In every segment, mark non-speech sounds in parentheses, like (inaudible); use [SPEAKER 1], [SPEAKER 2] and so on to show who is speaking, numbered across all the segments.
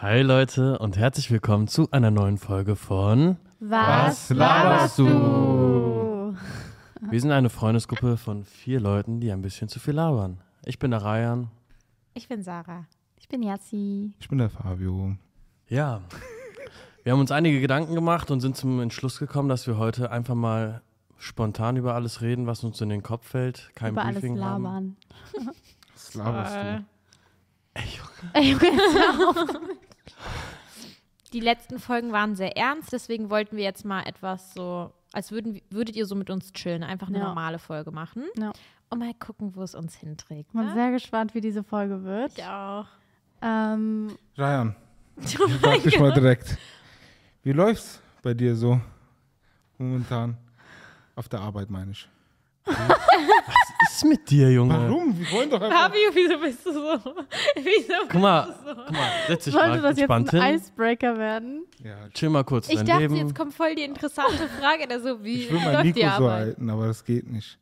[SPEAKER 1] Hi Leute und herzlich willkommen zu einer neuen Folge von
[SPEAKER 2] Was
[SPEAKER 3] laberst
[SPEAKER 2] du?
[SPEAKER 1] Wir sind eine Freundesgruppe von vier Leuten, die ein bisschen zu viel labern. Ich bin der Ryan.
[SPEAKER 2] Ich bin Sarah.
[SPEAKER 4] Ich bin Yassi.
[SPEAKER 3] Ich bin der Fabio.
[SPEAKER 1] Ja. Wir haben uns einige Gedanken gemacht und sind zum Entschluss gekommen, dass wir heute einfach mal spontan über alles reden, was uns in den Kopf fällt. Kein
[SPEAKER 4] über alles
[SPEAKER 1] Briefing haben.
[SPEAKER 4] labern. (laughs)
[SPEAKER 3] Was laberst du?
[SPEAKER 4] Ey, Junge,
[SPEAKER 2] Die letzten Folgen waren sehr ernst, deswegen wollten wir jetzt mal etwas so, als würden, wir- würdet ihr so mit uns chillen, einfach eine
[SPEAKER 4] Ja.
[SPEAKER 2] normale Folge machen
[SPEAKER 4] Ja.
[SPEAKER 2] und mal gucken, wo es uns hinträgt.
[SPEAKER 4] Ich bin
[SPEAKER 2] Ne?
[SPEAKER 4] sehr gespannt, wie diese Folge wird.
[SPEAKER 2] Ich auch.
[SPEAKER 4] Ähm,
[SPEAKER 2] (laughs)
[SPEAKER 3] Ryan,
[SPEAKER 2] Oh
[SPEAKER 3] ich frag dich mal direkt. Wie läuft's bei dir so momentan? Auf der Arbeit meine ich.
[SPEAKER 1] Was ist mit dir, Junge?
[SPEAKER 3] Warum? Wir wollen doch einfach.
[SPEAKER 2] Fabio, wieso bist du so? (laughs) Wieso?
[SPEAKER 1] Guck mal, guck mal, setz dich
[SPEAKER 4] sollte
[SPEAKER 1] mal
[SPEAKER 4] das jetzt ein
[SPEAKER 1] entspannt hin.
[SPEAKER 4] Icebreaker werden? (laughs)
[SPEAKER 3] Ja,
[SPEAKER 1] Chill mal kurz
[SPEAKER 2] Ich
[SPEAKER 1] dein
[SPEAKER 2] dachte,
[SPEAKER 1] Leben.
[SPEAKER 2] jetzt kommt voll die interessante Frage, da so, wie
[SPEAKER 3] ich will mein
[SPEAKER 2] läuft die
[SPEAKER 3] Mikro so
[SPEAKER 2] Arbeit?
[SPEAKER 3] halten, aber das geht
[SPEAKER 2] (laughs)
[SPEAKER 3] nicht.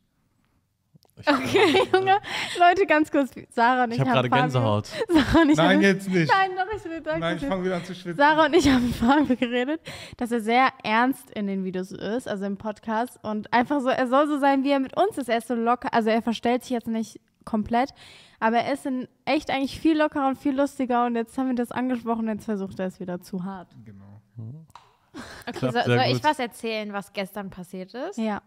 [SPEAKER 4] Okay, Junge. Leute, ganz kurz. Sarah und ich,
[SPEAKER 1] ich habe gerade
[SPEAKER 4] haben Fabio.
[SPEAKER 1] Gänsehaut.
[SPEAKER 4] (laughs) Sarah und ich
[SPEAKER 3] Nein,
[SPEAKER 4] haben,
[SPEAKER 3] jetzt nicht.
[SPEAKER 4] Nein, doch, ich will danke
[SPEAKER 3] Nein, ich
[SPEAKER 4] dir.
[SPEAKER 3] fange wieder an zu schwitzen.
[SPEAKER 4] Sarah und ich haben (laughs) Fabio geredet, dass er sehr ernst in den Videos ist, also im Podcast. Und einfach so, er soll so sein, wie er mit uns ist. Er ist so locker, also er verstellt sich jetzt nicht komplett, aber er ist in echt eigentlich viel lockerer und viel lustiger. Und jetzt haben wir das angesprochen, jetzt versucht er es wieder zu hart.
[SPEAKER 3] Genau.
[SPEAKER 2] Okay,
[SPEAKER 1] Klappt
[SPEAKER 2] so,
[SPEAKER 1] sehr
[SPEAKER 2] soll ich
[SPEAKER 1] gut.
[SPEAKER 2] was erzählen, was gestern passiert ist?
[SPEAKER 4] Ja.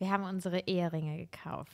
[SPEAKER 2] Wir haben unsere Eheringe gekauft.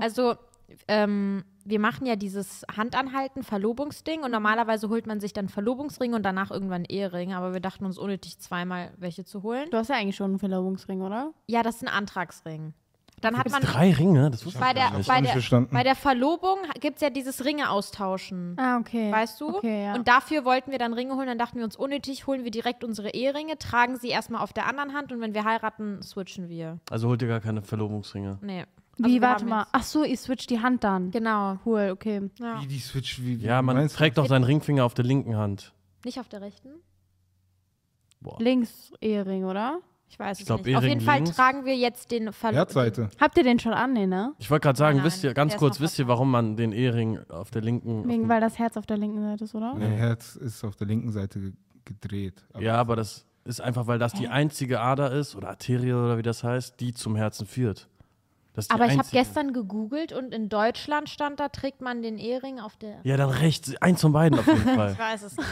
[SPEAKER 4] Also,
[SPEAKER 2] Also, ähm, wir machen ja dieses Handanhalten, Verlobungsding und normalerweise holt man sich dann Verlobungsringe und danach irgendwann Eheringe, aber wir dachten uns unnötig zweimal welche zu holen.
[SPEAKER 4] du hast ja eigentlich schon einen Verlobungsring, oder?
[SPEAKER 2] Ja, das ist ein Antragsring. Dann hat
[SPEAKER 1] Gibt's
[SPEAKER 2] man
[SPEAKER 1] drei Ringe? Das wusste
[SPEAKER 2] bei
[SPEAKER 1] ich gar
[SPEAKER 2] der,
[SPEAKER 1] nicht.
[SPEAKER 2] bei
[SPEAKER 3] nicht
[SPEAKER 2] der,
[SPEAKER 3] verstanden.
[SPEAKER 2] bei der Verlobung gibt es ja dieses Ringe austauschen.
[SPEAKER 4] Ah, okay.
[SPEAKER 2] Weißt du?
[SPEAKER 4] Okay, ja.
[SPEAKER 2] Und dafür wollten wir dann Ringe holen, dann dachten wir uns unnötig, holen wir direkt unsere Eheringe, tragen sie erstmal auf der anderen Hand und wenn wir heiraten, switchen wir.
[SPEAKER 1] Also holt ihr gar keine Verlobungsringe.
[SPEAKER 2] Nee. Also
[SPEAKER 4] wie,
[SPEAKER 2] wir
[SPEAKER 4] warte
[SPEAKER 2] haben
[SPEAKER 4] mal.
[SPEAKER 2] jetzt-
[SPEAKER 4] Ach so, ihr switcht die Hand dann.
[SPEAKER 2] Genau.
[SPEAKER 4] Cool, okay.
[SPEAKER 2] Ja.
[SPEAKER 3] Wie die Switch, wie wie
[SPEAKER 1] Ja, man
[SPEAKER 3] meinst du?
[SPEAKER 1] trägt doch seinen Ringfinger auf der linken Hand.
[SPEAKER 2] Nicht auf der rechten?
[SPEAKER 4] Links Ehering, oder?
[SPEAKER 2] Ich weiß
[SPEAKER 1] Ich
[SPEAKER 2] es
[SPEAKER 1] glaub,
[SPEAKER 2] nicht. Auf
[SPEAKER 1] Ehering
[SPEAKER 2] jeden Fall
[SPEAKER 1] links.
[SPEAKER 2] tragen wir jetzt den Verlobungsring.
[SPEAKER 3] Herzseite.
[SPEAKER 4] Habt ihr den schon an, nee, ne?
[SPEAKER 1] Ich wollte gerade sagen,
[SPEAKER 2] Nein,
[SPEAKER 1] wisst ihr, ganz
[SPEAKER 2] der ist
[SPEAKER 1] kurz,
[SPEAKER 2] noch
[SPEAKER 1] wisst ihr, warum man den Ehering auf der linken.
[SPEAKER 4] Wegen,
[SPEAKER 1] auf
[SPEAKER 4] weil das Herz auf der linken Seite ist, oder?
[SPEAKER 3] Mein Herz ist auf der linken Seite ge- gedreht.
[SPEAKER 1] dem, ja, aber das ist einfach, weil das die einzige Ader ist, oder Arterie oder wie das heißt, die zum Herzen führt. Das ist die
[SPEAKER 2] Aber ich habe
[SPEAKER 1] einzige.
[SPEAKER 2] gestern gegoogelt und in Deutschland stand da, trägt man den Ehering auf der.
[SPEAKER 1] Ja, dann rechts. Eins von beiden auf
[SPEAKER 2] (laughs)
[SPEAKER 1] jeden Fall.
[SPEAKER 2] Ich weiß es nicht.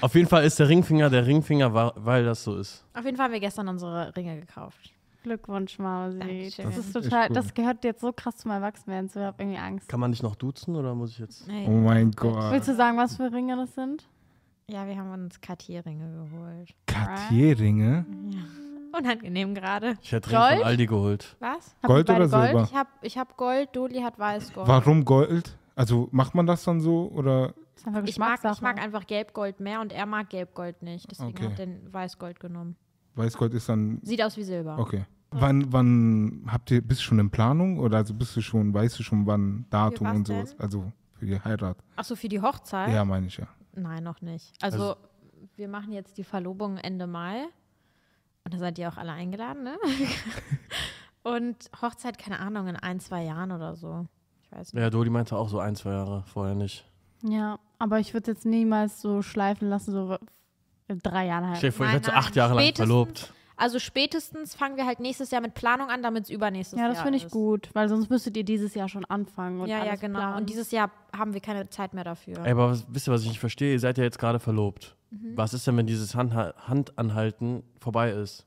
[SPEAKER 1] auf jeden Fall ist der Ringfinger der Ringfinger, wa- weil das so ist.
[SPEAKER 2] Auf jeden Fall haben wir gestern unsere Ringe gekauft.
[SPEAKER 4] Glückwunsch, Mausi.
[SPEAKER 2] Dankeschön.
[SPEAKER 4] Das ist
[SPEAKER 3] Das ist
[SPEAKER 4] total,
[SPEAKER 3] cool.
[SPEAKER 4] das gehört jetzt so krass zum Erwachsenwerden zu. Ich habe irgendwie Angst.
[SPEAKER 1] Kann man dich noch duzen oder muss ich jetzt.
[SPEAKER 3] Oh mein Gott.
[SPEAKER 4] Willst du sagen, was für Ringe das sind?
[SPEAKER 2] Ja, wir haben uns Cartier-Ringe geholt.
[SPEAKER 3] Cartier-Ringe?
[SPEAKER 2] Unangenehm gerade.
[SPEAKER 1] Ich hätte Ring von
[SPEAKER 4] Gold?
[SPEAKER 1] Aldi geholt.
[SPEAKER 2] Was?
[SPEAKER 4] Habt ihr
[SPEAKER 3] Gold
[SPEAKER 4] beide
[SPEAKER 3] oder Silber?
[SPEAKER 2] Ich hab, ich hab Gold, Doli hat Weißgold.
[SPEAKER 3] Warum Gold? Also macht man das dann so oder
[SPEAKER 4] Das ist einfach
[SPEAKER 2] Ich mag,
[SPEAKER 4] Geschmackssache.
[SPEAKER 2] ich mag einfach Gelbgold mehr und er mag Gelbgold nicht. Deswegen
[SPEAKER 3] Okay.
[SPEAKER 2] hat er den Weißgold genommen.
[SPEAKER 3] Weißgold ist dann
[SPEAKER 2] Sieht aus wie Silber.
[SPEAKER 3] okay. Wann, wann habt ihr, bist du schon in Planung oder also bist du schon, weißt du schon, wann Datum
[SPEAKER 2] was
[SPEAKER 3] und sowas?
[SPEAKER 2] denn?
[SPEAKER 3] Also für die Heirat.
[SPEAKER 2] Achso, für die Hochzeit?
[SPEAKER 3] Ja, meine ich ja.
[SPEAKER 2] Nein, noch nicht. Also, wir machen jetzt die Verlobung Ende Mai. Und da seid ihr auch alle
[SPEAKER 4] (laughs)
[SPEAKER 2] eingeladen, ne? Und Hochzeit, keine Ahnung, in ein, zwei Jahren oder so. Ich weiß nicht.
[SPEAKER 1] Ja, Dodi meinte auch so ein, zwei Jahre vorher nicht.
[SPEAKER 4] Ja, aber ich würde jetzt niemals so schleifen lassen, so in drei Jahren
[SPEAKER 1] Ich stell
[SPEAKER 4] halt.
[SPEAKER 1] dir vor, ich
[SPEAKER 2] Nein,
[SPEAKER 1] hätte so
[SPEAKER 2] nein.
[SPEAKER 1] acht Jahre lang
[SPEAKER 2] Spätestens-
[SPEAKER 1] verlobt.
[SPEAKER 2] Also spätestens fangen wir halt nächstes Jahr mit Planung an, damit es übernächstes
[SPEAKER 4] Ja,
[SPEAKER 2] Jahr
[SPEAKER 4] das finde ich
[SPEAKER 2] ist.
[SPEAKER 4] gut, weil sonst müsstet ihr dieses Jahr schon anfangen. Und
[SPEAKER 2] Ja, ja,
[SPEAKER 4] alles
[SPEAKER 2] genau.
[SPEAKER 4] Planen.
[SPEAKER 2] Und dieses Jahr haben wir keine Zeit mehr dafür.
[SPEAKER 1] Ey, aber was, wisst ihr, was ich nicht verstehe? Ihr seid ja jetzt gerade verlobt.
[SPEAKER 2] Mhm.
[SPEAKER 1] Was ist denn, wenn dieses Handha- Handanhalten vorbei ist? Seid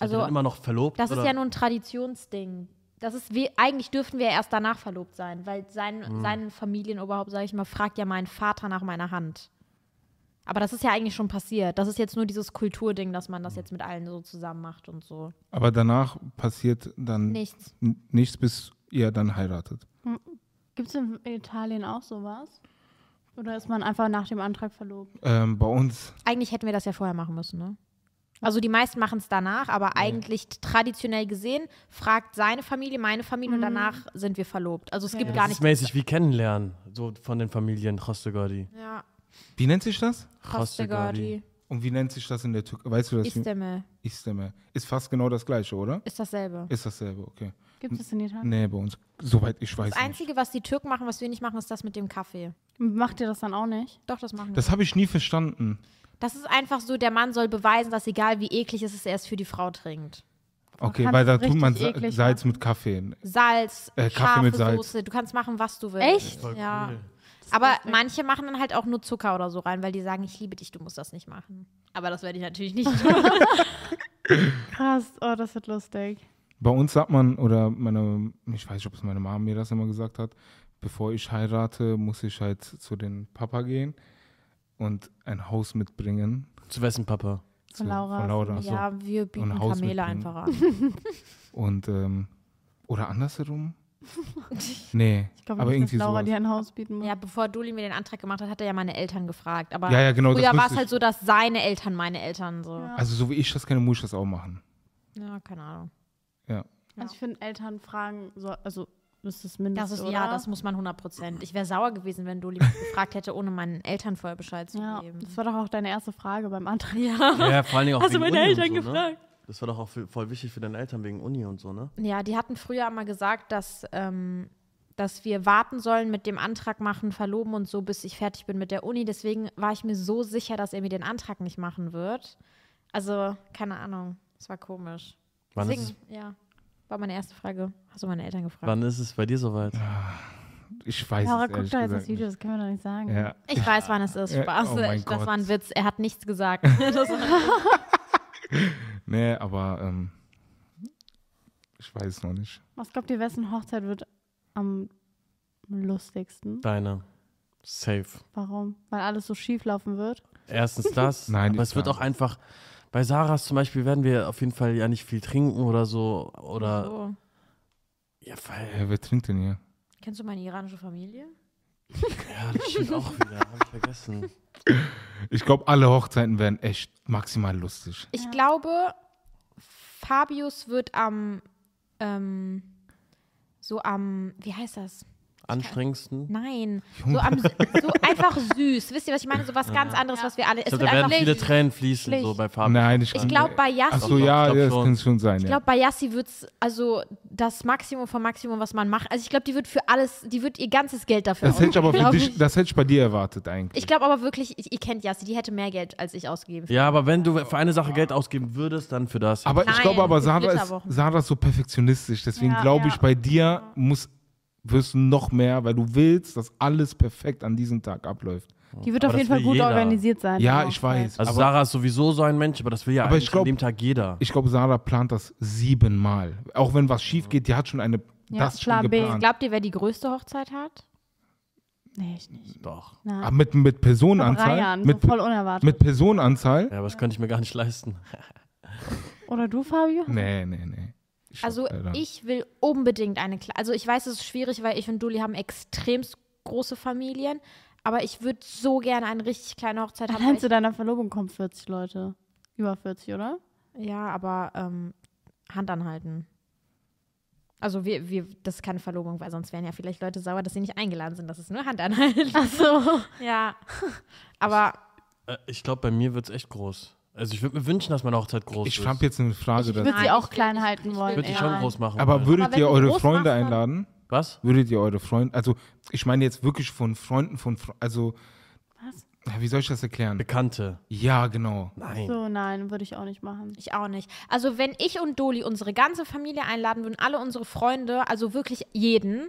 [SPEAKER 2] Also,
[SPEAKER 1] ihr dann immer noch verlobt?
[SPEAKER 2] Das
[SPEAKER 1] oder?
[SPEAKER 2] ist ja nur ein Traditionsding. Das ist wie, eigentlich dürften wir ja erst danach verlobt sein, weil sein,
[SPEAKER 1] Mhm.
[SPEAKER 2] sein Familienoberhaupt, sage ich mal, fragt ja meinen Vater nach meiner Hand. Aber das ist ja eigentlich schon passiert. Das ist jetzt nur dieses Kulturding, dass
[SPEAKER 1] Mhm.
[SPEAKER 2] man das jetzt mit allen so zusammen macht und so.
[SPEAKER 3] Aber danach passiert dann
[SPEAKER 1] Mhm.
[SPEAKER 2] Nichts.
[SPEAKER 3] n- nichts, bis ihr dann heiratet.
[SPEAKER 4] Gibt es in Italien auch sowas? Oder ist man einfach nach dem Antrag verlobt?
[SPEAKER 3] Ähm, bei uns,
[SPEAKER 2] Eigentlich hätten wir das ja vorher machen müssen, ne? Also die meisten machen es danach, aber eigentlich traditionell gesehen fragt seine Familie meine Familie und danach sind wir verlobt. Also es
[SPEAKER 4] Mhm.
[SPEAKER 2] gibt
[SPEAKER 4] Ja.
[SPEAKER 2] gar
[SPEAKER 1] Das ist
[SPEAKER 2] nicht.
[SPEAKER 1] mäßig wie kennenlernen, so von den Familien Rostegordi.
[SPEAKER 2] Ja,
[SPEAKER 3] wie nennt sich das?
[SPEAKER 2] Hostegordi,
[SPEAKER 3] Und wie nennt sich das in der Türkei? Weißt du das?
[SPEAKER 2] Isteme,
[SPEAKER 3] Isteme. Ist fast genau das gleiche, oder?
[SPEAKER 2] ist dasselbe.
[SPEAKER 3] Ist dasselbe, okay.
[SPEAKER 4] Gibt es in Italien?
[SPEAKER 3] Nee, bei uns, soweit ich weiß
[SPEAKER 2] Das
[SPEAKER 3] nicht.
[SPEAKER 2] Einzige, was die Türken machen, was wir nicht machen, ist das mit dem Kaffee.
[SPEAKER 4] Macht ihr das dann auch nicht?
[SPEAKER 2] Doch, das machen wir. Das,
[SPEAKER 3] Das habe ich nie verstanden.
[SPEAKER 2] ist einfach so, der Mann soll beweisen, dass egal wie eklig es ist, er es für die Frau trinkt.
[SPEAKER 3] Okay,
[SPEAKER 4] kann
[SPEAKER 3] weil da
[SPEAKER 4] das
[SPEAKER 3] tut man
[SPEAKER 4] richtig
[SPEAKER 3] Sa-
[SPEAKER 4] eklig
[SPEAKER 3] Salz mit Kaffee.
[SPEAKER 2] Salz,
[SPEAKER 3] Äh, Kaffee
[SPEAKER 2] scharfe
[SPEAKER 3] mit Salz.
[SPEAKER 2] Soße, du kannst machen, was du willst.
[SPEAKER 4] Echt?
[SPEAKER 1] Voll
[SPEAKER 2] Ja.
[SPEAKER 1] cool.
[SPEAKER 2] Aber manche machen dann halt auch nur Zucker oder so rein, weil die sagen, ich liebe dich, du musst das nicht machen. Aber das werde ich natürlich (laughs) nicht tun.
[SPEAKER 4] Krass, oh, das wird lustig.
[SPEAKER 3] Bei uns sagt man, oder meine, ich weiß nicht, ob es meine Mama mir das immer gesagt hat, bevor ich heirate, muss ich halt zu den Papa gehen und ein Haus mitbringen.
[SPEAKER 1] Zu wessen Papa?
[SPEAKER 3] Zu,
[SPEAKER 4] Von Laura.
[SPEAKER 3] Von Laura so.
[SPEAKER 2] ja, wir bieten
[SPEAKER 3] ein Haus
[SPEAKER 2] Kamele
[SPEAKER 3] mitbringen. (laughs)
[SPEAKER 2] einfach an.
[SPEAKER 3] Und, ähm, oder
[SPEAKER 4] (laughs)
[SPEAKER 3] andersherum? nee,
[SPEAKER 4] Ich glaube
[SPEAKER 3] aber
[SPEAKER 4] nicht, dass
[SPEAKER 3] irgendwie
[SPEAKER 4] Laura
[SPEAKER 3] sowas.
[SPEAKER 4] dir ein Haus bieten muss.
[SPEAKER 2] Ja, bevor Duli mir den Antrag gemacht hat, hat er ja meine Eltern gefragt. Aber
[SPEAKER 3] Ja, ja, genau, das
[SPEAKER 2] früher war
[SPEAKER 3] wüsste
[SPEAKER 2] es halt
[SPEAKER 3] ich.
[SPEAKER 2] so, dass seine Eltern meine Eltern so. Ja,
[SPEAKER 3] Also so wie ich das kenne, muss ich das auch machen.
[SPEAKER 2] keine Ahnung.
[SPEAKER 3] Ja.
[SPEAKER 4] Also ich finde, Eltern fragen, so, also das ist mindestens.
[SPEAKER 2] Das ist,
[SPEAKER 4] oder?
[SPEAKER 2] ja, das muss man 100 Prozent. Ich wäre sauer gewesen, wenn Duli mich gefragt hätte, ohne meinen Eltern vorher Bescheid zu
[SPEAKER 4] ja,
[SPEAKER 2] geben.
[SPEAKER 4] das war doch auch deine erste Frage beim Antrag.
[SPEAKER 1] Ja, ja, vor allen Dingen auch
[SPEAKER 2] Hast du
[SPEAKER 1] wegen
[SPEAKER 2] meine
[SPEAKER 1] Uni und
[SPEAKER 2] Eltern
[SPEAKER 1] so,
[SPEAKER 2] gefragt?
[SPEAKER 1] Ne? Das war doch auch für, voll wichtig für deine Eltern wegen Uni und so, ne?
[SPEAKER 2] Ja, die hatten früher immer gesagt, dass, ähm, dass wir warten sollen mit dem Antrag machen, verloben und so, bis ich fertig bin mit der Uni. Deswegen war ich mir so sicher, dass er mir den Antrag nicht machen wird. Also, keine Ahnung. Es war komisch.
[SPEAKER 1] Wann ist, es,
[SPEAKER 2] Deswegen, ja. War meine erste Frage. Hast du meine Eltern gefragt?
[SPEAKER 1] wann ist es bei dir soweit?
[SPEAKER 3] Ich weiß
[SPEAKER 4] Laura, guck
[SPEAKER 3] es ehrlich
[SPEAKER 4] doch jetzt
[SPEAKER 3] gesagt
[SPEAKER 4] das Video, das können wir doch nicht sagen.
[SPEAKER 3] nicht. Ja.
[SPEAKER 2] Ich weiß, wann es ist.
[SPEAKER 3] Ja,
[SPEAKER 2] Spaß.
[SPEAKER 3] oh mein
[SPEAKER 2] das war ein
[SPEAKER 3] Gott.
[SPEAKER 2] Witz. Er hat nichts gesagt. (laughs) Das war-
[SPEAKER 3] Nee, aber ähm, ich weiß es noch nicht.
[SPEAKER 4] Was glaubt ihr, wessen Hochzeit wird am lustigsten?
[SPEAKER 1] Deine. Safe.
[SPEAKER 4] Warum? Weil alles so schief laufen wird?
[SPEAKER 1] Erstens
[SPEAKER 2] (laughs)
[SPEAKER 1] das.
[SPEAKER 3] Nein,
[SPEAKER 1] aber
[SPEAKER 3] ich
[SPEAKER 1] es wird
[SPEAKER 3] kann-
[SPEAKER 1] auch einfach. Bei Sarahs zum Beispiel werden wir auf jeden Fall ja nicht viel trinken oder so. Oder.
[SPEAKER 2] so.
[SPEAKER 1] Ja, weil.
[SPEAKER 3] Hä, wer trinkt denn hier?
[SPEAKER 2] Kennst du meine iranische Familie?
[SPEAKER 1] Ja, das stimmt auch wieder. Hab ich vergessen.
[SPEAKER 3] Ich glaube, alle Hochzeiten werden echt maximal lustig.
[SPEAKER 2] Ich glaube, Fabius wird am, ähm, so am, wie heißt das?
[SPEAKER 1] Anstrengendsten.
[SPEAKER 2] Nein, so, am,
[SPEAKER 3] (laughs)
[SPEAKER 2] so einfach süß. Wisst ihr, was ich meine? So was ganz anderes, was wir alle.
[SPEAKER 1] Ich
[SPEAKER 2] es
[SPEAKER 1] glaube,
[SPEAKER 2] wird
[SPEAKER 1] da werden
[SPEAKER 2] einfach
[SPEAKER 1] viele
[SPEAKER 2] süß.
[SPEAKER 1] Tränen fließen,
[SPEAKER 2] Schlicht.
[SPEAKER 1] so bei Fabian.
[SPEAKER 3] Nein, ich,
[SPEAKER 2] Ich glaube, bei Yassi,
[SPEAKER 3] Achso,
[SPEAKER 1] Doch,
[SPEAKER 3] ja,
[SPEAKER 1] ich glaub
[SPEAKER 3] ja, das
[SPEAKER 1] schon.
[SPEAKER 3] kann schon sein.
[SPEAKER 2] ich
[SPEAKER 3] ja.
[SPEAKER 2] glaube, bei Yassi wird es also das Maximum vom Maximum, was man macht. Also ich glaube, die wird für alles, die wird ihr ganzes Geld dafür
[SPEAKER 3] Das hätte ich aber für
[SPEAKER 2] glaub
[SPEAKER 3] dich,
[SPEAKER 2] ich.
[SPEAKER 3] das hätte ich bei dir erwartet eigentlich.
[SPEAKER 2] Ich glaube aber wirklich, ich- ihr kennt Yassi, die hätte mehr Geld als ich ausgegeben.
[SPEAKER 1] Ja, aber wenn du für eine Sache Geld ausgeben würdest, dann für das.
[SPEAKER 3] aber ich
[SPEAKER 2] Nein,
[SPEAKER 3] glaube aber,
[SPEAKER 2] für
[SPEAKER 3] Sarah ist,
[SPEAKER 2] Flitterwochen.
[SPEAKER 3] Sarah ist so perfektionistisch. Deswegen
[SPEAKER 4] Ja,
[SPEAKER 3] glaube
[SPEAKER 4] ja.
[SPEAKER 3] ich, bei dir muss, wirst du noch mehr, weil du willst, dass alles perfekt an diesem Tag abläuft.
[SPEAKER 4] Die wird
[SPEAKER 1] Aber
[SPEAKER 4] auf jeden
[SPEAKER 1] das
[SPEAKER 4] Fall
[SPEAKER 1] will
[SPEAKER 4] gut
[SPEAKER 1] jeder.
[SPEAKER 4] organisiert sein.
[SPEAKER 3] Ja,
[SPEAKER 4] die
[SPEAKER 3] ich
[SPEAKER 4] Hochzeit.
[SPEAKER 3] weiß.
[SPEAKER 1] also
[SPEAKER 3] aber
[SPEAKER 1] Sarah ist sowieso so ein Mensch, aber das will ja
[SPEAKER 3] Aber ich
[SPEAKER 1] eigentlich
[SPEAKER 3] glaub-
[SPEAKER 1] an dem Tag jeder.
[SPEAKER 3] ich glaube, Sarah plant das siebenmal. Auch wenn was schief geht, die hat schon eine,
[SPEAKER 4] Ja,
[SPEAKER 3] das schon
[SPEAKER 4] Plan B.
[SPEAKER 3] geplant.
[SPEAKER 2] Glaubt ihr, wer die größte Hochzeit hat?
[SPEAKER 4] Nee, ich nicht.
[SPEAKER 1] Doch.
[SPEAKER 4] Na,
[SPEAKER 3] Aber Ah, mit, mit Personenanzahl.
[SPEAKER 4] Ryan,
[SPEAKER 3] mit,
[SPEAKER 4] so voll unerwartet.
[SPEAKER 3] mit Personenanzahl.
[SPEAKER 1] Ja, aber das könnte ich mir gar nicht leisten.
[SPEAKER 4] Oder du, Fabio?
[SPEAKER 3] Nee, nee, nee. Ich
[SPEAKER 2] Also
[SPEAKER 3] hab, äh, Alter.
[SPEAKER 2] ich will unbedingt eine Kle Also ich weiß, es ist schwierig, weil ich und Duli haben extremst große Familien. Aber ich würde so gerne eine richtig kleine Hochzeit haben.
[SPEAKER 4] Allein
[SPEAKER 2] weil
[SPEAKER 4] zu deiner Verlobung kommen 40 Leute. Über 40, oder?
[SPEAKER 2] Ich, ja, aber ähm, Hand anhalten. Also wir, wir, das ist keine Verlobung, weil sonst wären ja vielleicht Leute sauer, dass sie nicht eingeladen sind. Das ist nur Hand anhalten. Ach so. (laughs) Ja. Aber
[SPEAKER 1] Äh, ich glaube, bei mir wird es echt groß. Also ich würde mir wünschen, dass meine Hochzeit groß
[SPEAKER 3] Ich
[SPEAKER 1] ist.
[SPEAKER 3] habe jetzt eine Frage.
[SPEAKER 4] Ich
[SPEAKER 3] dass-
[SPEAKER 4] würde sie
[SPEAKER 2] Nein,
[SPEAKER 4] auch
[SPEAKER 2] ich will-
[SPEAKER 4] klein
[SPEAKER 2] ich-
[SPEAKER 4] halten
[SPEAKER 2] ich will-
[SPEAKER 1] ich
[SPEAKER 4] wollen.
[SPEAKER 1] würde die
[SPEAKER 4] eher.
[SPEAKER 1] schon groß machen.
[SPEAKER 3] aber
[SPEAKER 1] wollen.
[SPEAKER 3] würdet
[SPEAKER 2] wenn
[SPEAKER 3] ihr
[SPEAKER 2] du
[SPEAKER 3] eure
[SPEAKER 2] groß machst,
[SPEAKER 3] Freunde
[SPEAKER 2] dann-
[SPEAKER 3] einladen?
[SPEAKER 1] Was?
[SPEAKER 3] Würdet ihr eure Freunde, also ich meine jetzt wirklich von Freunden, von, Fre- also,
[SPEAKER 4] Was?
[SPEAKER 3] Ja, wie soll ich das erklären?
[SPEAKER 1] Bekannte.
[SPEAKER 3] Ja, genau.
[SPEAKER 1] Nein.
[SPEAKER 4] So, nein, würde ich auch nicht machen.
[SPEAKER 2] Ich auch nicht. Also, wenn ich und Doli unsere ganze Familie einladen würden, alle unsere Freunde, also wirklich jeden,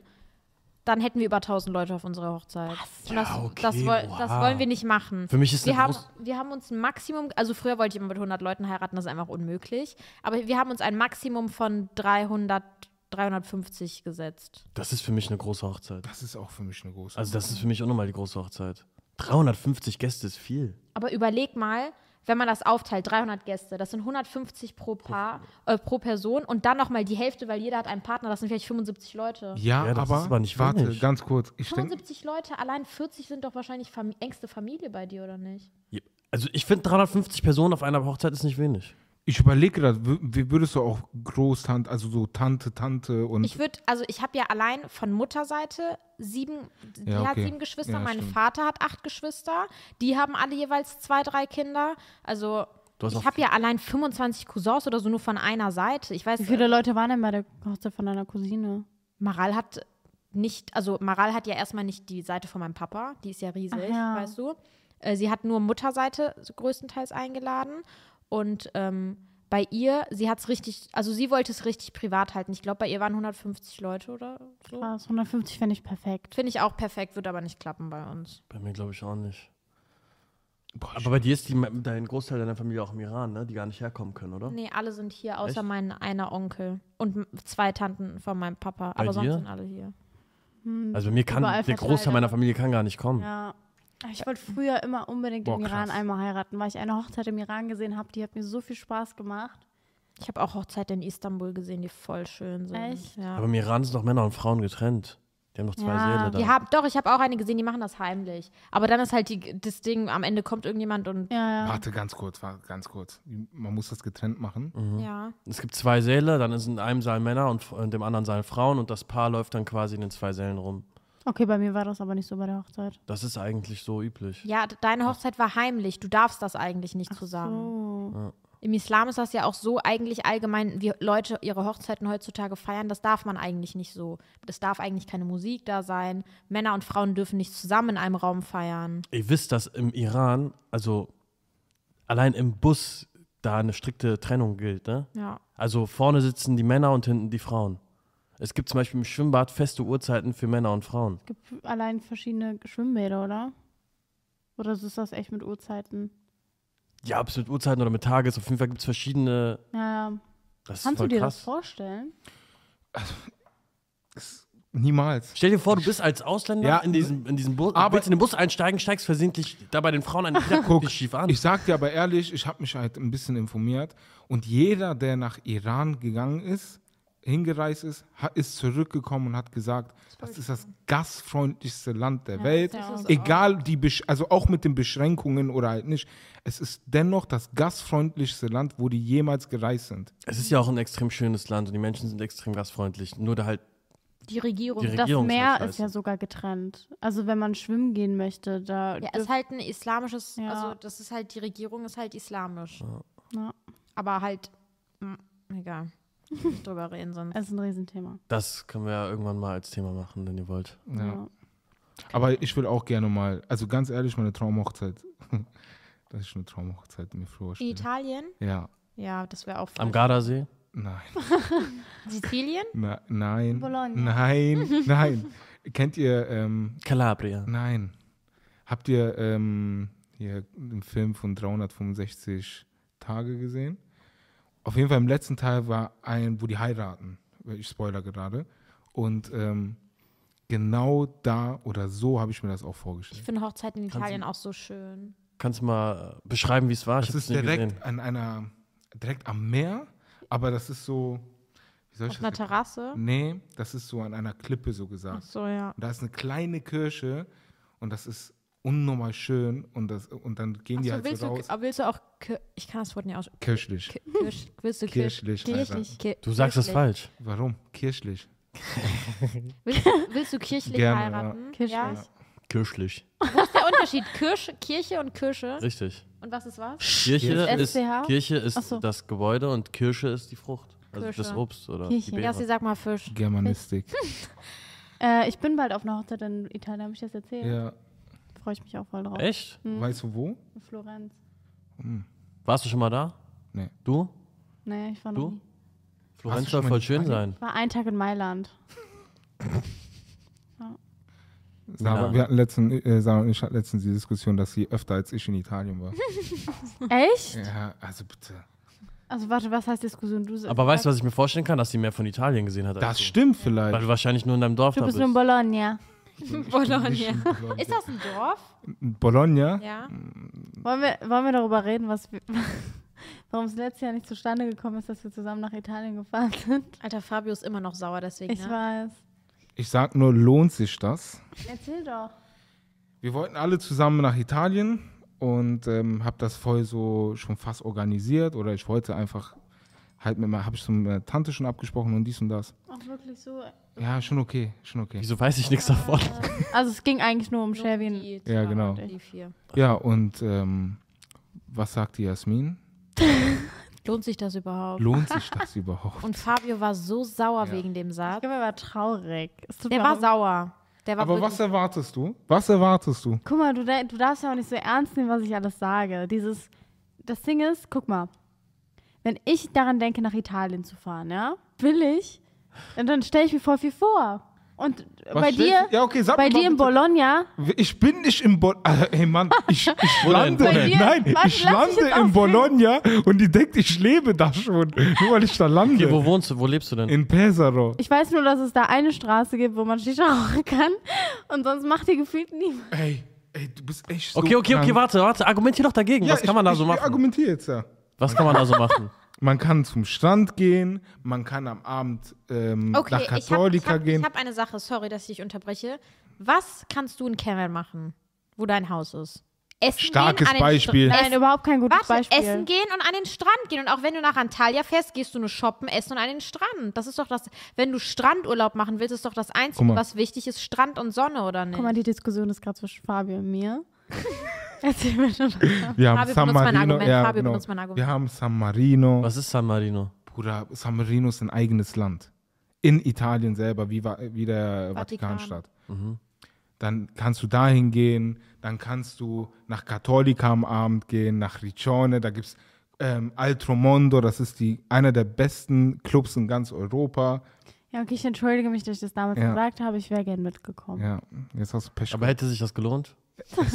[SPEAKER 2] dann hätten wir über 1000 Leute auf unserer Hochzeit. Und das,
[SPEAKER 1] Ja, okay,
[SPEAKER 2] das, woll-
[SPEAKER 1] oha.
[SPEAKER 2] das wollen wir nicht machen.
[SPEAKER 1] Für mich ist
[SPEAKER 2] wir
[SPEAKER 1] eine
[SPEAKER 2] haben,
[SPEAKER 1] groß-
[SPEAKER 2] wir haben uns ein Maximum, also früher wollte ich immer mit 100 Leuten heiraten, das ist einfach unmöglich. Aber wir haben uns ein Maximum von 300, 350 gesetzt.
[SPEAKER 1] Das ist für mich eine große Hochzeit.
[SPEAKER 3] Das ist auch für mich eine große.
[SPEAKER 1] Also das ist für mich auch nochmal die große Hochzeit. 350 Gäste ist viel.
[SPEAKER 2] Aber überleg mal, wenn man das aufteilt, 300 Gäste, das sind 150 pro Paar, äh, pro Person und dann nochmal die Hälfte, weil jeder hat einen Partner, das sind vielleicht 75 Leute.
[SPEAKER 3] ja,
[SPEAKER 1] Ja, das
[SPEAKER 3] aber,
[SPEAKER 1] ist aber nicht
[SPEAKER 3] warte,
[SPEAKER 1] wenig.
[SPEAKER 3] ganz kurz. Ich denke,
[SPEAKER 2] 75 Leute, allein 40 sind doch wahrscheinlich Fam engste Familie bei dir, oder nicht?
[SPEAKER 1] Je- Also ich finde 350 Personen auf einer Hochzeit ist nicht wenig.
[SPEAKER 3] ich überlege gerade, wür- wie würdest du auch Großtante, also so Tante, Tante und
[SPEAKER 2] Ich würde, also ich habe ja allein von Mutterseite sieben, die
[SPEAKER 3] Ja,
[SPEAKER 2] hat
[SPEAKER 3] okay.
[SPEAKER 2] sieben Geschwister,
[SPEAKER 3] Ja,
[SPEAKER 2] mein
[SPEAKER 3] stimmt.
[SPEAKER 2] Vater hat acht Geschwister, die haben alle jeweils zwei, drei Kinder. Also
[SPEAKER 1] Du hast
[SPEAKER 2] ich
[SPEAKER 1] noch-
[SPEAKER 2] habe ja allein 25 Cousins oder so nur von einer Seite. Ich weiß,
[SPEAKER 4] Wie viele Leute waren denn bei der Hochzeit von deiner Cousine?
[SPEAKER 2] Maral hat nicht, also Maral hat ja erstmal nicht die Seite von meinem Papa, die ist ja riesig,
[SPEAKER 4] Ach ja.
[SPEAKER 2] weißt du. Äh, sie hat nur Mutterseite so größtenteils eingeladen und ähm, bei ihr, sie hat es richtig, also sie wollte es richtig privat halten. Ich glaube, bei ihr waren 150 Leute oder so.
[SPEAKER 4] Krass, 150 fände ich perfekt.
[SPEAKER 2] Finde ich auch perfekt, wird aber nicht klappen bei uns.
[SPEAKER 1] Bei mir glaube ich auch nicht.
[SPEAKER 3] Boah, ich-
[SPEAKER 1] Aber bei dir ist die, dein Großteil deiner Familie auch im Iran, ne? Die gar nicht herkommen können, oder?
[SPEAKER 2] Nee, alle sind hier, außer
[SPEAKER 1] Echt?
[SPEAKER 2] mein einer Onkel und m- zwei Tanten von meinem Papa.
[SPEAKER 1] Bei
[SPEAKER 2] aber sonst
[SPEAKER 1] dir?
[SPEAKER 2] sind alle hier.
[SPEAKER 4] Hm.
[SPEAKER 1] Also bei mir kann
[SPEAKER 4] Überall
[SPEAKER 1] der Großteil
[SPEAKER 4] verteilt,
[SPEAKER 1] meiner
[SPEAKER 4] aber-
[SPEAKER 1] Familie kann gar nicht kommen.
[SPEAKER 4] Ja. Ich wollte früher immer unbedingt
[SPEAKER 3] Boah,
[SPEAKER 4] im Iran
[SPEAKER 3] krass.
[SPEAKER 4] einmal heiraten, weil ich eine Hochzeit im Iran gesehen habe, die hat mir so viel Spaß gemacht.
[SPEAKER 2] Ich habe auch Hochzeit in Istanbul gesehen, die voll schön sind.
[SPEAKER 4] Echt?
[SPEAKER 2] Ja.
[SPEAKER 1] Aber im Iran sind doch Männer und Frauen getrennt. Die haben doch zwei
[SPEAKER 4] Ja,
[SPEAKER 1] Seelen da.
[SPEAKER 2] Die haben, doch, ich habe auch eine gesehen, die machen das heimlich. Aber dann ist halt die, das Ding, am Ende kommt irgendjemand und
[SPEAKER 4] Ja, ja.
[SPEAKER 3] Warte, ganz kurz, warte, ganz kurz. Man muss das getrennt machen.
[SPEAKER 1] Mhm.
[SPEAKER 2] ja.
[SPEAKER 1] es gibt zwei Säle, dann ist in einem Saal Männer und in dem anderen Saal Frauen und das Paar läuft dann quasi in den zwei Sälen rum.
[SPEAKER 4] Okay, bei mir war das aber nicht so bei der Hochzeit.
[SPEAKER 1] Das ist eigentlich so üblich.
[SPEAKER 2] Ja, d- deine Hochzeit war heimlich. Du darfst das eigentlich nicht zusammen.
[SPEAKER 4] So.
[SPEAKER 2] Im Islam ist das ja auch so eigentlich allgemein, wie Leute ihre Hochzeiten heutzutage feiern, das darf man eigentlich nicht so. Es darf eigentlich keine Musik da sein. Männer und Frauen dürfen nicht zusammen in einem Raum feiern.
[SPEAKER 1] Ihr wisst, dass im Iran, also allein im Bus da eine strikte Trennung gilt, ne?
[SPEAKER 2] Ja.
[SPEAKER 1] Also vorne sitzen die Männer und hinten die Frauen. Es gibt zum Beispiel im Schwimmbad feste Uhrzeiten für Männer und Frauen.
[SPEAKER 4] Es gibt allein verschiedene Schwimmbäder, oder? Oder ist das echt mit Uhrzeiten?
[SPEAKER 1] Ja, ob es mit Uhrzeiten oder mit Tages, auf jeden Fall gibt es verschiedene.
[SPEAKER 4] Ja, ja.
[SPEAKER 1] Das ist
[SPEAKER 4] Kannst du
[SPEAKER 1] voll
[SPEAKER 4] dir
[SPEAKER 1] krass.
[SPEAKER 4] das vorstellen?
[SPEAKER 3] Niemals.
[SPEAKER 1] Stell dir vor, du bist als Ausländer
[SPEAKER 3] Ja.
[SPEAKER 1] in diesem, in diesem Bus,
[SPEAKER 3] Aber-
[SPEAKER 1] willst in den Bus einsteigen, steigst versehentlich da bei den Frauen
[SPEAKER 3] (laughs)
[SPEAKER 1] an, die guckt
[SPEAKER 3] Guck,
[SPEAKER 1] dich schief an.
[SPEAKER 3] Ich sag dir aber ehrlich, ich habe mich halt ein bisschen informiert und jeder, der nach Iran gegangen ist, hingereist ist, ha- ist zurückgekommen und hat gesagt, das ist das gastfreundlichste Land der Welt.
[SPEAKER 4] das ist
[SPEAKER 3] Egal die, Besch also auch mit den Beschränkungen oder halt nicht. Es ist dennoch das gastfreundlichste Land, wo die jemals gereist sind.
[SPEAKER 1] Es ist ja auch ein extrem schönes Land und die Menschen sind extrem gastfreundlich. Nur da halt,
[SPEAKER 2] Die Regierung.
[SPEAKER 1] Die Re-
[SPEAKER 4] Das
[SPEAKER 1] Regierung ist
[SPEAKER 4] Meer
[SPEAKER 1] halt
[SPEAKER 4] ist ja
[SPEAKER 1] scheiße.
[SPEAKER 4] sogar getrennt. Also wenn man schwimmen gehen möchte, da
[SPEAKER 2] ja,
[SPEAKER 4] dürf-
[SPEAKER 2] ist halt ein islamisches,
[SPEAKER 4] Ja.
[SPEAKER 2] also das ist halt, die Regierung ist halt islamisch.
[SPEAKER 4] Ja.
[SPEAKER 2] Aber halt, mh, egal. Nicht drüber reden sonst.
[SPEAKER 4] ist ein Riesenthema.
[SPEAKER 1] das können wir ja irgendwann mal als Thema machen, wenn ihr wollt.
[SPEAKER 3] Ja. Aber ich will auch gerne mal, also ganz ehrlich, meine Traumhochzeit. (laughs) Das ist eine Traumhochzeit mir
[SPEAKER 2] In
[SPEAKER 3] vorstellen.
[SPEAKER 2] Italien?
[SPEAKER 3] Ja,
[SPEAKER 2] Ja, das wäre auch
[SPEAKER 1] Am
[SPEAKER 2] falsch.
[SPEAKER 1] Gardasee?
[SPEAKER 3] nein.
[SPEAKER 2] Sizilien?
[SPEAKER 3] Na, nein.
[SPEAKER 4] Bologna.
[SPEAKER 3] Nein, nein. Kennt ihr, ähm,
[SPEAKER 1] Calabria.
[SPEAKER 3] nein. Habt ihr ähm, hier den Film von 365 Tage gesehen? Auf jeden Fall im letzten Teil war ein, wo die heiraten. Ich spoiler gerade. Und ähm, genau da oder so habe ich mir das auch
[SPEAKER 2] Ich
[SPEAKER 3] vorgestellt.
[SPEAKER 2] finde Hochzeiten in Italien auch so schön.
[SPEAKER 1] Kannst du mal äh, beschreiben, wie es war? Ich
[SPEAKER 3] Das
[SPEAKER 1] hab's
[SPEAKER 3] ist
[SPEAKER 1] nie
[SPEAKER 3] direkt
[SPEAKER 1] gesehen.
[SPEAKER 3] an einer, direkt am Meer, aber das ist so, wie soll ich
[SPEAKER 2] Auf einer
[SPEAKER 3] das erklären?
[SPEAKER 2] Terrasse?
[SPEAKER 3] Nee, das ist so an einer Klippe so gesagt.
[SPEAKER 2] Ach so, ja.
[SPEAKER 3] Und da ist eine kleine Kirche und das ist unnormal schön und, das, und dann gehen die
[SPEAKER 2] Achso,
[SPEAKER 3] halt
[SPEAKER 2] willst,
[SPEAKER 3] so raus.
[SPEAKER 2] du, willst du auch, Kir- ich kann das Wort nicht aus,
[SPEAKER 3] Kirchlich.
[SPEAKER 2] Ki-
[SPEAKER 4] (laughs)
[SPEAKER 2] Kirsch, willst du Kirsch,
[SPEAKER 3] Kirchlich. Alter.
[SPEAKER 4] Kirchlich.
[SPEAKER 2] Ki-
[SPEAKER 1] Du sagst es
[SPEAKER 2] kirchlich.
[SPEAKER 1] falsch.
[SPEAKER 3] Warum? Kirchlich.
[SPEAKER 2] Willst, willst du kirchlich
[SPEAKER 3] Gerne, ja.
[SPEAKER 2] heiraten?
[SPEAKER 4] Kirchlich.
[SPEAKER 2] Ja.
[SPEAKER 1] Kirchlich.
[SPEAKER 2] Was ist der Unterschied? Kirsch, Kirche und Kirche?
[SPEAKER 1] Richtig.
[SPEAKER 2] Und was ist was?
[SPEAKER 1] Kirche
[SPEAKER 3] Kirche.
[SPEAKER 1] ist,
[SPEAKER 4] SCH?
[SPEAKER 1] Kirche ist
[SPEAKER 4] Ach so.
[SPEAKER 1] das Gebäude und Kirche ist die Frucht. Also
[SPEAKER 2] Kirsche.
[SPEAKER 1] das Obst oder
[SPEAKER 4] Kirche.
[SPEAKER 1] die
[SPEAKER 4] Ja,
[SPEAKER 1] Beere.
[SPEAKER 2] Ja, sie sag mal Fisch. (laughs)
[SPEAKER 3] Germanistik.
[SPEAKER 2] Hm.
[SPEAKER 4] Äh, ich bin bald auf einer Hochzeit in Italien, habe ich das erzählt?
[SPEAKER 3] ja.
[SPEAKER 4] Freue ich mich auch voll drauf.
[SPEAKER 1] Echt?
[SPEAKER 3] Weißt du wo?
[SPEAKER 4] In Florenz.
[SPEAKER 1] Warst du schon mal da?
[SPEAKER 3] Nee.
[SPEAKER 1] Du?
[SPEAKER 4] Nee, ich war
[SPEAKER 1] Du?
[SPEAKER 4] noch nie.
[SPEAKER 1] Florenz
[SPEAKER 3] schon
[SPEAKER 1] soll
[SPEAKER 3] mal
[SPEAKER 1] voll
[SPEAKER 3] in
[SPEAKER 1] schön sein.
[SPEAKER 4] Ich war einen Tag in Mailand.
[SPEAKER 1] (laughs)
[SPEAKER 3] Sarah,
[SPEAKER 1] Ja.
[SPEAKER 3] Wir hatten letzten, äh, Sarah und ich hatten letztens die Diskussion, dass sie öfter als ich in Italien war.
[SPEAKER 4] Echt?
[SPEAKER 3] ja, also bitte.
[SPEAKER 4] Also warte, was heißt Diskussion? Du
[SPEAKER 1] Aber weißt du, was ich mir vorstellen kann? Dass sie mehr von Italien gesehen hat. als
[SPEAKER 3] Das
[SPEAKER 1] du.
[SPEAKER 3] stimmt
[SPEAKER 1] Weil
[SPEAKER 3] vielleicht.
[SPEAKER 1] du wahrscheinlich nur in deinem Dorf
[SPEAKER 4] Du
[SPEAKER 1] da
[SPEAKER 4] bist
[SPEAKER 1] bist.
[SPEAKER 4] nur in Bologna.
[SPEAKER 2] Bologna.
[SPEAKER 3] Bologna.
[SPEAKER 2] Ist das ein Dorf?
[SPEAKER 3] Bologna?
[SPEAKER 2] Ja.
[SPEAKER 4] Wollen wir, wollen wir darüber reden, was wir, (laughs) warum es letztes Jahr nicht zustande gekommen ist, dass wir zusammen nach Italien gefahren sind?
[SPEAKER 2] Alter, Fabio ist immer noch sauer deswegen,
[SPEAKER 4] Ich
[SPEAKER 2] ne?
[SPEAKER 4] weiß.
[SPEAKER 3] Ich sag nur, lohnt sich das?
[SPEAKER 4] Erzähl doch.
[SPEAKER 3] Wir wollten alle zusammen nach Italien und ähm, habe das voll so schon fast organisiert oder ich wollte einfach halt mit meiner, habe ich so mit meiner Tante schon abgesprochen und dies und das.
[SPEAKER 4] Auch wirklich so.
[SPEAKER 3] Ja, schon okay, schon okay.
[SPEAKER 1] Wieso weiß ich nichts
[SPEAKER 2] (laughs)
[SPEAKER 1] davon?
[SPEAKER 4] Also es ging eigentlich nur um Shelby. und-
[SPEAKER 2] Die
[SPEAKER 3] Ja,
[SPEAKER 2] zwei
[SPEAKER 3] genau.
[SPEAKER 2] und Die vier.
[SPEAKER 3] Ja, und ähm, was sagt die Jasmin?
[SPEAKER 2] Lohnt sich das überhaupt?
[SPEAKER 3] Lohnt
[SPEAKER 4] (laughs)
[SPEAKER 3] sich das überhaupt?
[SPEAKER 2] Und Fabio war so sauer
[SPEAKER 3] Ja.
[SPEAKER 2] wegen dem
[SPEAKER 4] Ich
[SPEAKER 2] Satz.
[SPEAKER 4] glaube, er war traurig. Es tut
[SPEAKER 2] Der
[SPEAKER 4] mir
[SPEAKER 2] war
[SPEAKER 4] auch-
[SPEAKER 2] sauer. Der war
[SPEAKER 3] Aber
[SPEAKER 2] wirklich-
[SPEAKER 3] was erwartest du? Was erwartest du?
[SPEAKER 4] Guck mal, du, de- du darfst ja auch nicht so ernst nehmen, was ich alles sage. Dieses, das Ding ist, guck mal, wenn ich daran denke, nach Italien zu fahren, ja, will ich, und dann stelle ich mir voll viel vor. Und
[SPEAKER 3] Was
[SPEAKER 4] bei
[SPEAKER 3] stellst
[SPEAKER 4] dir,
[SPEAKER 3] du- Ja, okay, sag
[SPEAKER 4] bei
[SPEAKER 3] mir mal
[SPEAKER 4] dir in
[SPEAKER 3] bitte.
[SPEAKER 4] Bologna,
[SPEAKER 3] Ich bin nicht im Bo Ah, Hey Mann, ich, ich
[SPEAKER 4] (laughs)
[SPEAKER 3] lande.
[SPEAKER 4] Bei dir?
[SPEAKER 3] Nein,
[SPEAKER 4] Warte, lass mich
[SPEAKER 3] ich lande
[SPEAKER 4] jetzt
[SPEAKER 3] in
[SPEAKER 4] ausreden.
[SPEAKER 3] Bologna und die denkt, ich lebe da schon. Nur weil ich da lande.
[SPEAKER 1] Okay, wo wohnst du? Wo lebst du denn?
[SPEAKER 3] in Pesaro.
[SPEAKER 4] ich weiß nur, dass es da eine Straße gibt, wo man (laughs) Shisha rauchen kann und sonst macht ihr gefühlt niemand.
[SPEAKER 3] Ey, ey, du bist echt
[SPEAKER 1] okay, okay, okay, warte, warte. Argumentier doch dagegen.
[SPEAKER 3] ähm, Ja,
[SPEAKER 1] was
[SPEAKER 3] ich-
[SPEAKER 1] kann man da so
[SPEAKER 3] ich, Ich
[SPEAKER 1] machen?
[SPEAKER 3] argumentiere jetzt ja.
[SPEAKER 1] Was kann man
[SPEAKER 3] (laughs)
[SPEAKER 1] da so machen?
[SPEAKER 3] Man kann zum Strand gehen, man kann am Abend ähm,
[SPEAKER 2] Okay,
[SPEAKER 3] nach
[SPEAKER 2] ich hab-
[SPEAKER 3] Katholika
[SPEAKER 2] ich hab,
[SPEAKER 3] gehen.
[SPEAKER 2] Ich habe eine Sache, sorry, dass ich dich unterbreche. Was kannst du in Cameron machen, wo dein Haus ist? Essen
[SPEAKER 3] Starkes
[SPEAKER 2] gehen, an den
[SPEAKER 3] Beispiel.
[SPEAKER 2] Str-
[SPEAKER 4] Nein,
[SPEAKER 2] Essen,
[SPEAKER 4] überhaupt kein gutes
[SPEAKER 2] warte,
[SPEAKER 4] Beispiel.
[SPEAKER 2] essen gehen und an den Strand gehen. Und auch wenn du nach Antalya fährst, gehst du nur shoppen, essen und an den Strand. Das ist doch das, wenn du Strandurlaub machen willst, ist doch das
[SPEAKER 3] Guck
[SPEAKER 2] Einzige,
[SPEAKER 3] mal.
[SPEAKER 2] was wichtig ist, Strand und Sonne, oder nicht?
[SPEAKER 4] Guck mal, (laughs) die Diskussion ist gerade zwischen Fabio und mir. Erzähl mir schon.
[SPEAKER 3] wir haben San
[SPEAKER 2] Fabio benutzt mein
[SPEAKER 3] Marino.
[SPEAKER 2] Argument,
[SPEAKER 3] Ja,
[SPEAKER 2] Fabio
[SPEAKER 3] genau.
[SPEAKER 2] benutzt mein Argument.
[SPEAKER 3] Wir haben San Marino.
[SPEAKER 1] Was ist San Marino?
[SPEAKER 3] Bruder, San Marino ist ein eigenes Land. In Italien selber, wie, Va- wie der
[SPEAKER 2] Vatikan.
[SPEAKER 3] Vatikanstadt.
[SPEAKER 1] Mhm.
[SPEAKER 3] Dann kannst du dahin gehen, dann kannst du nach Cattolica am Abend gehen, nach Riccione, da gibt es ähm, Altromondo, das ist die, einer der besten Clubs in ganz Europa.
[SPEAKER 4] Ja, okay, ich entschuldige mich, dass ich das damals
[SPEAKER 3] Ja.
[SPEAKER 4] gesagt habe. Ich wäre gern mitgekommen.
[SPEAKER 3] Ja, jetzt hast du Pech.
[SPEAKER 1] Aber hätte sich das gelohnt?
[SPEAKER 3] gehabt.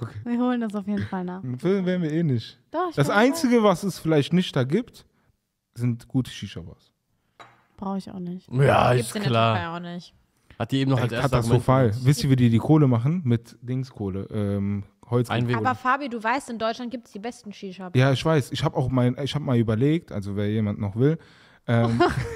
[SPEAKER 3] okay.
[SPEAKER 4] Wir holen das auf jeden Fall nach.
[SPEAKER 3] Einen Film wären wir eh nicht.
[SPEAKER 4] Doch, ich
[SPEAKER 3] Das
[SPEAKER 4] bin-
[SPEAKER 3] Einzige, was es vielleicht nicht da gibt, sind gute Shisha-Bars.
[SPEAKER 4] Brauche ich auch nicht.
[SPEAKER 1] Ja,
[SPEAKER 2] Gibt's
[SPEAKER 1] ist
[SPEAKER 2] in der
[SPEAKER 1] klar.
[SPEAKER 2] Türkei auch nicht.
[SPEAKER 1] Hat die eben noch
[SPEAKER 3] Ey,
[SPEAKER 1] als erstes
[SPEAKER 3] Katastrophal. Wisst ihr, wie die die Kohle machen? Mit Dingskohle, ähm, Holz.
[SPEAKER 1] Einweg.
[SPEAKER 2] Aber Fabi, du weißt, in Deutschland gibt es die besten Shisha.
[SPEAKER 3] Ja, ich weiß. Ich habe auch mal, ich habe mal überlegt, also wer jemand noch will, ähm, (laughs)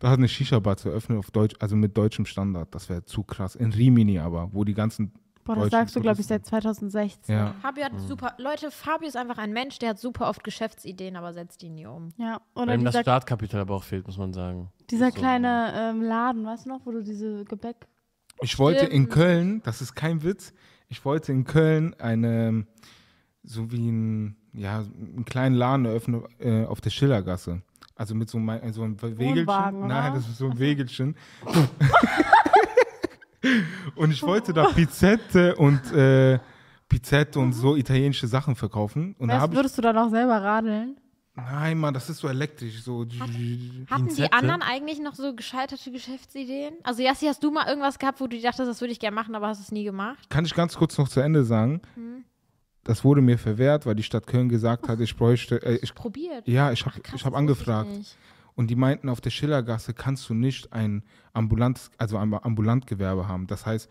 [SPEAKER 3] da hat eine Shisha-Bar zu öffnen auf Deutsch, also mit deutschem Standard. Das wäre zu krass. In Rimini aber, wo die ganzen.
[SPEAKER 4] Boah,
[SPEAKER 3] Deutschen
[SPEAKER 4] das sagst du, glaube ich,
[SPEAKER 3] Touristen.
[SPEAKER 4] seit 2016.
[SPEAKER 3] Ja.
[SPEAKER 2] Fabio hat super, Leute, Fabio ist einfach ein Mensch, der hat super oft Geschäftsideen, aber setzt die nie um.
[SPEAKER 4] Ja, oder
[SPEAKER 1] Wenn das
[SPEAKER 4] dieser,
[SPEAKER 1] Startkapital aber auch fehlt, muss man sagen.
[SPEAKER 4] dieser
[SPEAKER 1] so.
[SPEAKER 4] kleine ähm, Laden, weißt du noch, wo du diese Gebäck.
[SPEAKER 3] Ich wollte in
[SPEAKER 2] Stimmt.
[SPEAKER 3] Köln, das ist kein Witz, ich wollte in Köln eine, so wie ein, ja, einen kleinen Laden eröffnen äh, auf der Schillergasse. Also mit so, mein, so einem Wegelchen.
[SPEAKER 4] Wohnwagen,
[SPEAKER 3] Nein,
[SPEAKER 4] oder?
[SPEAKER 3] das ist so ein Wegelchen. (laughs) und ich
[SPEAKER 4] (laughs)
[SPEAKER 3] wollte da Pizette und äh, Pizette und
[SPEAKER 4] Mhm.
[SPEAKER 3] so italienische Sachen verkaufen. Und da
[SPEAKER 4] Weißt,
[SPEAKER 3] habe ich,
[SPEAKER 4] würdest du dann auch selber radeln?
[SPEAKER 3] nein, Mann, das ist so elektrisch, so.
[SPEAKER 2] Hatten die
[SPEAKER 1] Insekte?
[SPEAKER 2] anderen eigentlich noch so gescheiterte Geschäftsideen? Also Yassi, hast du mal irgendwas gehabt, wo du dachtest, das würde ich gerne machen, aber hast es nie gemacht?
[SPEAKER 3] Kann ich ganz kurz noch zu Ende sagen?
[SPEAKER 4] Mhm.
[SPEAKER 3] Das wurde mir verwehrt, weil die Stadt Köln gesagt hat, ich bräuchte, äh, ich,
[SPEAKER 2] Probiert.
[SPEAKER 3] ja, ich habe
[SPEAKER 2] Krass,
[SPEAKER 3] ich hab
[SPEAKER 2] das wusste
[SPEAKER 3] angefragt.
[SPEAKER 2] Ich nicht.
[SPEAKER 3] Und die meinten, auf der Schillergasse kannst du nicht ein ambulantes, also ein Ambulantgewerbe haben. Das heißt,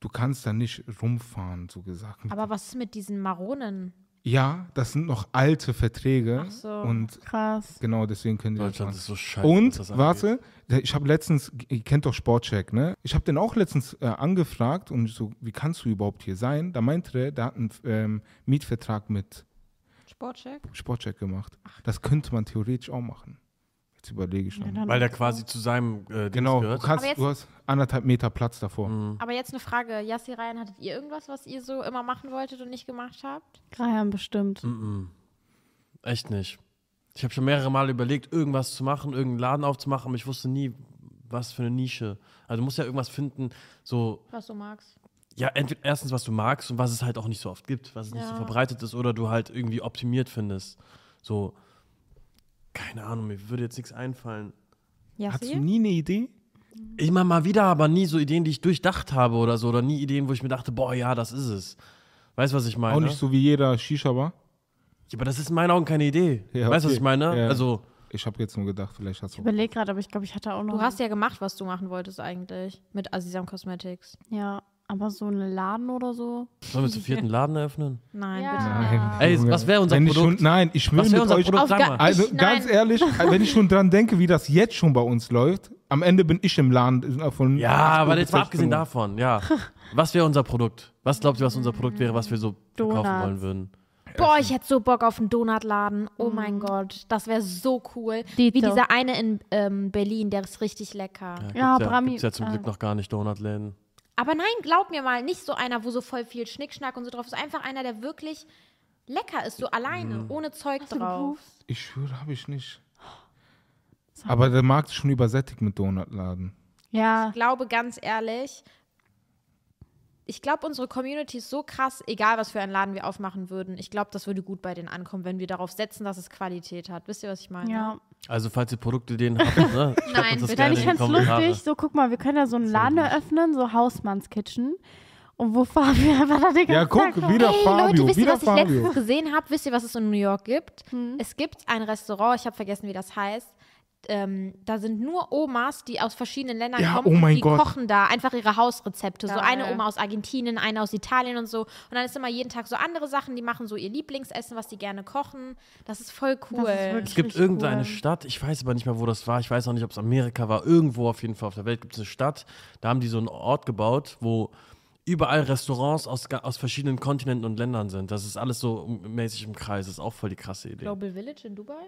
[SPEAKER 3] du kannst da nicht rumfahren, so gesagt.
[SPEAKER 2] Aber was ist mit diesen Maronen?
[SPEAKER 3] ja, das sind noch alte Verträge.
[SPEAKER 2] Ach so.
[SPEAKER 3] Und
[SPEAKER 4] Krass.
[SPEAKER 3] genau deswegen können die das
[SPEAKER 1] Deutschland
[SPEAKER 3] machen.
[SPEAKER 1] ist so scheiße. was das
[SPEAKER 3] Und,
[SPEAKER 1] angeht.
[SPEAKER 3] warte, ich habe letztens, ihr kennt doch Sportcheck, ne? Ich habe den auch letztens äh, angefragt und so, wie kannst du überhaupt hier sein? Da meinte er, der hat einen ähm, Mietvertrag mit
[SPEAKER 2] Sportcheck?
[SPEAKER 3] Sportcheck gemacht. Das könnte man theoretisch auch machen. Jetzt überlege ich
[SPEAKER 4] Ja,
[SPEAKER 3] noch.
[SPEAKER 4] dann-
[SPEAKER 1] Weil der quasi zu seinem äh, Dings
[SPEAKER 3] genau, du,
[SPEAKER 1] gehört. Mhm.
[SPEAKER 3] kannst,
[SPEAKER 2] Aber jetzt-
[SPEAKER 3] du hast anderthalb Meter Platz davor.
[SPEAKER 2] Aber jetzt eine Frage. Yassi, Ryan, hattet ihr irgendwas, was ihr so immer machen wolltet und nicht gemacht habt?
[SPEAKER 4] Graham bestimmt.
[SPEAKER 1] Echt nicht. Ich habe schon mehrere Male überlegt, irgendwas zu machen, irgendeinen Laden aufzumachen, aber ich wusste nie, was für eine Nische. Also du musst ja irgendwas finden, so
[SPEAKER 2] Was du magst?
[SPEAKER 1] Ja, entweder erstens, was du magst und was es halt auch nicht so oft gibt, was nicht so
[SPEAKER 2] Ja.
[SPEAKER 1] verbreitet ist oder du halt irgendwie optimiert findest. So, keine Ahnung, mir würde jetzt nichts einfallen.
[SPEAKER 3] Hast
[SPEAKER 2] Yassi?
[SPEAKER 3] du nie eine Idee?
[SPEAKER 1] Immer mal wieder, aber nie so Ideen, die ich durchdacht habe oder so oder nie Ideen, wo ich mir dachte, boah, ja, das ist es. Weißt du, was ich meine?
[SPEAKER 3] Auch nicht so wie jeder Shisha-Bar?
[SPEAKER 1] ja, aber das ist in meinen Augen keine Idee.
[SPEAKER 3] Ja,
[SPEAKER 1] Weißt du, was
[SPEAKER 3] okay.
[SPEAKER 1] ich meine?
[SPEAKER 3] Ja.
[SPEAKER 1] Also,
[SPEAKER 3] Ich habe jetzt nur gedacht, vielleicht hast
[SPEAKER 4] Ich
[SPEAKER 3] du.
[SPEAKER 4] überlege gerade, aber ich glaube, ich hatte auch noch.
[SPEAKER 2] Du hast ja gemacht, was du machen wolltest eigentlich. Mit Azizam Cosmetics.
[SPEAKER 4] ja, aber so einen Laden oder so.
[SPEAKER 1] sollen wir zum vierten Laden eröffnen?
[SPEAKER 2] Nein,
[SPEAKER 4] Ja.
[SPEAKER 2] bitte.
[SPEAKER 3] Nein.
[SPEAKER 1] Ey, was wäre unser
[SPEAKER 3] Wenn ich
[SPEAKER 1] Produkt?
[SPEAKER 3] Schon, nein, ich will
[SPEAKER 1] Was wäre
[SPEAKER 3] mit
[SPEAKER 1] unser
[SPEAKER 3] euch.
[SPEAKER 1] Produkt?
[SPEAKER 2] Auf
[SPEAKER 1] Sag
[SPEAKER 2] gar-
[SPEAKER 1] mal.
[SPEAKER 3] Also
[SPEAKER 2] Ich-
[SPEAKER 3] ganz
[SPEAKER 2] nein.
[SPEAKER 3] ehrlich, wenn ich schon dran denke, wie das jetzt schon bei uns läuft, am Ende bin ich im Laden äh, von.
[SPEAKER 1] Ja,
[SPEAKER 3] 8 Uhr
[SPEAKER 1] aber
[SPEAKER 3] bis
[SPEAKER 1] jetzt mal
[SPEAKER 3] 16
[SPEAKER 1] abgesehen
[SPEAKER 3] Uhr.
[SPEAKER 1] davon,
[SPEAKER 3] (laughs)
[SPEAKER 1] ja. Was wäre unser Produkt? Was glaubt ihr, was unser Produkt wäre, was wir so verkaufen
[SPEAKER 4] Donuts.
[SPEAKER 1] wollen würden?
[SPEAKER 2] Boah, ich hätte so Bock auf einen Donutladen. Oh mein Gott, das wäre so cool.
[SPEAKER 4] Mhm. Dito.
[SPEAKER 2] Wie dieser eine in ähm, Berlin, der ist richtig lecker.
[SPEAKER 4] Ja,
[SPEAKER 1] gibt's
[SPEAKER 4] Brami-
[SPEAKER 1] Gibt's ja zum
[SPEAKER 4] ah.
[SPEAKER 1] Glück noch gar nicht Donutläden.
[SPEAKER 2] Aber nein, glaub mir mal, nicht so einer, wo so voll viel Schnickschnack und so drauf ist. Einfach einer, der wirklich Lecker ist, so alleine,
[SPEAKER 3] Mhm.
[SPEAKER 2] ohne Zeug
[SPEAKER 4] du
[SPEAKER 2] drauf.
[SPEAKER 4] gepupst?
[SPEAKER 3] Ich schwöre, habe ich nicht. Aber der Markt ist schon übersättigt mit Donutladen.
[SPEAKER 4] Ja,
[SPEAKER 2] Ich glaube ganz ehrlich, ich glaube, unsere Community ist so krass, egal was für einen Laden wir aufmachen würden. Ich glaube, das würde gut bei denen ankommen, wenn wir darauf setzen, dass es Qualität hat. Wisst ihr, was ich meine?
[SPEAKER 4] ja.
[SPEAKER 1] Also, falls ihr Produktideen habt,
[SPEAKER 4] (laughs)
[SPEAKER 1] ne? schreibt
[SPEAKER 2] Nein,
[SPEAKER 1] uns das
[SPEAKER 2] bitte.
[SPEAKER 4] Nein,
[SPEAKER 1] gerne in
[SPEAKER 4] ich
[SPEAKER 1] die
[SPEAKER 4] fand's
[SPEAKER 1] Kommentare.
[SPEAKER 4] lustig. So, guck mal, wir können ja so einen
[SPEAKER 1] Sehr
[SPEAKER 4] Laden
[SPEAKER 1] gut.
[SPEAKER 4] eröffnen, so Hausmanns Kitchen. Und wo Fabian einfach da den ganzen
[SPEAKER 3] Ja, guck,
[SPEAKER 4] Tag
[SPEAKER 3] wieder
[SPEAKER 2] Ey,
[SPEAKER 3] Fabio,
[SPEAKER 2] Leute, wisst ihr,
[SPEAKER 3] wieder
[SPEAKER 2] was ich
[SPEAKER 3] Fabio.
[SPEAKER 2] letztens gesehen habe? Wisst ihr, was es in New York gibt? Es gibt ein Restaurant, ich habe vergessen, wie das heißt. Ähm, da sind nur Omas, die aus verschiedenen Ländern
[SPEAKER 3] Ja,
[SPEAKER 2] kommen
[SPEAKER 3] oh
[SPEAKER 2] und
[SPEAKER 3] mein
[SPEAKER 2] die
[SPEAKER 3] Gott.
[SPEAKER 2] kochen da einfach ihre Hausrezepte. So
[SPEAKER 4] Geil.
[SPEAKER 2] eine Oma aus Argentinien, eine aus Italien und so. Und dann ist immer jeden Tag so andere Sachen, die machen so ihr Lieblingsessen, was die gerne kochen. Das ist voll cool.
[SPEAKER 4] wirklich-
[SPEAKER 1] Es gibt
[SPEAKER 4] Richtig
[SPEAKER 1] irgendeine
[SPEAKER 4] cool.
[SPEAKER 1] Stadt, ich weiß aber nicht mehr, wo das war. Ich weiß auch nicht, ob es Amerika war. Irgendwo auf jeden Fall auf der Welt gibt es eine Stadt. Da haben die so einen Ort gebaut, wo überall Restaurants aus, ga- aus verschiedenen Kontinenten und Ländern sind. Das ist alles so um- mäßig im Kreis. Das ist auch voll die krasse Idee.
[SPEAKER 2] Global Village in Dubai?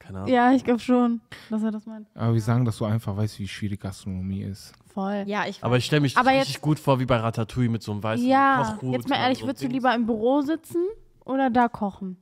[SPEAKER 1] Keine Ahnung.
[SPEAKER 4] Ja, ich glaube schon, dass er das meint.
[SPEAKER 3] Aber wir sagen das so einfach, weißt du, wie schwierig Gastronomie ist.
[SPEAKER 4] Voll.
[SPEAKER 2] Ja, ich
[SPEAKER 1] Aber ich stelle mich
[SPEAKER 4] Aber
[SPEAKER 1] richtig
[SPEAKER 4] jetzt-
[SPEAKER 1] gut vor, wie bei Ratatouille mit so einem weißen
[SPEAKER 4] Ja,
[SPEAKER 1] Kochhut.
[SPEAKER 4] jetzt mal
[SPEAKER 1] und
[SPEAKER 4] ehrlich,
[SPEAKER 1] so
[SPEAKER 4] würdest du
[SPEAKER 1] Dings.
[SPEAKER 4] lieber im Büro sitzen oder da kochen?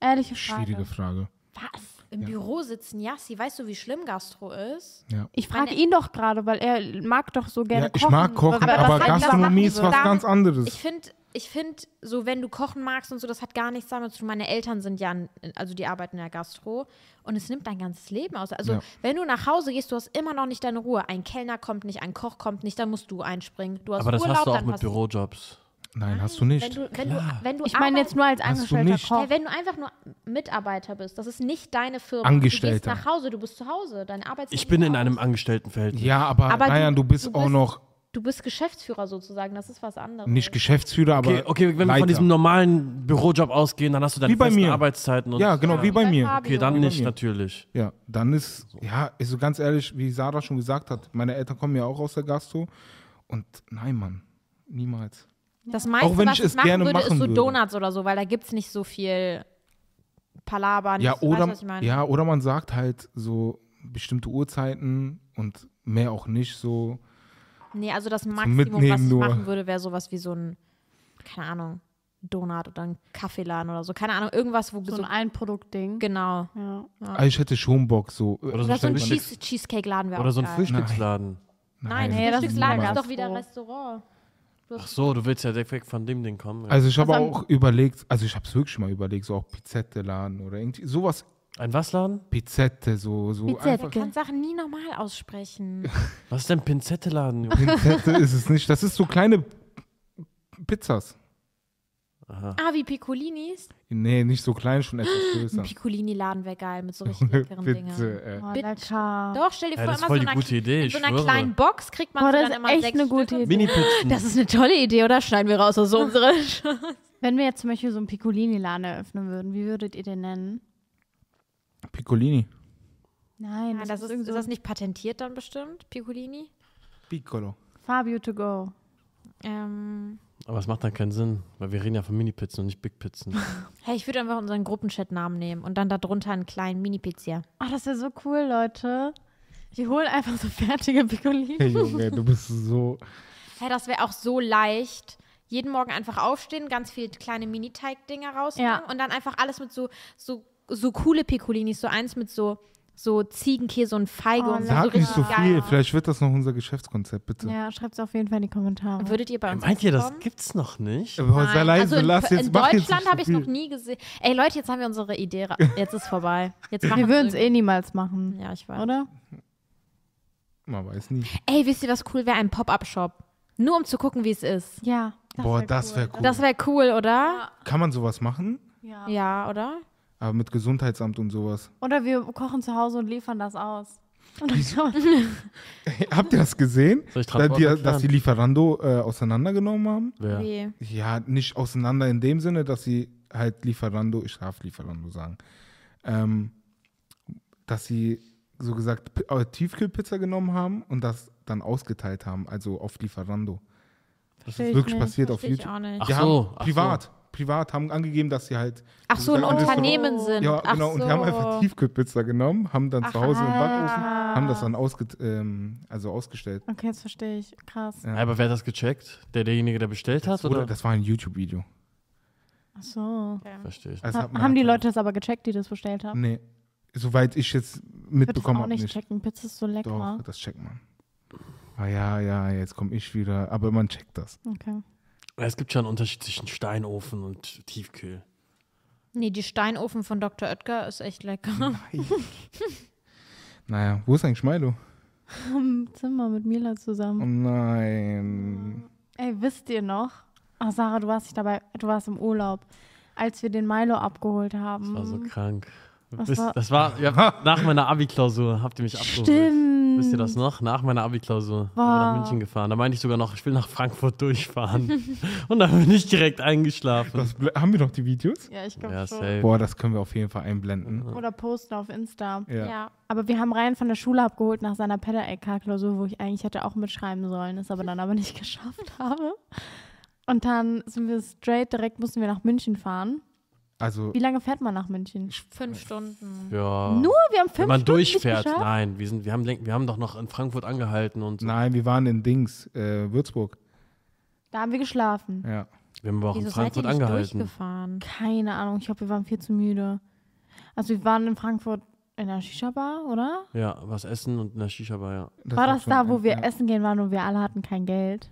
[SPEAKER 4] Ehrliche Frage.
[SPEAKER 3] Schwierige Frage.
[SPEAKER 2] was? Im Büro sitzen, Yassi, weißt du, wie schlimm Gastro ist?
[SPEAKER 3] Ja.
[SPEAKER 4] Ich frage
[SPEAKER 2] Meine-
[SPEAKER 4] ihn doch gerade, weil er mag doch so gerne
[SPEAKER 3] ja, ich
[SPEAKER 4] kochen.
[SPEAKER 3] mag kochen,
[SPEAKER 4] Aber
[SPEAKER 3] aber,
[SPEAKER 4] was
[SPEAKER 2] halt da machen
[SPEAKER 3] Gastronomie ist
[SPEAKER 2] würde.
[SPEAKER 3] was ganz anderes.
[SPEAKER 2] Ich finde, ich finde, so wenn du kochen magst und so, das hat gar nichts damit zu tun. Meine Eltern sind ja, in- also die arbeiten in der Gastro und es nimmt dein ganzes Leben aus. Also
[SPEAKER 3] Ja.
[SPEAKER 2] wenn du nach Hause gehst, du hast immer noch nicht deine Ruhe. Ein Kellner kommt nicht, ein Koch kommt nicht, dann musst du einspringen. Du hast
[SPEAKER 1] Aber das
[SPEAKER 2] Urlaub,
[SPEAKER 1] hast du auch
[SPEAKER 2] dann
[SPEAKER 1] mit
[SPEAKER 2] passt-
[SPEAKER 1] Bürojobs.
[SPEAKER 3] Nein, hast du
[SPEAKER 2] Wenn
[SPEAKER 3] nicht.
[SPEAKER 2] du, wenn du,
[SPEAKER 1] Klar.
[SPEAKER 2] wenn du
[SPEAKER 4] Ich meine jetzt nur als
[SPEAKER 3] Hast du
[SPEAKER 4] angestellter
[SPEAKER 3] nicht.
[SPEAKER 4] Koch.
[SPEAKER 2] Ey, wenn du einfach nur Mitarbeiter bist, das ist nicht deine Firma. Du gehst
[SPEAKER 3] Angestellter.
[SPEAKER 2] nach Hause, du bist zu Hause, dein Arbeitsplatz.
[SPEAKER 1] Ich bin in einem Angestelltenverhältnis.
[SPEAKER 3] ja, aber,
[SPEAKER 2] Aber du-
[SPEAKER 3] Ryan, du, bist
[SPEAKER 2] du
[SPEAKER 3] auch
[SPEAKER 2] bist-
[SPEAKER 3] noch
[SPEAKER 2] Du bist Geschäftsführer sozusagen, das ist was anderes.
[SPEAKER 3] nicht Geschäftsführer, aber
[SPEAKER 1] Okay, okay, wenn wir
[SPEAKER 3] Leiter.
[SPEAKER 1] von diesem normalen Bürojob ausgehen, dann hast du deine
[SPEAKER 3] Wie bei
[SPEAKER 1] festen
[SPEAKER 3] mir.
[SPEAKER 1] Arbeitszeiten. Und
[SPEAKER 3] Ja, genau, wie bei mir.
[SPEAKER 2] Fabio.
[SPEAKER 1] Okay, dann
[SPEAKER 3] Wie bei
[SPEAKER 1] nicht,
[SPEAKER 3] mir.
[SPEAKER 1] natürlich.
[SPEAKER 3] Ja, dann ist, ja, also ganz ehrlich, wie Sarah schon gesagt hat, meine Eltern kommen ja auch aus der Gastro und nein, Mann, niemals.
[SPEAKER 2] Das meiste,
[SPEAKER 3] wenn
[SPEAKER 2] was
[SPEAKER 3] ich
[SPEAKER 2] ich
[SPEAKER 3] es
[SPEAKER 2] machen
[SPEAKER 3] gerne
[SPEAKER 2] würde, ist
[SPEAKER 3] machen
[SPEAKER 2] so
[SPEAKER 3] würde.
[SPEAKER 2] Donuts oder so, weil da gibt es nicht so viel Palaber. Nicht,
[SPEAKER 3] Ja, oder,
[SPEAKER 2] weißt, du, was ich meine?
[SPEAKER 3] ja, oder man sagt halt so bestimmte Uhrzeiten und mehr auch nicht so.
[SPEAKER 2] Nee, also das Maximum,
[SPEAKER 3] mitnehmen
[SPEAKER 2] was ich
[SPEAKER 3] nur.
[SPEAKER 2] machen würde, wäre sowas wie so ein, keine Ahnung, Donut oder ein Kaffeeladen oder so. Keine Ahnung, irgendwas, wo
[SPEAKER 4] so
[SPEAKER 2] so,
[SPEAKER 4] ein Einproduktding.
[SPEAKER 2] genau.
[SPEAKER 4] Ja.
[SPEAKER 3] Ah, Ich hätte schon Bock so. äh,
[SPEAKER 1] Oder so
[SPEAKER 2] Oder so ein
[SPEAKER 1] ein Frühstücks-
[SPEAKER 2] Cheese Cheesecake-Laden wäre
[SPEAKER 1] Oder
[SPEAKER 2] auch
[SPEAKER 1] so ein
[SPEAKER 2] geil.
[SPEAKER 1] Frühstücksladen.
[SPEAKER 2] Nein,
[SPEAKER 4] Nee,
[SPEAKER 2] ein
[SPEAKER 4] das ist
[SPEAKER 2] Frühstücksladen ist
[SPEAKER 4] niemals.
[SPEAKER 2] doch wieder Restaurant.
[SPEAKER 1] Ach so, du willst ja direkt weg von dem Ding kommen. Ja.
[SPEAKER 3] Also ich habe
[SPEAKER 4] Also am-
[SPEAKER 3] auch überlegt, also ich habe es wirklich mal überlegt, so auch Pizette laden oder irgendwie sowas,
[SPEAKER 1] Ein was Laden?
[SPEAKER 3] Pizette, so, so
[SPEAKER 4] Pizette.
[SPEAKER 2] Man
[SPEAKER 3] einfach.
[SPEAKER 2] kann Sachen nie normal aussprechen.
[SPEAKER 1] Was ist denn Pinzetteladen? Junge?
[SPEAKER 3] Pizette ist es nicht, das ist so kleine Pizzas.
[SPEAKER 2] ah, wie Piccolinis?
[SPEAKER 3] Nee, nicht so klein, schon etwas
[SPEAKER 2] Ein
[SPEAKER 3] größer. (laughs) äh,
[SPEAKER 2] Piccolini-Laden wäre geil mit so richtig leckeren Dingern.
[SPEAKER 3] Bitte, ey.
[SPEAKER 4] Oh,
[SPEAKER 2] Bitch.
[SPEAKER 4] lecker.
[SPEAKER 2] Doch, stell dir
[SPEAKER 1] Ja,
[SPEAKER 2] vor,
[SPEAKER 1] das ist
[SPEAKER 2] immer so
[SPEAKER 1] voll
[SPEAKER 2] in
[SPEAKER 1] die
[SPEAKER 2] einer
[SPEAKER 1] gute
[SPEAKER 2] Kle-
[SPEAKER 1] Idee,
[SPEAKER 2] In
[SPEAKER 1] ich
[SPEAKER 2] so einer
[SPEAKER 1] schwöre.
[SPEAKER 2] kleinen Box kriegt man
[SPEAKER 4] Boah,
[SPEAKER 2] so
[SPEAKER 4] das
[SPEAKER 2] dann
[SPEAKER 4] ist
[SPEAKER 2] immer
[SPEAKER 4] echt
[SPEAKER 2] sechs
[SPEAKER 4] eine gute
[SPEAKER 2] Stück.
[SPEAKER 4] Idee.
[SPEAKER 1] Mini-Pizzen.
[SPEAKER 2] Das ist eine tolle Idee, oder? Schneiden wir raus aus unsere.
[SPEAKER 4] Wenn wir jetzt zum Beispiel so einen Piccolini-Laden eröffnen würden, wie würdet ihr den nennen?
[SPEAKER 3] Piccolini.
[SPEAKER 4] Nein,
[SPEAKER 2] Nein, das ist, ist das nicht patentiert dann bestimmt, Piccolini?
[SPEAKER 3] Piccolo.
[SPEAKER 4] Fabio to go.
[SPEAKER 2] Ähm,
[SPEAKER 1] Aber es macht dann keinen Sinn, weil wir reden ja von Mini-Pizzen und nicht Big-Pizzen.
[SPEAKER 2] hey, ich würde einfach unseren Gruppenchat-Namen nehmen und dann darunter einen kleinen Mini-Pizza.
[SPEAKER 4] Ach, das wäre so cool, Leute. Wir holen einfach so fertige Piccolini.
[SPEAKER 3] Hey Junge, du bist so.
[SPEAKER 2] Hey, das wäre auch so leicht. Jeden Morgen einfach aufstehen, ganz viele kleine Mini-Teig-Dinger rausnehmen
[SPEAKER 4] Ja.
[SPEAKER 2] und dann einfach alles mit so, so, so coole Piccolinis, so eins mit so, so Ziegenkäse und Feige
[SPEAKER 4] Oh,
[SPEAKER 2] und so, so
[SPEAKER 3] Sag nicht
[SPEAKER 2] Also richtig
[SPEAKER 3] so
[SPEAKER 2] geil.
[SPEAKER 3] viel. Vielleicht wird das noch unser Geschäftskonzept, bitte.
[SPEAKER 4] Ja, schreibt es auf jeden Fall in die Kommentare.
[SPEAKER 2] Würdet ihr bei uns
[SPEAKER 1] Meint ihr, das
[SPEAKER 2] mitkommen?
[SPEAKER 1] gibt's noch nicht?
[SPEAKER 3] Aber
[SPEAKER 2] Nein.
[SPEAKER 3] Äh, sei leise,
[SPEAKER 2] also in,
[SPEAKER 3] lass jetzt,
[SPEAKER 2] in
[SPEAKER 3] mach jetzt
[SPEAKER 2] Deutschland
[SPEAKER 3] nicht
[SPEAKER 2] habe ich
[SPEAKER 3] so
[SPEAKER 2] noch
[SPEAKER 3] viel.
[SPEAKER 2] nie gesehen. Ey Leute, jetzt haben wir unsere
[SPEAKER 3] (laughs)
[SPEAKER 2] Idee. ra- Jetzt ist vorbei. Jetzt machen
[SPEAKER 4] wir würden es
[SPEAKER 2] irgendwie-
[SPEAKER 4] eh niemals machen,
[SPEAKER 2] Ja, ich weiß.
[SPEAKER 4] oder?
[SPEAKER 3] Man weiß nie.
[SPEAKER 2] Ey, wisst ihr, was cool wäre? Ein Pop-Up-Shop. Nur um zu gucken, wie es ist.
[SPEAKER 4] Ja.
[SPEAKER 3] Boah, das wäre cool.
[SPEAKER 2] Das wäre cool, oder?
[SPEAKER 3] Kann man sowas machen?
[SPEAKER 4] Ja.
[SPEAKER 2] Ja, oder?
[SPEAKER 3] Aber mit Gesundheitsamt und sowas.
[SPEAKER 4] Oder wir kochen zu Hause und liefern das
[SPEAKER 3] (laughs)
[SPEAKER 4] aus. Und dann kann man-
[SPEAKER 3] Habt ihr das gesehen?
[SPEAKER 1] Soll ich
[SPEAKER 3] Da
[SPEAKER 1] Transport
[SPEAKER 3] die,
[SPEAKER 1] erklären?
[SPEAKER 3] dass die Lieferando äh, auseinandergenommen haben?
[SPEAKER 1] Wer?
[SPEAKER 2] Wie?
[SPEAKER 3] Ja, nicht auseinander in dem Sinne, dass sie halt Lieferando, ich darf Lieferando sagen, ähm, dass sie so gesagt P äh, Tiefkühlpizza genommen haben und das dann ausgeteilt haben, haben, also auf Lieferando. Das
[SPEAKER 4] Versteh ich
[SPEAKER 3] ist wirklich
[SPEAKER 4] nicht.
[SPEAKER 3] passiert auf
[SPEAKER 2] Versteh ich
[SPEAKER 3] YouTube.
[SPEAKER 2] auch nicht.
[SPEAKER 1] Ach
[SPEAKER 3] Die
[SPEAKER 1] so,
[SPEAKER 3] haben
[SPEAKER 1] ach so.
[SPEAKER 3] privat, privat, haben angegeben, dass sie halt.
[SPEAKER 2] Ach so, ein
[SPEAKER 3] sozusagen Restaurant-
[SPEAKER 2] Unternehmen sind.
[SPEAKER 3] Ja,
[SPEAKER 2] Ach
[SPEAKER 3] genau.
[SPEAKER 2] so.
[SPEAKER 3] Und die haben einfach Tiefkühlpizza genommen, haben dann zu Hause im Backofen,
[SPEAKER 4] Ah.
[SPEAKER 3] haben das dann ausge ähm, also ausgestellt.
[SPEAKER 4] Okay, jetzt verstehe ich. Krass.
[SPEAKER 3] Ja.
[SPEAKER 1] Aber wer hat das gecheckt? Der, derjenige, der bestellt hat?
[SPEAKER 3] Oder
[SPEAKER 1] Oder?
[SPEAKER 3] das war ein YouTube-Video.
[SPEAKER 4] Ach so.
[SPEAKER 1] Verstehe ich.
[SPEAKER 3] Also
[SPEAKER 4] Ha
[SPEAKER 3] hat man
[SPEAKER 4] haben die
[SPEAKER 3] halt-
[SPEAKER 4] Leute das aber gecheckt, die das bestellt haben?
[SPEAKER 3] Nee. Soweit ich jetzt
[SPEAKER 4] Ich würde das
[SPEAKER 3] mitbekommen
[SPEAKER 4] auch
[SPEAKER 3] habe,
[SPEAKER 4] nicht
[SPEAKER 3] nicht.
[SPEAKER 4] checken. Pizza ist so lecker.
[SPEAKER 3] Doch, das checkt man. Ah ja, ja, jetzt komme ich wieder. Aber man checkt das.
[SPEAKER 4] Okay.
[SPEAKER 1] Es gibt schon einen Unterschied zwischen Steinofen und Tiefkühl.
[SPEAKER 2] Nee, die Steinofen von Dr. Oetker ist echt lecker. (laughs)
[SPEAKER 3] Naja, wo ist eigentlich Milo?
[SPEAKER 4] Im Zimmer mit Mila
[SPEAKER 3] Oh
[SPEAKER 4] zusammen. Hm.
[SPEAKER 3] nein.
[SPEAKER 4] Ey, wisst ihr noch? Ach, Sarah, du warst nicht dabei. Du warst im Urlaub, als wir den Milo abgeholt
[SPEAKER 1] Das
[SPEAKER 4] haben.
[SPEAKER 1] war so krank.
[SPEAKER 4] Was
[SPEAKER 1] Wisst-
[SPEAKER 4] Mhm. war-
[SPEAKER 1] Das war
[SPEAKER 3] (laughs)
[SPEAKER 1] ja, nach meiner Abi-Klausur, habt ihr mich abgeholt.
[SPEAKER 4] Stimmt.
[SPEAKER 1] Wisst ihr das noch? Nach meiner Abi-Klausur bin ich
[SPEAKER 4] Wow.
[SPEAKER 1] nach München gefahren. Da meinte ich sogar noch, ich will nach Frankfurt durchfahren. (laughs) Und dann bin ich direkt eingeschlafen.
[SPEAKER 3] Das, ble- haben wir noch die Videos?
[SPEAKER 4] Ja, ich glaube
[SPEAKER 1] Ja,
[SPEAKER 4] schon.
[SPEAKER 1] safe.
[SPEAKER 3] Boah, das können wir auf jeden Fall einblenden.
[SPEAKER 4] Oder posten auf Insta.
[SPEAKER 3] Ja.
[SPEAKER 4] Aber wir haben Ryan von der Schule abgeholt nach seiner Pedal-LK-Klausur, wo ich eigentlich hätte auch mitschreiben sollen, es aber dann aber nicht (laughs) geschafft habe. Und dann sind wir straight, direkt mussten wir nach München fahren.
[SPEAKER 3] Also,
[SPEAKER 4] Wie lange fährt man nach München?
[SPEAKER 2] Fünf Stunden.
[SPEAKER 1] Ja.
[SPEAKER 4] Nur, wir haben fünf
[SPEAKER 1] Wenn man
[SPEAKER 4] Stunden nicht
[SPEAKER 1] durchfährt.
[SPEAKER 4] geschafft.
[SPEAKER 1] Nein, wir, sind, wir, haben, lenk- wir haben doch noch in Frankfurt angehalten und so.
[SPEAKER 3] nein, wir waren in Dings, äh, Würzburg.
[SPEAKER 4] Da haben wir geschlafen.
[SPEAKER 3] Ja.
[SPEAKER 1] Wir haben aber auch
[SPEAKER 2] Wieso
[SPEAKER 1] in
[SPEAKER 2] seid ihr
[SPEAKER 1] Frankfurt
[SPEAKER 2] nicht
[SPEAKER 1] angehalten.
[SPEAKER 2] durchgefahren?
[SPEAKER 4] Keine Ahnung, ich glaube, wir waren viel zu müde. Also wir waren in Frankfurt in einer Shisha-Bar, oder?
[SPEAKER 1] Ja, was essen und in der Shisha-Bar, ja.
[SPEAKER 4] war das
[SPEAKER 3] schon
[SPEAKER 4] da,
[SPEAKER 3] ein-
[SPEAKER 4] wo wir
[SPEAKER 3] ja,
[SPEAKER 4] essen gehen waren und wir alle hatten kein Geld?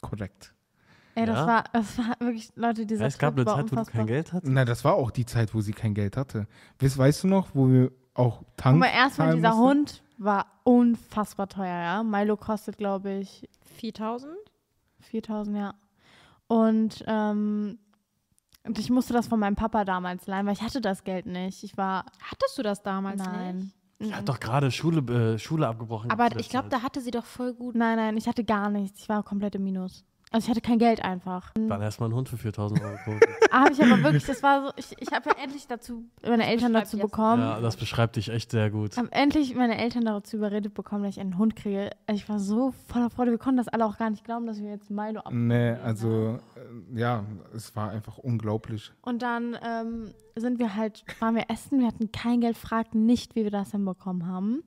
[SPEAKER 3] Korrekt.
[SPEAKER 4] Ey, das,
[SPEAKER 1] Ja.
[SPEAKER 4] war, das war wirklich, Leute, dieser
[SPEAKER 1] es gab eine
[SPEAKER 4] Trip war
[SPEAKER 1] Zeit, wo du
[SPEAKER 4] unfassbar.
[SPEAKER 1] kein Geld hattest.
[SPEAKER 3] Na, das war auch die Zeit, wo sie kein Geld hatte. Weißt, weißt du noch, wo wir auch Tank
[SPEAKER 4] Aber erstmal
[SPEAKER 3] zahlen
[SPEAKER 4] dieser
[SPEAKER 3] mussten?
[SPEAKER 4] Hund war unfassbar teuer, ja. Milo kostet, glaube ich,
[SPEAKER 2] 4000?
[SPEAKER 4] 4000, ja. Und, ähm, und ich musste das von meinem Papa damals leihen, weil ich hatte das Geld nicht. Ich war,
[SPEAKER 2] Hattest du das damals
[SPEAKER 4] nein.
[SPEAKER 2] nicht?
[SPEAKER 4] Mhm.
[SPEAKER 1] Ich hab doch gerade Schule, äh, Schule abgebrochen.
[SPEAKER 2] Aber
[SPEAKER 1] zu der
[SPEAKER 2] ich glaube,
[SPEAKER 1] Zeit.
[SPEAKER 2] da hatte sie doch voll gut.
[SPEAKER 4] Nein, nein, ich hatte gar nichts. Ich war komplett im Minus. Also ich hatte kein Geld einfach.
[SPEAKER 1] Dann erstmal einen Hund für 4000 Euro gekauft.
[SPEAKER 4] Habe ich aber wirklich, das war so, ich, ich habe ja endlich dazu, meine Eltern
[SPEAKER 2] beschreibt
[SPEAKER 4] dazu
[SPEAKER 2] jetzt-
[SPEAKER 4] bekommen.
[SPEAKER 1] ja, das beschreibt dich echt sehr gut.
[SPEAKER 4] Haben endlich meine Eltern dazu überredet bekommen, dass ich einen Hund kriege. Also Ich war so voller Freude. Wir konnten das alle auch gar nicht glauben, dass wir jetzt Milo ab.
[SPEAKER 3] Nee, also, äh, ja, es war einfach unglaublich.
[SPEAKER 4] Und dann ähm, sind wir halt, waren wir essen, wir hatten kein Geld, fragt nicht, wie wir das hinbekommen haben.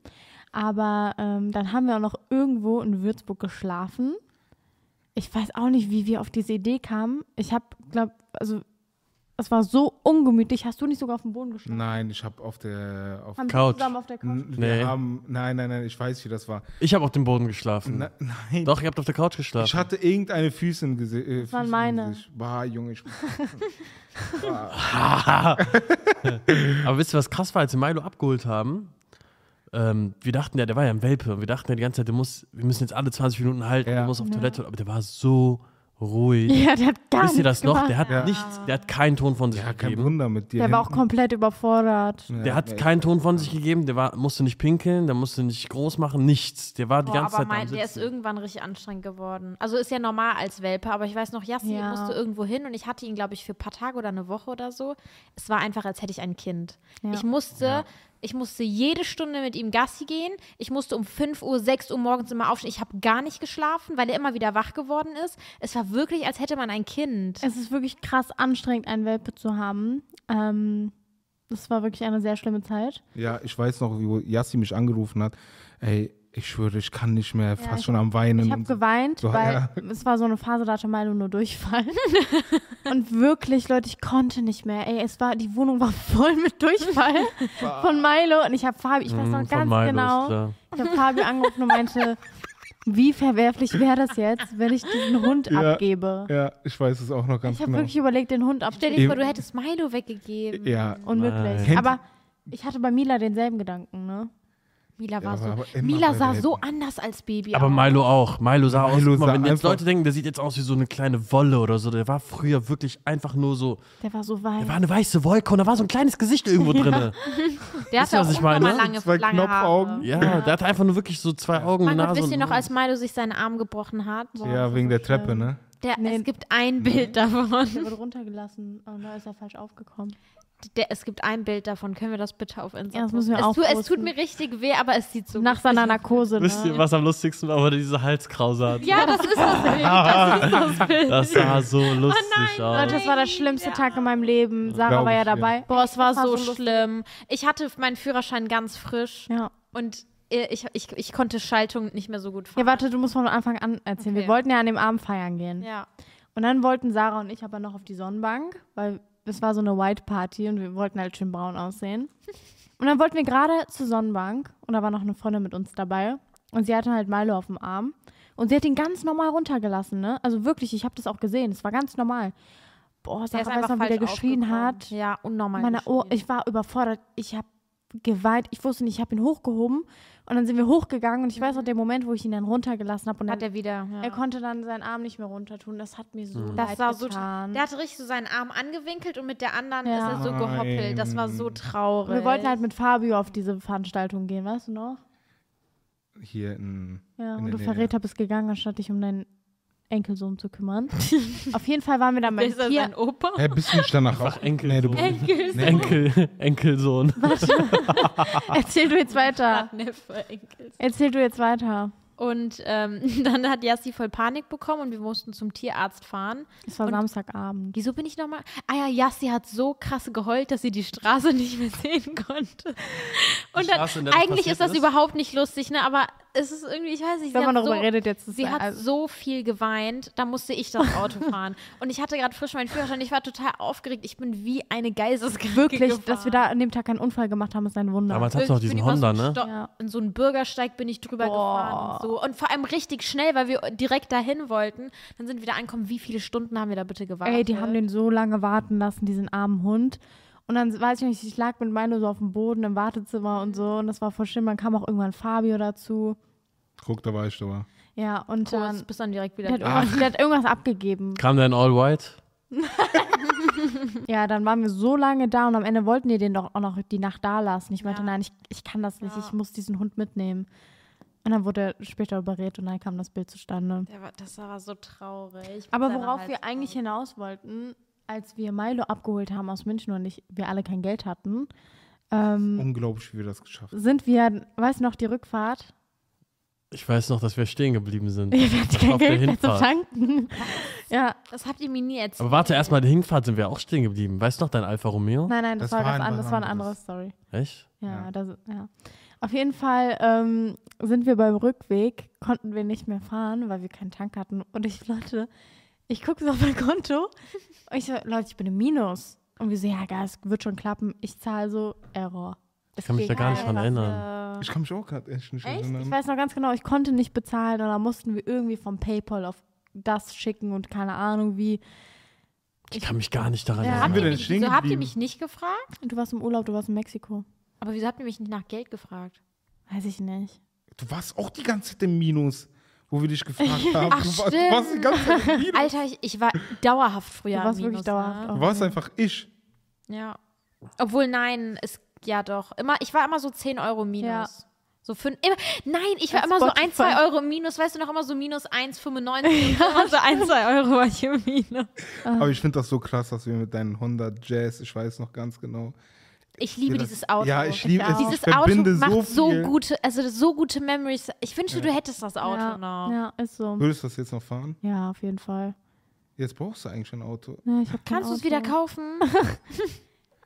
[SPEAKER 4] Aber ähm, dann haben wir auch noch irgendwo in Würzburg geschlafen. Ich weiß auch nicht, wie wir auf diese Idee kamen. Ich habe, glaube, also es war so ungemütlich. Hast du nicht sogar auf dem Boden geschlafen?
[SPEAKER 3] Nein, ich habe auf der. Auf
[SPEAKER 4] Haben wir
[SPEAKER 1] Couch.
[SPEAKER 4] zusammen auf der Couch.
[SPEAKER 3] N-
[SPEAKER 1] Nee.
[SPEAKER 3] Wir haben, nein, nein, nein, ich weiß, wie das war.
[SPEAKER 1] Ich habe auf dem Boden geschlafen.
[SPEAKER 3] Na, nein.
[SPEAKER 1] Doch, ihr habt auf der Couch geschlafen.
[SPEAKER 3] Ich hatte irgendeine Füße im Gesicht. Äh, das
[SPEAKER 4] waren meine.
[SPEAKER 3] Bah, Junge, ich.
[SPEAKER 1] (laughs) Aber wisst ihr, was krass war, als wir Milo abgeholt haben? Ähm, wir dachten ja, der war ja ein Welpe. Und wir dachten ja die ganze Zeit, der muss, wir müssen jetzt alle 20 Minuten halten,
[SPEAKER 3] Ja.
[SPEAKER 1] der muss auf Toilette. Aber der war so ruhig.
[SPEAKER 4] Ja, der hat gar
[SPEAKER 1] Wisst ihr
[SPEAKER 4] nichts
[SPEAKER 1] das noch?
[SPEAKER 4] gemacht.
[SPEAKER 1] Der hat
[SPEAKER 3] Ja.
[SPEAKER 1] nichts, der hat keinen Ton von sich
[SPEAKER 3] Ja, kein
[SPEAKER 1] gegeben.
[SPEAKER 3] Wunder mit dir.
[SPEAKER 4] Der war auch
[SPEAKER 3] hinten.
[SPEAKER 4] komplett überfordert.
[SPEAKER 3] Ja,
[SPEAKER 1] Der hat
[SPEAKER 3] nee.
[SPEAKER 1] keinen Ton von sich gegeben, der war, musste nicht pinkeln, der musste nicht groß machen, nichts. Der war die
[SPEAKER 2] Boah,
[SPEAKER 1] ganze
[SPEAKER 2] aber
[SPEAKER 1] Zeit am
[SPEAKER 2] mein, der ist
[SPEAKER 1] Sitzen.
[SPEAKER 2] irgendwann richtig anstrengend geworden. Also ist ja normal als Welpe, aber ich weiß noch, Jassi
[SPEAKER 4] Ja.
[SPEAKER 2] musste irgendwo hin und ich hatte ihn, glaube ich, für ein paar Tage oder eine Woche oder so. Es war einfach, als hätte ich ein Kind.
[SPEAKER 4] Ja.
[SPEAKER 2] Ich musste. Ich musste jede Stunde mit ihm Gassi gehen. Ich musste um 5 Uhr, 6 Uhr morgens immer aufstehen. Ich habe gar nicht geschlafen, weil er immer wieder wach geworden ist. Es war wirklich, als hätte man ein Kind.
[SPEAKER 4] Es ist wirklich krass anstrengend, einen Welpe zu haben. Ähm, das war wirklich eine sehr schlimme Zeit.
[SPEAKER 3] Ja, ich weiß noch, wie Yassi mich angerufen hat. Ey, ich schwöre, ich kann nicht mehr, fast
[SPEAKER 4] ich-
[SPEAKER 3] schon am Weinen.
[SPEAKER 4] Ich habe
[SPEAKER 3] und so.
[SPEAKER 4] geweint,
[SPEAKER 3] So,
[SPEAKER 4] weil
[SPEAKER 3] ja.
[SPEAKER 4] es war so eine Phase, da hatte Milo nur Durchfall. (laughs) Und wirklich, Leute, ich konnte nicht mehr. Ey, es war, die Wohnung war voll mit Durchfall von Milo. Und ich habe Fabi, ich weiß noch
[SPEAKER 1] Mm,
[SPEAKER 4] ganz
[SPEAKER 1] Milo, ist
[SPEAKER 4] genau,
[SPEAKER 1] klar.
[SPEAKER 4] ich habe Fabi angerufen und meinte, wie verwerflich wäre das jetzt, wenn ich diesen Hund
[SPEAKER 3] Ja.
[SPEAKER 4] abgebe?
[SPEAKER 3] Ja, ich weiß es auch noch ganz
[SPEAKER 4] Ich habe
[SPEAKER 3] genau.
[SPEAKER 4] wirklich überlegt, den Hund abzugeben.
[SPEAKER 2] Stell dir vor, du hättest Milo weggegeben.
[SPEAKER 3] ja,
[SPEAKER 4] Unmöglich.
[SPEAKER 3] Nein.
[SPEAKER 4] Aber ich hatte bei Mila denselben Gedanken, ne?
[SPEAKER 2] Mila
[SPEAKER 3] Ja,
[SPEAKER 2] war
[SPEAKER 3] aber- aber
[SPEAKER 2] so.
[SPEAKER 3] immer
[SPEAKER 2] Mila
[SPEAKER 3] bei
[SPEAKER 2] sah
[SPEAKER 3] Welpen.
[SPEAKER 2] so anders als Baby.
[SPEAKER 1] Aber
[SPEAKER 2] aus.
[SPEAKER 1] Milo auch. Milo sah aus.
[SPEAKER 3] Milo
[SPEAKER 1] Guck mal,
[SPEAKER 3] sah
[SPEAKER 1] wenn jetzt
[SPEAKER 3] einfach-
[SPEAKER 1] Leute denken, der sieht jetzt aus wie so eine kleine Wolle oder so. Der war früher wirklich einfach nur so.
[SPEAKER 4] Der war so
[SPEAKER 1] Da
[SPEAKER 4] weit.
[SPEAKER 1] war eine weiße Wolke und da war so ein kleines Gesicht irgendwo drin. Wisst
[SPEAKER 2] Der hatte
[SPEAKER 1] ihr,
[SPEAKER 2] auch
[SPEAKER 1] was ich
[SPEAKER 2] irgendwann mal
[SPEAKER 1] meine?
[SPEAKER 2] lange,
[SPEAKER 3] Zwei
[SPEAKER 2] lange Haare.
[SPEAKER 3] Knopfaugen.
[SPEAKER 1] Ja, der hatte einfach nur wirklich so zwei Augen,
[SPEAKER 2] Mein
[SPEAKER 1] eine
[SPEAKER 2] Gott,
[SPEAKER 1] Nase
[SPEAKER 2] wisst ihr
[SPEAKER 1] und
[SPEAKER 2] noch, als Milo sich seinen Arm gebrochen hat?
[SPEAKER 3] ja, wegen der Treppe, ne?
[SPEAKER 2] Der,
[SPEAKER 4] Nee.
[SPEAKER 2] Es gibt ein Bild davon. (laughs)
[SPEAKER 4] Oh, Der wurde runtergelassen und da ist er falsch aufgekommen.
[SPEAKER 2] Der, es gibt ein Bild davon. Können wir das bitte auf Instagram?
[SPEAKER 4] Ja, das müssen wir
[SPEAKER 2] es, tu, es tut
[SPEAKER 4] aufposten.
[SPEAKER 2] mir richtig weh, aber es sieht so
[SPEAKER 4] Nach
[SPEAKER 2] lustig
[SPEAKER 4] seiner
[SPEAKER 2] aus.
[SPEAKER 4] Narkose, ne?
[SPEAKER 1] Wisst ihr, was am lustigsten war? Wurde diese Halskrause hat.
[SPEAKER 2] Ja, das ist das Bild.
[SPEAKER 1] (laughs)
[SPEAKER 2] Das ist das Bild.
[SPEAKER 1] Das sah so lustig
[SPEAKER 4] Leute,
[SPEAKER 1] aus.
[SPEAKER 4] das war der schlimmste Tag in meinem Leben. Sarah
[SPEAKER 3] Glaub
[SPEAKER 4] war ja
[SPEAKER 3] ich, ja.
[SPEAKER 4] dabei.
[SPEAKER 2] Boah, es war
[SPEAKER 4] War so
[SPEAKER 2] so
[SPEAKER 4] lustig.
[SPEAKER 2] schlimm. Ich hatte meinen Führerschein ganz frisch
[SPEAKER 4] Ja.
[SPEAKER 2] und äh, ich, ich, ich konnte Schaltung nicht mehr so gut
[SPEAKER 4] Ja,
[SPEAKER 2] fahren.
[SPEAKER 4] warte, du musst von Anfang an erzählen. Wir
[SPEAKER 2] Okay.
[SPEAKER 4] wollten ja an dem Abend feiern gehen.
[SPEAKER 2] Ja.
[SPEAKER 4] Und dann wollten Sarah und ich aber noch auf die Sonnenbank, weil es war so eine White Party und wir wollten halt schön braun
[SPEAKER 2] (laughs)
[SPEAKER 4] aussehen. Und dann wollten wir gerade zur Sonnenbank und da war noch eine Freundin mit uns dabei und sie hatte halt Milo auf dem Arm und sie hat ihn ganz normal runtergelassen, ne? Also wirklich, ich habe das auch gesehen, es war ganz normal. Boah,
[SPEAKER 2] Der
[SPEAKER 4] Sarah
[SPEAKER 2] ist
[SPEAKER 4] weiß
[SPEAKER 2] einfach
[SPEAKER 4] noch, wie der
[SPEAKER 2] falsch
[SPEAKER 4] geschrien
[SPEAKER 2] aufgekommen.
[SPEAKER 4] hat.
[SPEAKER 2] Ja, unnormal.
[SPEAKER 4] Meine Ohr,
[SPEAKER 2] geschrien.
[SPEAKER 4] ich war überfordert. Ich habe geweint. Ich wusste nicht, ich habe ihn hochgehoben und dann sind wir hochgegangen und ich weiß noch den Moment, wo ich ihn dann runtergelassen habe und
[SPEAKER 2] Mhm. hat
[SPEAKER 4] dann,
[SPEAKER 2] er wieder. Ja.
[SPEAKER 4] er konnte dann seinen Arm nicht mehr runter tun. Das hat mir so
[SPEAKER 2] das
[SPEAKER 4] leid
[SPEAKER 2] war so tra-
[SPEAKER 4] getan.
[SPEAKER 2] Der hatte richtig so seinen Arm angewinkelt und mit der anderen
[SPEAKER 4] Ja.
[SPEAKER 2] ist er so gehoppelt. Das war so
[SPEAKER 3] Nein.
[SPEAKER 2] traurig.
[SPEAKER 4] wir wollten halt mit Fabio auf diese Veranstaltung gehen, weißt du noch?
[SPEAKER 3] Hier in.
[SPEAKER 4] Ja, und
[SPEAKER 3] in der
[SPEAKER 4] du
[SPEAKER 3] Nähe.
[SPEAKER 4] Verräter bist gegangen, anstatt dich um deinen Enkelsohn zu
[SPEAKER 2] (laughs)
[SPEAKER 4] kümmern. auf jeden Fall waren wir dann beim
[SPEAKER 2] ist er
[SPEAKER 4] Tier.
[SPEAKER 2] sein Opa? (laughs)
[SPEAKER 3] Hä, bist du
[SPEAKER 1] (laughs)
[SPEAKER 3] nicht danach
[SPEAKER 1] Einfach
[SPEAKER 3] auch?
[SPEAKER 1] Enkel
[SPEAKER 3] Nee, du
[SPEAKER 1] so.
[SPEAKER 3] bist.
[SPEAKER 2] Enkel,
[SPEAKER 3] Nee,
[SPEAKER 1] Enkel, Enkelsohn.
[SPEAKER 4] Erzähl du jetzt weiter.
[SPEAKER 2] Neffe, Enkel.
[SPEAKER 4] Erzähl du jetzt weiter.
[SPEAKER 2] Und ähm, (laughs) dann hat Yassi voll Panik bekommen und wir mussten zum Tierarzt fahren.
[SPEAKER 4] Es war
[SPEAKER 2] Und-
[SPEAKER 4] Samstagabend.
[SPEAKER 2] Wieso bin ich nochmal? Ah ja, Yassi hat so krass geheult, dass sie die Straße (laughs) nicht mehr sehen konnte. Und dann,
[SPEAKER 1] Straße, in der das
[SPEAKER 2] eigentlich ist
[SPEAKER 1] passiert
[SPEAKER 2] das
[SPEAKER 1] ist?
[SPEAKER 2] überhaupt nicht lustig, ne? Aber es ist irgendwie, ich weiß nicht,
[SPEAKER 4] Wenn
[SPEAKER 2] sie
[SPEAKER 4] man
[SPEAKER 2] hat
[SPEAKER 4] darüber
[SPEAKER 2] so,
[SPEAKER 4] redet, jetzt ist
[SPEAKER 2] Sie hat
[SPEAKER 4] also,
[SPEAKER 2] so viel geweint, da musste ich das
[SPEAKER 4] (laughs)
[SPEAKER 2] Auto fahren. Und ich hatte gerade frisch meinen Führerschein, ich war total aufgeregt. Ich bin wie eine Geisteskranke
[SPEAKER 4] wirklich,
[SPEAKER 2] gefahren.
[SPEAKER 4] dass wir da an dem Tag keinen Unfall gemacht haben, ist ein Wunder.
[SPEAKER 1] Damals hattest du noch
[SPEAKER 2] Ich bin
[SPEAKER 1] diesen
[SPEAKER 2] über
[SPEAKER 1] Honda,
[SPEAKER 2] so einen
[SPEAKER 1] ne?
[SPEAKER 2] Stock-
[SPEAKER 4] Ja.
[SPEAKER 2] In so einen Bürgersteig bin ich drüber
[SPEAKER 4] Boah.
[SPEAKER 2] gefahren und so. Und vor allem richtig schnell, weil wir direkt dahin wollten. Dann sind wir da angekommen. Wie viele Stunden haben wir da bitte gewartet?
[SPEAKER 4] Ey, die haben den so lange warten lassen, diesen armen Hund. Und dann weiß ich nicht, ich lag mit Milo so auf dem Boden im Wartezimmer und so. Und das war voll schlimm. Dann kam auch irgendwann Fabio dazu.
[SPEAKER 3] Guck, da war ich da. war.
[SPEAKER 4] Ja, und
[SPEAKER 2] Kurz,
[SPEAKER 4] dann.
[SPEAKER 2] bis dann direkt wieder.
[SPEAKER 4] Der hat, irgendwas, der hat irgendwas abgegeben.
[SPEAKER 1] Kam der in All White?
[SPEAKER 4] Ja, dann waren wir so lange da und am Ende wollten die den doch auch noch die Nacht da lassen. Ich meinte,
[SPEAKER 2] Ja.
[SPEAKER 4] nein, ich, ich kann das nicht,
[SPEAKER 2] Ja.
[SPEAKER 4] ich muss diesen Hund mitnehmen. Und dann wurde er später überredet und dann kam das Bild zustande.
[SPEAKER 2] Der war, das war so traurig.
[SPEAKER 4] Aber
[SPEAKER 2] Seiner
[SPEAKER 4] worauf
[SPEAKER 2] Halskraut.
[SPEAKER 4] wir eigentlich hinaus wollten, als wir Milo abgeholt haben aus München und ich, wir alle kein Geld hatten, ähm,
[SPEAKER 2] Hm.
[SPEAKER 3] Unglaublich, wie wir das geschafft haben.
[SPEAKER 4] sind wir, weißt du noch, die Rückfahrt? (laughs)
[SPEAKER 1] Ich weiß noch, dass wir stehen geblieben sind.
[SPEAKER 4] Wir hatten kein
[SPEAKER 1] Auf der
[SPEAKER 4] Geld mehr zu
[SPEAKER 1] Hinfahrt.
[SPEAKER 4] tanken. (laughs) ja,
[SPEAKER 2] Das habt ihr mir nie erzählt.
[SPEAKER 1] Aber warte, erstmal die Hinfahrt sind wir auch stehen geblieben. Weißt du noch dein Alfa Romeo?
[SPEAKER 4] nein, nein, das, war, ganz
[SPEAKER 3] ein
[SPEAKER 4] anders, das war eine andere
[SPEAKER 3] anderes.
[SPEAKER 4] Story.
[SPEAKER 1] Echt?
[SPEAKER 4] Ja,
[SPEAKER 3] Ja.
[SPEAKER 4] Das, ja. Auf jeden Fall ähm, sind wir beim Rückweg, konnten wir nicht mehr fahren, weil wir keinen Tank hatten. Und ich, Leute, ich gucke so auf mein Konto und ich so, Leute, ich bin im Minus. Und wir so, ja, geil, es wird schon klappen. Ich zahle so Error.
[SPEAKER 1] Ich kann mich da gar nicht dran erinnern.
[SPEAKER 2] Äh,
[SPEAKER 3] Ich kann mich auch gerade echt nicht
[SPEAKER 4] Echt? Ich
[SPEAKER 3] erinnern.
[SPEAKER 4] weiß noch ganz genau, ich konnte nicht bezahlen und dann mussten wir irgendwie vom PayPal auf das schicken und keine Ahnung wie.
[SPEAKER 1] Ich kann mich gar nicht daran
[SPEAKER 4] Ja.
[SPEAKER 1] erinnern.
[SPEAKER 3] Sind wir denn stehen
[SPEAKER 2] wieso habt ihr
[SPEAKER 3] geblieben?
[SPEAKER 2] mich nicht gefragt?
[SPEAKER 4] Du warst im Urlaub, du warst in Mexiko.
[SPEAKER 2] Aber wieso habt ihr mich nicht nach Geld gefragt?
[SPEAKER 4] Weiß ich nicht.
[SPEAKER 3] Du warst auch die ganze Zeit im Minus, wo wir dich gefragt haben.
[SPEAKER 2] (laughs) Ach,
[SPEAKER 3] du, warst, du warst die ganze Zeit im Minus.
[SPEAKER 2] Alter, ich, ich war dauerhaft früher.
[SPEAKER 4] Du warst
[SPEAKER 2] im
[SPEAKER 4] wirklich
[SPEAKER 2] Minus,
[SPEAKER 4] dauerhaft
[SPEAKER 2] Ne?
[SPEAKER 4] auch.
[SPEAKER 3] Du warst einfach ich.
[SPEAKER 2] Ja. Obwohl, nein, es, ja doch. Immer, ich war immer so 10 Euro minus.
[SPEAKER 4] Ja.
[SPEAKER 2] So fünf, immer, nein, ich war
[SPEAKER 4] Als
[SPEAKER 2] immer so
[SPEAKER 4] Spotify.
[SPEAKER 2] 1, 2 Euro minus, weißt du noch, immer so minus
[SPEAKER 4] (laughs)
[SPEAKER 2] 1,95. Ja, so 1, 2 Euro war ich im Minus.
[SPEAKER 3] Aber ich finde das so krass, dass wir mit deinen Honda Jazz, ich weiß noch ganz genau.
[SPEAKER 2] Ich liebe
[SPEAKER 3] wir das-
[SPEAKER 2] dieses Auto.
[SPEAKER 3] Ja, ich liebe es.
[SPEAKER 2] Dieses
[SPEAKER 3] ich verbinde
[SPEAKER 2] Auto macht so,
[SPEAKER 3] so viel.
[SPEAKER 2] gute, also so gute Memories. Ich wünschte, du hättest das Auto
[SPEAKER 4] ja,
[SPEAKER 2] noch.
[SPEAKER 4] ja, ist so.
[SPEAKER 3] Würdest du das jetzt noch fahren?
[SPEAKER 4] Ja, auf jeden Fall.
[SPEAKER 3] Jetzt brauchst du eigentlich ein Auto.
[SPEAKER 4] Ja, ich hab kein
[SPEAKER 2] Kannst du es
[SPEAKER 4] Auto.
[SPEAKER 2] wieder
[SPEAKER 3] (laughs)
[SPEAKER 2] kaufen?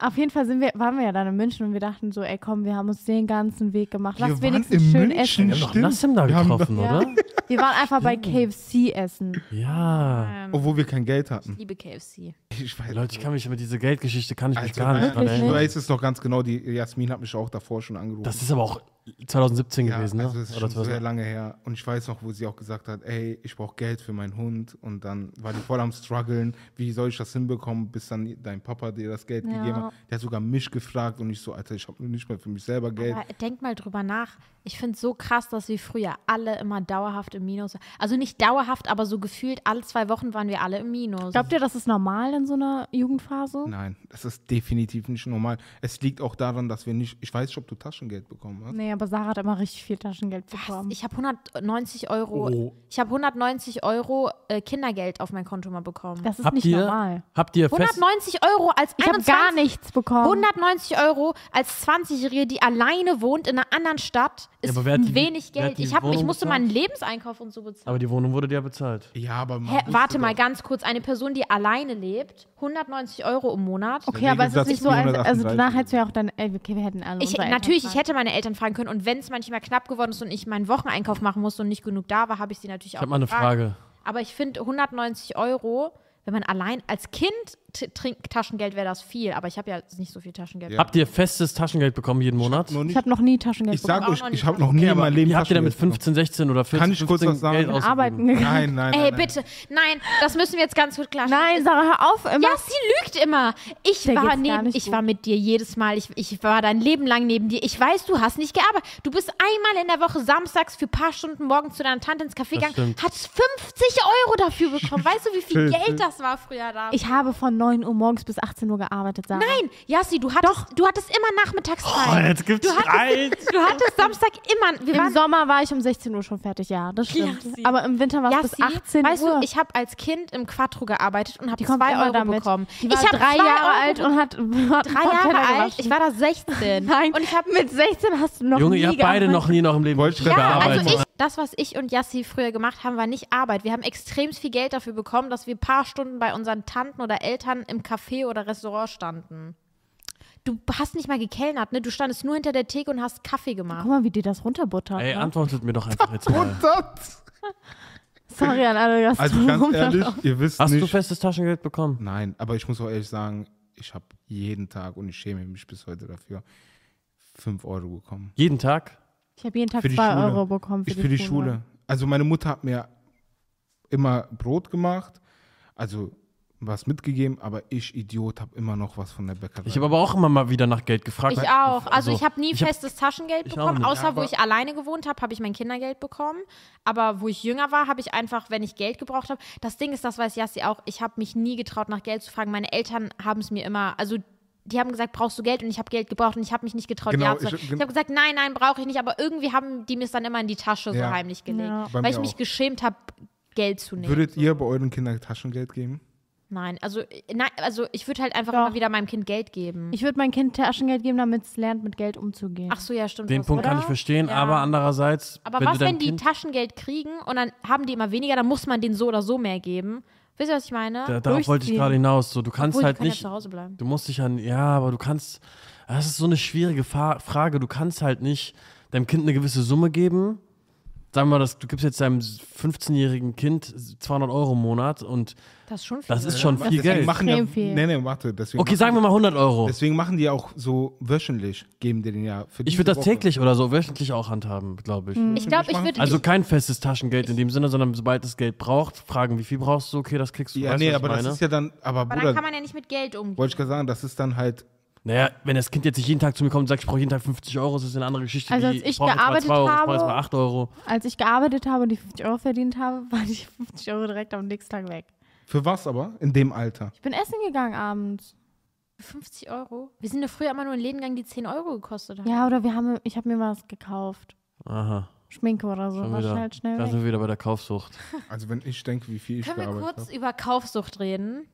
[SPEAKER 4] Auf jeden Fall sind wir, waren wir ja dann in München und wir dachten so, ey komm, wir haben uns den ganzen Weg gemacht. Lass
[SPEAKER 3] Wir waren
[SPEAKER 4] wenigstens
[SPEAKER 3] in
[SPEAKER 4] schön
[SPEAKER 3] München.
[SPEAKER 1] Wir
[SPEAKER 4] essen.
[SPEAKER 1] haben doch
[SPEAKER 3] Stimmt.
[SPEAKER 1] Nassim da
[SPEAKER 3] Wir haben
[SPEAKER 1] getroffen,
[SPEAKER 4] Ja.
[SPEAKER 1] oder?
[SPEAKER 4] Wir waren einfach
[SPEAKER 3] (laughs)
[SPEAKER 4] bei KFC essen.
[SPEAKER 1] Ja.
[SPEAKER 3] Obwohl wir kein Geld hatten.
[SPEAKER 2] Ähm, Liebe KFC.
[SPEAKER 3] Ich weiß
[SPEAKER 1] Leute, ich kann mich über diese Geldgeschichte kann ich mich
[SPEAKER 3] also,
[SPEAKER 1] gar nicht dran
[SPEAKER 4] wirklich
[SPEAKER 3] Ich
[SPEAKER 1] erinnern.
[SPEAKER 4] nicht.
[SPEAKER 3] weiß es noch ganz genau, die Jasmin hat mich auch davor schon angerufen.
[SPEAKER 1] Das ist aber auch 2017
[SPEAKER 3] ja,
[SPEAKER 1] gewesen, ne?
[SPEAKER 3] Also das ist
[SPEAKER 1] oder
[SPEAKER 3] schon sehr
[SPEAKER 1] 2000.
[SPEAKER 3] lange her. Und ich weiß noch, wo sie auch gesagt hat, ey, ich brauche Geld für meinen Hund. Und dann war die voll am struggeln, wie soll ich das hinbekommen, bis dann dein Papa dir das Geld
[SPEAKER 4] Ja.
[SPEAKER 3] gegeben hat. Der hat sogar mich gefragt und ich so, Alter, ich habe nicht mal für mich selber Geld.
[SPEAKER 2] Aber denk mal drüber nach. Ich finde es so krass, dass wir früher alle immer dauerhaft im Minus waren. Also nicht dauerhaft, aber so gefühlt alle zwei Wochen waren wir alle im Minus.
[SPEAKER 4] Glaubt ihr, das ist normal in so einer Jugendphase?
[SPEAKER 3] Nein, das ist definitiv nicht normal. Es liegt auch daran, dass wir nicht, ich weiß nicht, ob du Taschengeld bekommen hast.
[SPEAKER 4] Nee, aber Sarah hat immer richtig viel Taschengeld
[SPEAKER 2] Was?
[SPEAKER 4] bekommen.
[SPEAKER 2] Ich habe 190 Euro.
[SPEAKER 1] Oh.
[SPEAKER 2] Ich habe 190 Euro äh, Kindergeld auf mein Konto mal bekommen.
[SPEAKER 4] Das ist
[SPEAKER 1] Habt
[SPEAKER 4] nicht
[SPEAKER 1] ihr,
[SPEAKER 4] normal.
[SPEAKER 1] Habt ihr fest.
[SPEAKER 2] 190 Euro als
[SPEAKER 4] Ich habe gar
[SPEAKER 2] 21
[SPEAKER 4] nichts bekommen.
[SPEAKER 2] 190 Euro als 20-Jährige, die alleine wohnt in einer anderen Stadt, ist
[SPEAKER 1] aber wer hat die-
[SPEAKER 2] wenig
[SPEAKER 1] wer hat
[SPEAKER 2] Geld.
[SPEAKER 1] die
[SPEAKER 2] Ich, hab, ich
[SPEAKER 1] Wohnung
[SPEAKER 2] musste
[SPEAKER 1] bezahlt?
[SPEAKER 2] meinen Lebenseinkauf und so bezahlen.
[SPEAKER 1] Aber die Wohnung wurde dir ja bezahlt.
[SPEAKER 3] Ja, aber man
[SPEAKER 2] Hä,
[SPEAKER 3] wusste
[SPEAKER 2] warte
[SPEAKER 3] doch-
[SPEAKER 2] mal ganz kurz, eine Person, die alleine lebt, 190 Euro im Monat.
[SPEAKER 4] Okay,
[SPEAKER 3] Der
[SPEAKER 4] aber es ist
[SPEAKER 3] Regelsatz
[SPEAKER 4] nicht so, als, also
[SPEAKER 3] 438.
[SPEAKER 4] danach hättest du ja auch dann, ey, okay, wir hätten alle
[SPEAKER 2] Ich,
[SPEAKER 4] unsere Eltern
[SPEAKER 2] natürlich, ich
[SPEAKER 4] fragen.
[SPEAKER 2] hätte meine Eltern fragen können und wenn es manchmal knapp geworden ist und ich meinen Wocheneinkauf machen musste und nicht genug da war, habe ich sie natürlich
[SPEAKER 1] Ich
[SPEAKER 2] auch
[SPEAKER 1] habe mal eine
[SPEAKER 2] gefragt.
[SPEAKER 1] Frage.
[SPEAKER 2] Aber ich finde 190 Euro, wenn man allein als Kind t- trinkt, Taschengeld wäre das viel, aber ich habe ja nicht so viel Taschengeld.
[SPEAKER 3] Ja.
[SPEAKER 1] Habt ihr festes Taschengeld bekommen jeden Monat?
[SPEAKER 3] Noch
[SPEAKER 4] Ich
[SPEAKER 3] nicht,
[SPEAKER 4] habe noch nie Taschengeld
[SPEAKER 3] ich sag
[SPEAKER 2] bekommen.
[SPEAKER 3] euch,
[SPEAKER 2] Auch noch
[SPEAKER 3] ich
[SPEAKER 2] nicht.
[SPEAKER 3] habe noch nie in meinem Leben
[SPEAKER 1] Wie habt ihr denn mit
[SPEAKER 3] Taschengeld
[SPEAKER 1] 15, 16 oder 14,
[SPEAKER 3] Kann ich kurz
[SPEAKER 1] 15
[SPEAKER 3] was sagen?
[SPEAKER 1] Geld
[SPEAKER 4] bekommen.
[SPEAKER 1] ausgegeben?
[SPEAKER 4] arbeiten
[SPEAKER 3] bekommen.
[SPEAKER 4] gegangen. (laughs)
[SPEAKER 3] Nein, nein,
[SPEAKER 2] Ey,
[SPEAKER 3] nein,
[SPEAKER 2] bitte, nein, das müssen wir jetzt ganz gut klarstellen.
[SPEAKER 4] Nein, Sarah, hör auf immer.
[SPEAKER 2] Ja, sie lügt immer. Ich
[SPEAKER 4] Der
[SPEAKER 2] war
[SPEAKER 4] geht's gar
[SPEAKER 2] neben,
[SPEAKER 4] nicht
[SPEAKER 2] ich
[SPEAKER 4] gut.
[SPEAKER 2] war mit dir jedes Mal. Ich, ich war dein Leben lang neben dir. Ich weiß, du hast nicht gearbeitet. Du bist einmal in der Woche samstags für ein paar Stunden morgens zu deiner Tante ins Café
[SPEAKER 1] Das
[SPEAKER 2] gegangen,
[SPEAKER 1] stimmt.
[SPEAKER 2] hast 50 Euro dafür bekommen. Weißt du, wie viel
[SPEAKER 3] Schön, schön.
[SPEAKER 2] Geld das war früher da?
[SPEAKER 4] Ich habe von 9 Uhr morgens bis 18 Uhr gearbeitet, Sarah.
[SPEAKER 2] Nein, Jassi, du hattest, du hattest immer nachmittags
[SPEAKER 1] Oh,
[SPEAKER 2] frei.
[SPEAKER 1] jetzt gibt's
[SPEAKER 2] du,
[SPEAKER 1] Streit.
[SPEAKER 2] hattest, du hattest Samstag immer. Wir
[SPEAKER 4] Im
[SPEAKER 2] waren
[SPEAKER 4] Sommer war ich um 16 Uhr schon fertig, ja, das stimmt.
[SPEAKER 2] Jassi.
[SPEAKER 4] Aber im Winter war es bis
[SPEAKER 2] Jassi,
[SPEAKER 4] 18
[SPEAKER 2] weißt
[SPEAKER 4] Uhr.
[SPEAKER 2] du, ich habe als Kind im Quattro gearbeitet und habe
[SPEAKER 4] die kommt
[SPEAKER 2] zwei
[SPEAKER 4] immer
[SPEAKER 2] Euro
[SPEAKER 4] damit.
[SPEAKER 2] bekommen.
[SPEAKER 4] Die war
[SPEAKER 2] ich habe
[SPEAKER 4] drei
[SPEAKER 2] zwei
[SPEAKER 4] Jahre
[SPEAKER 2] Euro
[SPEAKER 4] alt und hat, (laughs) hat
[SPEAKER 2] drei Jahre alt. Ich war da
[SPEAKER 4] (laughs)
[SPEAKER 2] 16.
[SPEAKER 4] Nein,
[SPEAKER 2] Und ich habe
[SPEAKER 4] mit 16 hast du noch
[SPEAKER 1] Junge,
[SPEAKER 4] nie
[SPEAKER 1] ihr habt beide
[SPEAKER 4] gearbeitet.
[SPEAKER 1] noch nie noch im Leben
[SPEAKER 3] Wollte ich gerade
[SPEAKER 2] Ja,
[SPEAKER 3] Arbeit.
[SPEAKER 2] also ich, das, was ich und Yassi früher gemacht haben, war nicht Arbeit. Wir haben extrem viel Geld dafür bekommen, dass wir ein paar Stunden bei unseren Tanten oder Eltern im Café oder Restaurant standen. Du hast nicht mal gekellnert, ne? Du standest nur hinter der Theke und hast Kaffee
[SPEAKER 4] Guck
[SPEAKER 2] gemacht.
[SPEAKER 4] mal, wie die das runterbuttert.
[SPEAKER 1] Ey,
[SPEAKER 4] ne?
[SPEAKER 1] antwortet mir doch einfach jetzt mal.
[SPEAKER 3] Das?
[SPEAKER 4] Sorry an alle
[SPEAKER 3] Also
[SPEAKER 2] (laughs)
[SPEAKER 3] ganz
[SPEAKER 4] Gastronomen.
[SPEAKER 3] ehrlich, ihr wisst
[SPEAKER 1] Hast
[SPEAKER 3] nicht.
[SPEAKER 1] du festes Taschengeld bekommen?
[SPEAKER 3] Nein, aber ich muss auch ehrlich sagen, ich habe jeden Tag und ich schäme mich bis heute dafür 5 Euro bekommen.
[SPEAKER 1] Jeden Tag?
[SPEAKER 4] ich habe jeden Tag
[SPEAKER 3] Für die
[SPEAKER 4] 2
[SPEAKER 3] Schule.
[SPEAKER 4] Euro bekommen für,
[SPEAKER 3] ich für die Schule. Also meine Mutter hat mir immer Brot gemacht, also was mitgegeben, aber ich Idiot habe immer noch was von der Bäckerei.
[SPEAKER 1] Ich habe aber auch immer mal wieder nach Geld gefragt.
[SPEAKER 2] Ich auch. Also
[SPEAKER 1] so.
[SPEAKER 2] ich habe nie
[SPEAKER 1] Ich hab-
[SPEAKER 2] festes Taschengeld
[SPEAKER 1] Ich auch
[SPEAKER 2] bekommen,
[SPEAKER 1] nicht.
[SPEAKER 2] außer
[SPEAKER 3] Ja,
[SPEAKER 2] wo
[SPEAKER 3] aber-
[SPEAKER 2] ich alleine gewohnt habe, habe ich mein Kindergeld bekommen. Aber wo ich jünger war, habe ich einfach, wenn ich Geld gebraucht habe, das Ding ist, das weiß Yassi auch, ich habe mich nie getraut, nach Geld zu fragen. Meine Eltern haben es mir immer, also die haben gesagt, brauchst du Geld? Und ich habe Geld gebraucht und ich habe mich nicht getraut,
[SPEAKER 3] Genau,
[SPEAKER 2] ja zu sagen.
[SPEAKER 3] ich-
[SPEAKER 2] Ich, habe gesagt, nein, nein, brauche ich nicht. Aber irgendwie haben die mir es dann immer in die Tasche so
[SPEAKER 3] Ja.
[SPEAKER 2] heimlich gelegt,
[SPEAKER 4] Ja.
[SPEAKER 3] Bei mir
[SPEAKER 2] weil ich mich
[SPEAKER 3] auch.
[SPEAKER 2] geschämt habe, Geld zu nehmen.
[SPEAKER 3] Würdet ihr bei euren Kindern Taschengeld geben?
[SPEAKER 2] Nein, also, äh, nein, also ich würde halt einfach
[SPEAKER 4] Doch.
[SPEAKER 2] immer wieder meinem Kind Geld geben.
[SPEAKER 4] Ich würde mein Kind Taschengeld geben, damit es lernt, mit Geld umzugehen.
[SPEAKER 2] Ach so, ja, stimmt.
[SPEAKER 1] Den
[SPEAKER 2] das,
[SPEAKER 1] Punkt
[SPEAKER 2] oder?
[SPEAKER 1] kann ich verstehen,
[SPEAKER 2] Ja.
[SPEAKER 1] aber andererseits.
[SPEAKER 2] Aber
[SPEAKER 1] wenn
[SPEAKER 2] was,
[SPEAKER 1] du dein
[SPEAKER 2] wenn die
[SPEAKER 1] kind,
[SPEAKER 2] Taschengeld kriegen und dann haben die immer weniger, dann muss man denen so oder so mehr geben. Wisst ihr, was ich meine?
[SPEAKER 1] da, Darauf wollte ich
[SPEAKER 4] durchziehen?
[SPEAKER 1] gerade hinaus. So, du kannst
[SPEAKER 2] Obwohl, die
[SPEAKER 1] halt
[SPEAKER 2] können ja
[SPEAKER 1] nicht.
[SPEAKER 2] zu Hause bleiben.
[SPEAKER 1] Du musst dich an. Ja, aber du kannst. Das ist so eine schwierige Fa Frage. Du kannst halt nicht deinem Kind eine gewisse Summe geben. Sagen wir mal, das, du gibst jetzt deinem 15-jährigen Kind 200 Euro im Monat und
[SPEAKER 2] Das ist schon viel.
[SPEAKER 1] das ist schon viel
[SPEAKER 3] deswegen
[SPEAKER 1] Geld.
[SPEAKER 3] Machen ja,
[SPEAKER 4] Extrem viel.
[SPEAKER 3] Nee, nee, warte. Deswegen
[SPEAKER 1] Okay,
[SPEAKER 3] machen,
[SPEAKER 1] sagen wir mal 100 Euro.
[SPEAKER 3] Deswegen machen die auch so wöchentlich, geben die den ja. Für
[SPEAKER 1] Ich
[SPEAKER 3] diese
[SPEAKER 1] würde das
[SPEAKER 3] Woche.
[SPEAKER 1] täglich oder so wöchentlich auch handhaben, glaube ich.
[SPEAKER 2] ich glaube, ich
[SPEAKER 3] machen.
[SPEAKER 2] würde.
[SPEAKER 1] Also
[SPEAKER 2] ich,
[SPEAKER 1] kein festes Taschengeld in dem Sinne, sondern sobald es Geld braucht, fragen, wie viel brauchst du, okay, das kriegst du.
[SPEAKER 3] Ja,
[SPEAKER 1] weißt du,
[SPEAKER 3] nee,
[SPEAKER 1] was ich
[SPEAKER 3] aber das
[SPEAKER 1] meine?
[SPEAKER 3] ist ja dann, aber,
[SPEAKER 2] aber dann kann
[SPEAKER 3] Bruder,
[SPEAKER 2] man ja nicht mit Geld umgehen.
[SPEAKER 3] wollte ich gerade sagen, das ist dann halt
[SPEAKER 1] Naja, wenn das Kind jetzt nicht jeden Tag zu mir kommt und sagt, ich brauche jeden Tag 50 Euro, das ist eine andere Geschichte.
[SPEAKER 4] Also,
[SPEAKER 1] wie,
[SPEAKER 4] als ich
[SPEAKER 1] brauche jetzt mal
[SPEAKER 4] gearbeitet
[SPEAKER 1] zwei Euro, Ich brauche jetzt
[SPEAKER 4] habe-
[SPEAKER 1] mal 8 Euro.
[SPEAKER 4] Als ich gearbeitet habe und die 50 Euro verdient habe, (laughs) waren die 50 Euro direkt am nächsten Tag weg.
[SPEAKER 3] Für was aber? In dem Alter.
[SPEAKER 4] Ich bin essen gegangen abends.
[SPEAKER 2] Für 50 Euro? Wir sind ja früher immer nur in Läden gegangen, die 10 Euro gekostet haben.
[SPEAKER 4] Ja, oder wir haben, ich habe mir mal was gekauft.
[SPEAKER 1] Aha,
[SPEAKER 4] Schminke oder so.
[SPEAKER 1] schon
[SPEAKER 4] War
[SPEAKER 1] wieder.
[SPEAKER 4] schnell, schnell
[SPEAKER 1] da
[SPEAKER 4] weg.
[SPEAKER 1] sind wir wieder bei der Kaufsucht.
[SPEAKER 3] Also wenn ich denke, wie viel ich
[SPEAKER 2] Können wir
[SPEAKER 3] gearbeitet
[SPEAKER 2] kurz
[SPEAKER 3] habe.
[SPEAKER 2] über Kaufsucht reden?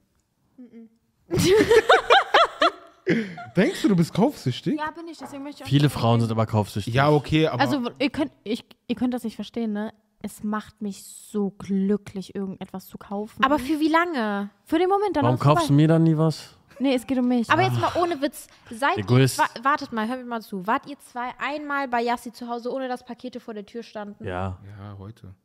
[SPEAKER 3] Denkst du, du bist kaufsüchtig?
[SPEAKER 4] Ja, bin ich, deswegen möchte ich
[SPEAKER 1] Viele Frauen sind aber kaufsüchtig.
[SPEAKER 3] Ja, okay, aber
[SPEAKER 4] Also, ihr könnt, ich, ihr könnt das nicht verstehen, ne? Es macht mich so glücklich, irgendetwas zu kaufen.
[SPEAKER 2] Aber für wie lange?
[SPEAKER 4] für den Moment, dann
[SPEAKER 1] Warum kaufst du mir dann nie was?
[SPEAKER 4] Nee, es geht um mich.
[SPEAKER 2] Aber jetzt mal ohne Witz. Seid ihr
[SPEAKER 1] Ah. Egoist.
[SPEAKER 2] zwei, wartet mal, hört mir mal zu. Wart ihr zwei einmal bei Yassi zu Hause, ohne dass Pakete vor der Tür standen?
[SPEAKER 1] Ja.
[SPEAKER 3] ja, heute.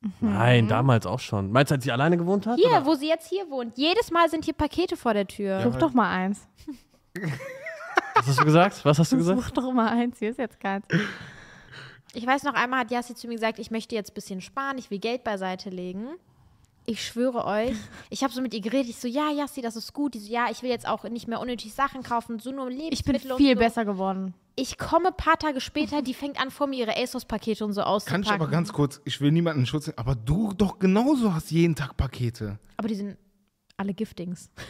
[SPEAKER 4] Mhm.
[SPEAKER 1] Nein, damals auch schon. Meinst du, als sie alleine gewohnt hat?
[SPEAKER 2] Hier, wo sie jetzt hier wohnt. Jedes Mal sind hier Pakete vor der Tür.
[SPEAKER 4] Such doch mal eins.
[SPEAKER 1] Was hast du gesagt? Was hast
[SPEAKER 4] (laughs)
[SPEAKER 1] du gesagt?
[SPEAKER 4] Such doch mal eins. Hier ist jetzt keins.
[SPEAKER 2] Ich weiß noch einmal hat Yassi zu mir gesagt, ich möchte jetzt ein bisschen sparen, ich will Geld beiseite legen. Ich schwöre
[SPEAKER 3] (laughs)
[SPEAKER 2] euch, ich habe so mit ihr geredet, ich so, ja, Yassi, das ist gut. Die so, ja, ich will jetzt auch nicht mehr unnötig Sachen kaufen, so nur Lebensmittel
[SPEAKER 4] Ich bin
[SPEAKER 2] und
[SPEAKER 4] viel
[SPEAKER 2] so.
[SPEAKER 4] besser geworden.
[SPEAKER 2] Ich komme ein paar Tage später, die fängt an, vor mir ihre ASOS-Pakete und so
[SPEAKER 3] Kann
[SPEAKER 2] auszupacken.
[SPEAKER 3] ich aber ganz kurz, ich will niemanden in Schutz nehmen, aber du doch genauso hast jeden Tag Pakete.
[SPEAKER 2] Aber die sind alle Giftings. (laughs)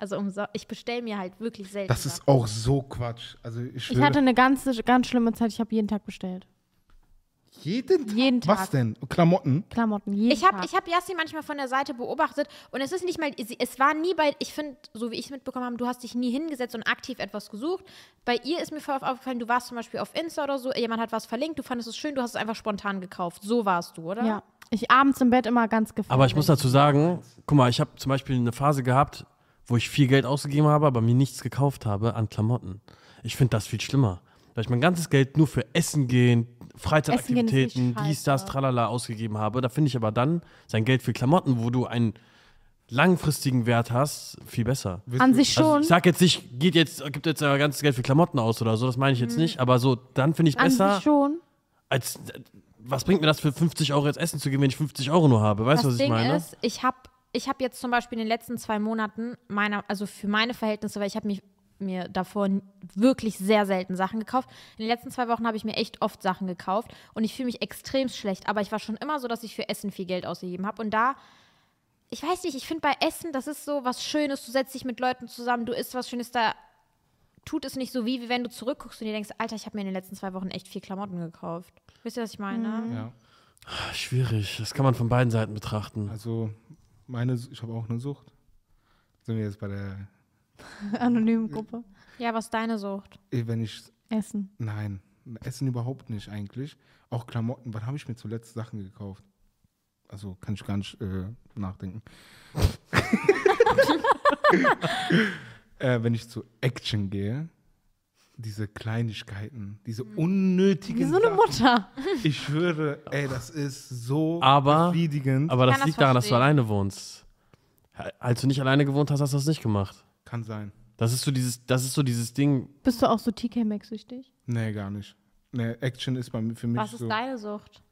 [SPEAKER 2] Also umso ich bestelle mir halt wirklich selten.
[SPEAKER 3] Das
[SPEAKER 2] Sachen.
[SPEAKER 3] ist auch so Quatsch. Also ich
[SPEAKER 4] Ich
[SPEAKER 3] schwöre,
[SPEAKER 4] hatte eine ganze, ganz schlimme Zeit. Ich habe jeden Tag bestellt.
[SPEAKER 3] Jeden Tag?
[SPEAKER 4] Jeden
[SPEAKER 3] Was
[SPEAKER 4] Tag.
[SPEAKER 3] denn? Klamotten?
[SPEAKER 4] Klamotten jeden
[SPEAKER 2] Ich habe
[SPEAKER 4] Tag.
[SPEAKER 2] ich hab Yassi manchmal von der Seite beobachtet und es ist nicht mal, sie- es war nie bei, ich finde, so wie ich es mitbekommen habe, du hast dich nie hingesetzt und aktiv etwas gesucht. Bei ihr ist mir voll oft aufgefallen, du warst zum Beispiel auf Insta oder so, jemand hat was verlinkt, du fandest es schön, du hast es einfach spontan gekauft. So warst du, oder?
[SPEAKER 4] ja. Ich abends im Bett immer ganz gefährlich.
[SPEAKER 1] Aber ich muss dazu sagen, guck mal, ich habe zum Beispiel eine Phase gehabt, wo ich viel Geld ausgegeben habe, aber mir nichts gekauft habe an Klamotten. Ich finde das viel schlimmer. Da ich mein ganzes Geld nur für Essen gehen,
[SPEAKER 4] Essen
[SPEAKER 1] Freizeitaktivitäten,
[SPEAKER 4] gehen ist
[SPEAKER 1] dies,
[SPEAKER 4] nicht
[SPEAKER 1] das,
[SPEAKER 4] scheiße.
[SPEAKER 1] tralala ausgegeben habe. Da finde ich aber dann sein Geld für Klamotten, wo du einen langfristigen Wert hast, viel besser.
[SPEAKER 4] An sich
[SPEAKER 1] Also
[SPEAKER 4] schon.
[SPEAKER 1] ich sag jetzt nicht, geht jetzt, gibt jetzt euer ganzes Geld für Klamotten aus oder so, das meine ich jetzt nicht, aber so, dann finde ich
[SPEAKER 4] Mhm. an
[SPEAKER 1] besser,
[SPEAKER 4] sich schon. (laughs)
[SPEAKER 1] als äh, was bringt mir das für 50 Euro jetzt Essen zu gehen, wenn ich 50 Euro nur habe? Weißt du,
[SPEAKER 2] das
[SPEAKER 1] was
[SPEAKER 2] Ding
[SPEAKER 1] ich meine?
[SPEAKER 2] ist, ich habe ich hab jetzt zum Beispiel in den letzten zwei Monaten, meiner, also für meine Verhältnisse, weil ich habe mich mir davor n- wirklich sehr selten Sachen gekauft. In den letzten zwei Wochen habe ich mir echt oft Sachen gekauft und ich fühle mich extrem schlecht. Aber ich war schon immer so, dass ich für Essen viel Geld ausgegeben habe. Und da, ich weiß nicht, ich finde bei Essen, das ist so was Schönes. Du setzt dich mit Leuten zusammen, du isst was Schönes da. Tut es nicht so wie, wie wenn du zurückguckst und dir denkst, Alter, ich habe mir in den letzten zwei Wochen echt viel Klamotten gekauft. Wisst ihr, was ich meine?
[SPEAKER 3] Ja.
[SPEAKER 1] Schwierig, das kann man von beiden Seiten betrachten.
[SPEAKER 3] Also, meine, ich habe auch eine Sucht. Sind wir jetzt bei der.
[SPEAKER 4] Anonyme Gruppe.
[SPEAKER 2] Ja, was ist deine Sucht?
[SPEAKER 3] eh, Wenn ich.
[SPEAKER 4] Essen.
[SPEAKER 3] Nein, Essen überhaupt nicht eigentlich. Auch Klamotten. Wann habe ich mir zuletzt Sachen gekauft? Also, kann ich gar nicht äh,
[SPEAKER 2] (laughs)
[SPEAKER 3] nachdenken. äh, wenn ich zu Action gehe, diese Kleinigkeiten, diese unnötigen.
[SPEAKER 4] Wie so eine
[SPEAKER 3] Sachen.
[SPEAKER 4] Mutter.
[SPEAKER 3] Ich schwöre, ey, das ist so
[SPEAKER 1] Aber-
[SPEAKER 3] befriedigend.
[SPEAKER 1] Aber das
[SPEAKER 2] kann das
[SPEAKER 1] liegt daran, dass du
[SPEAKER 2] verstehen.
[SPEAKER 1] alleine wohnst. Als du nicht alleine gewohnt hast, hast du das nicht gemacht.
[SPEAKER 3] Kann sein.
[SPEAKER 1] Das ist so dieses, das ist so dieses Ding.
[SPEAKER 4] Bist du auch so TK Maxx süchtig?
[SPEAKER 3] Nee, gar nicht. Nee, Action ist bei, mir- für mich
[SPEAKER 2] Was ist
[SPEAKER 3] so.
[SPEAKER 2] deine Sucht?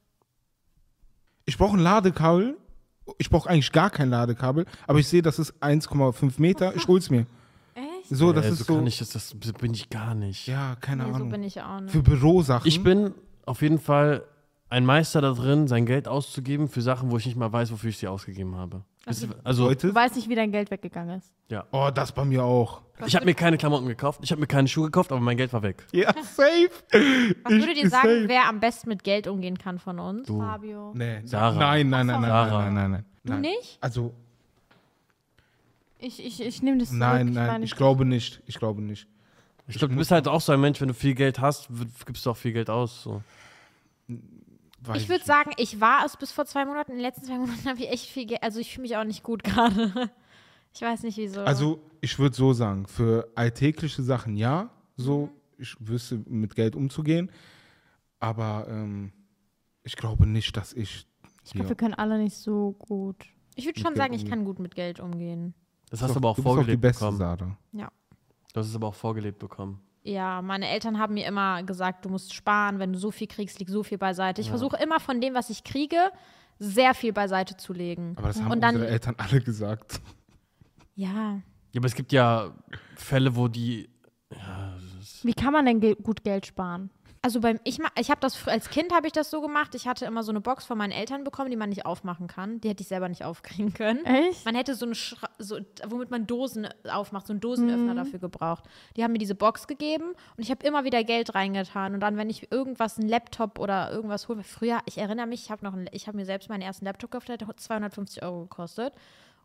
[SPEAKER 3] Ich brauche ein Ladekabel. Ich brauche eigentlich gar kein Ladekabel, aber ich sehe, das ist 1,5 Meter. Ich hol's mir.
[SPEAKER 2] Echt?
[SPEAKER 3] So, das
[SPEAKER 1] Äh,
[SPEAKER 3] ist
[SPEAKER 1] so
[SPEAKER 3] so.
[SPEAKER 1] kann ich, das, das bin ich gar nicht.
[SPEAKER 3] Ja, keine
[SPEAKER 2] Nee, so
[SPEAKER 3] Ahnung.
[SPEAKER 2] bin ich auch nicht.
[SPEAKER 3] Für Bürosachen.
[SPEAKER 1] Ich bin auf jeden Fall ein Meister da drin, sein Geld auszugeben für Sachen, wo ich nicht mal weiß, wofür ich sie ausgegeben habe. Wisst ihr, Also,
[SPEAKER 3] heute.
[SPEAKER 4] Du weißt nicht, wie dein Geld weggegangen ist.
[SPEAKER 3] Oh, das bei mir
[SPEAKER 2] (laughs)
[SPEAKER 3] auch.
[SPEAKER 1] ich habe mir keine Klamotten gekauft, ich habe mir keine Schuhe gekauft, aber mein Geld war weg.
[SPEAKER 3] Ja, safe.
[SPEAKER 2] Was
[SPEAKER 3] Ich-
[SPEAKER 2] würdet ihr sagen,
[SPEAKER 3] safe.
[SPEAKER 2] wer am besten mit Geld umgehen kann von uns?
[SPEAKER 1] Du.
[SPEAKER 4] Fabio.
[SPEAKER 3] Oh. Nee,
[SPEAKER 1] Sarah.
[SPEAKER 3] Nein, nein, nein, nein,
[SPEAKER 1] Sarah.
[SPEAKER 3] nein, nein, nein,
[SPEAKER 2] Du
[SPEAKER 3] nein.
[SPEAKER 2] nicht?
[SPEAKER 3] Also,
[SPEAKER 4] Ich, ich, ich nehme das zurück.
[SPEAKER 3] nein,
[SPEAKER 4] ich
[SPEAKER 3] nein,
[SPEAKER 4] meine,
[SPEAKER 3] ich glaube nicht. Ich glaube nicht.
[SPEAKER 1] Ich glaube, du bist halt auch so ein Mensch, wenn du viel Geld hast, w- gibst du auch viel Geld aus. So.
[SPEAKER 3] Weiß
[SPEAKER 2] Ich würde
[SPEAKER 3] nicht.
[SPEAKER 2] sagen, ich war es bis vor zwei Monaten. In den letzten zwei Monaten (laughs) habe ich echt viel Geld. Also ich fühle mich auch nicht gut (laughs) gerade. Ich weiß nicht wieso.
[SPEAKER 3] Also, ich würde so sagen, für alltägliche Sachen ja,
[SPEAKER 2] Mhm.
[SPEAKER 3] so, ich wüsste, mit Geld umzugehen. Aber ähm, ich glaube nicht, dass ich.
[SPEAKER 4] ich glaube,
[SPEAKER 3] Ja.
[SPEAKER 4] wir können alle nicht so gut.
[SPEAKER 2] ich würde
[SPEAKER 3] mit
[SPEAKER 2] schon
[SPEAKER 3] Geld
[SPEAKER 2] sagen, ich
[SPEAKER 3] umgehen.
[SPEAKER 2] kann gut mit Geld umgehen.
[SPEAKER 1] Das hast du aber auch
[SPEAKER 3] du bist doch die
[SPEAKER 1] vorgelebt
[SPEAKER 3] beste
[SPEAKER 1] bekommen.
[SPEAKER 3] Sarah.
[SPEAKER 1] Du hast es aber auch vorgelebt bekommen.
[SPEAKER 2] Ja, meine Eltern haben mir immer gesagt, du musst sparen, wenn du so viel kriegst, liegt so viel beiseite. Ich versuche immer von dem, was ich kriege, sehr viel beiseite zu legen.
[SPEAKER 3] Aber das haben
[SPEAKER 2] Und dann-
[SPEAKER 3] unsere Eltern (laughs) alle gesagt.
[SPEAKER 2] Ja,
[SPEAKER 1] Ja, aber es gibt ja Fälle, wo die. Ja, das ist-
[SPEAKER 4] Wie kann man denn ge gut Geld sparen?
[SPEAKER 2] Also beim ich ma- ich habe das fr- als Kind habe ich das so gemacht. Ich hatte immer so eine Box von meinen Eltern bekommen, die man nicht aufmachen kann. Die hätte ich selber nicht aufkriegen können.
[SPEAKER 4] Echt?
[SPEAKER 2] Man hätte so eine Schra so, womit man Dosen aufmacht, so einen Dosenöffner dafür gebraucht. Die haben mir diese Box gegeben und ich habe immer wieder Geld reingetan und dann wenn ich irgendwas einen Laptop oder irgendwas hole, früher, ich erinnere mich, ich habe noch einen, ich habe mir selbst meinen ersten Laptop gekauft, der hat 250 Euro gekostet.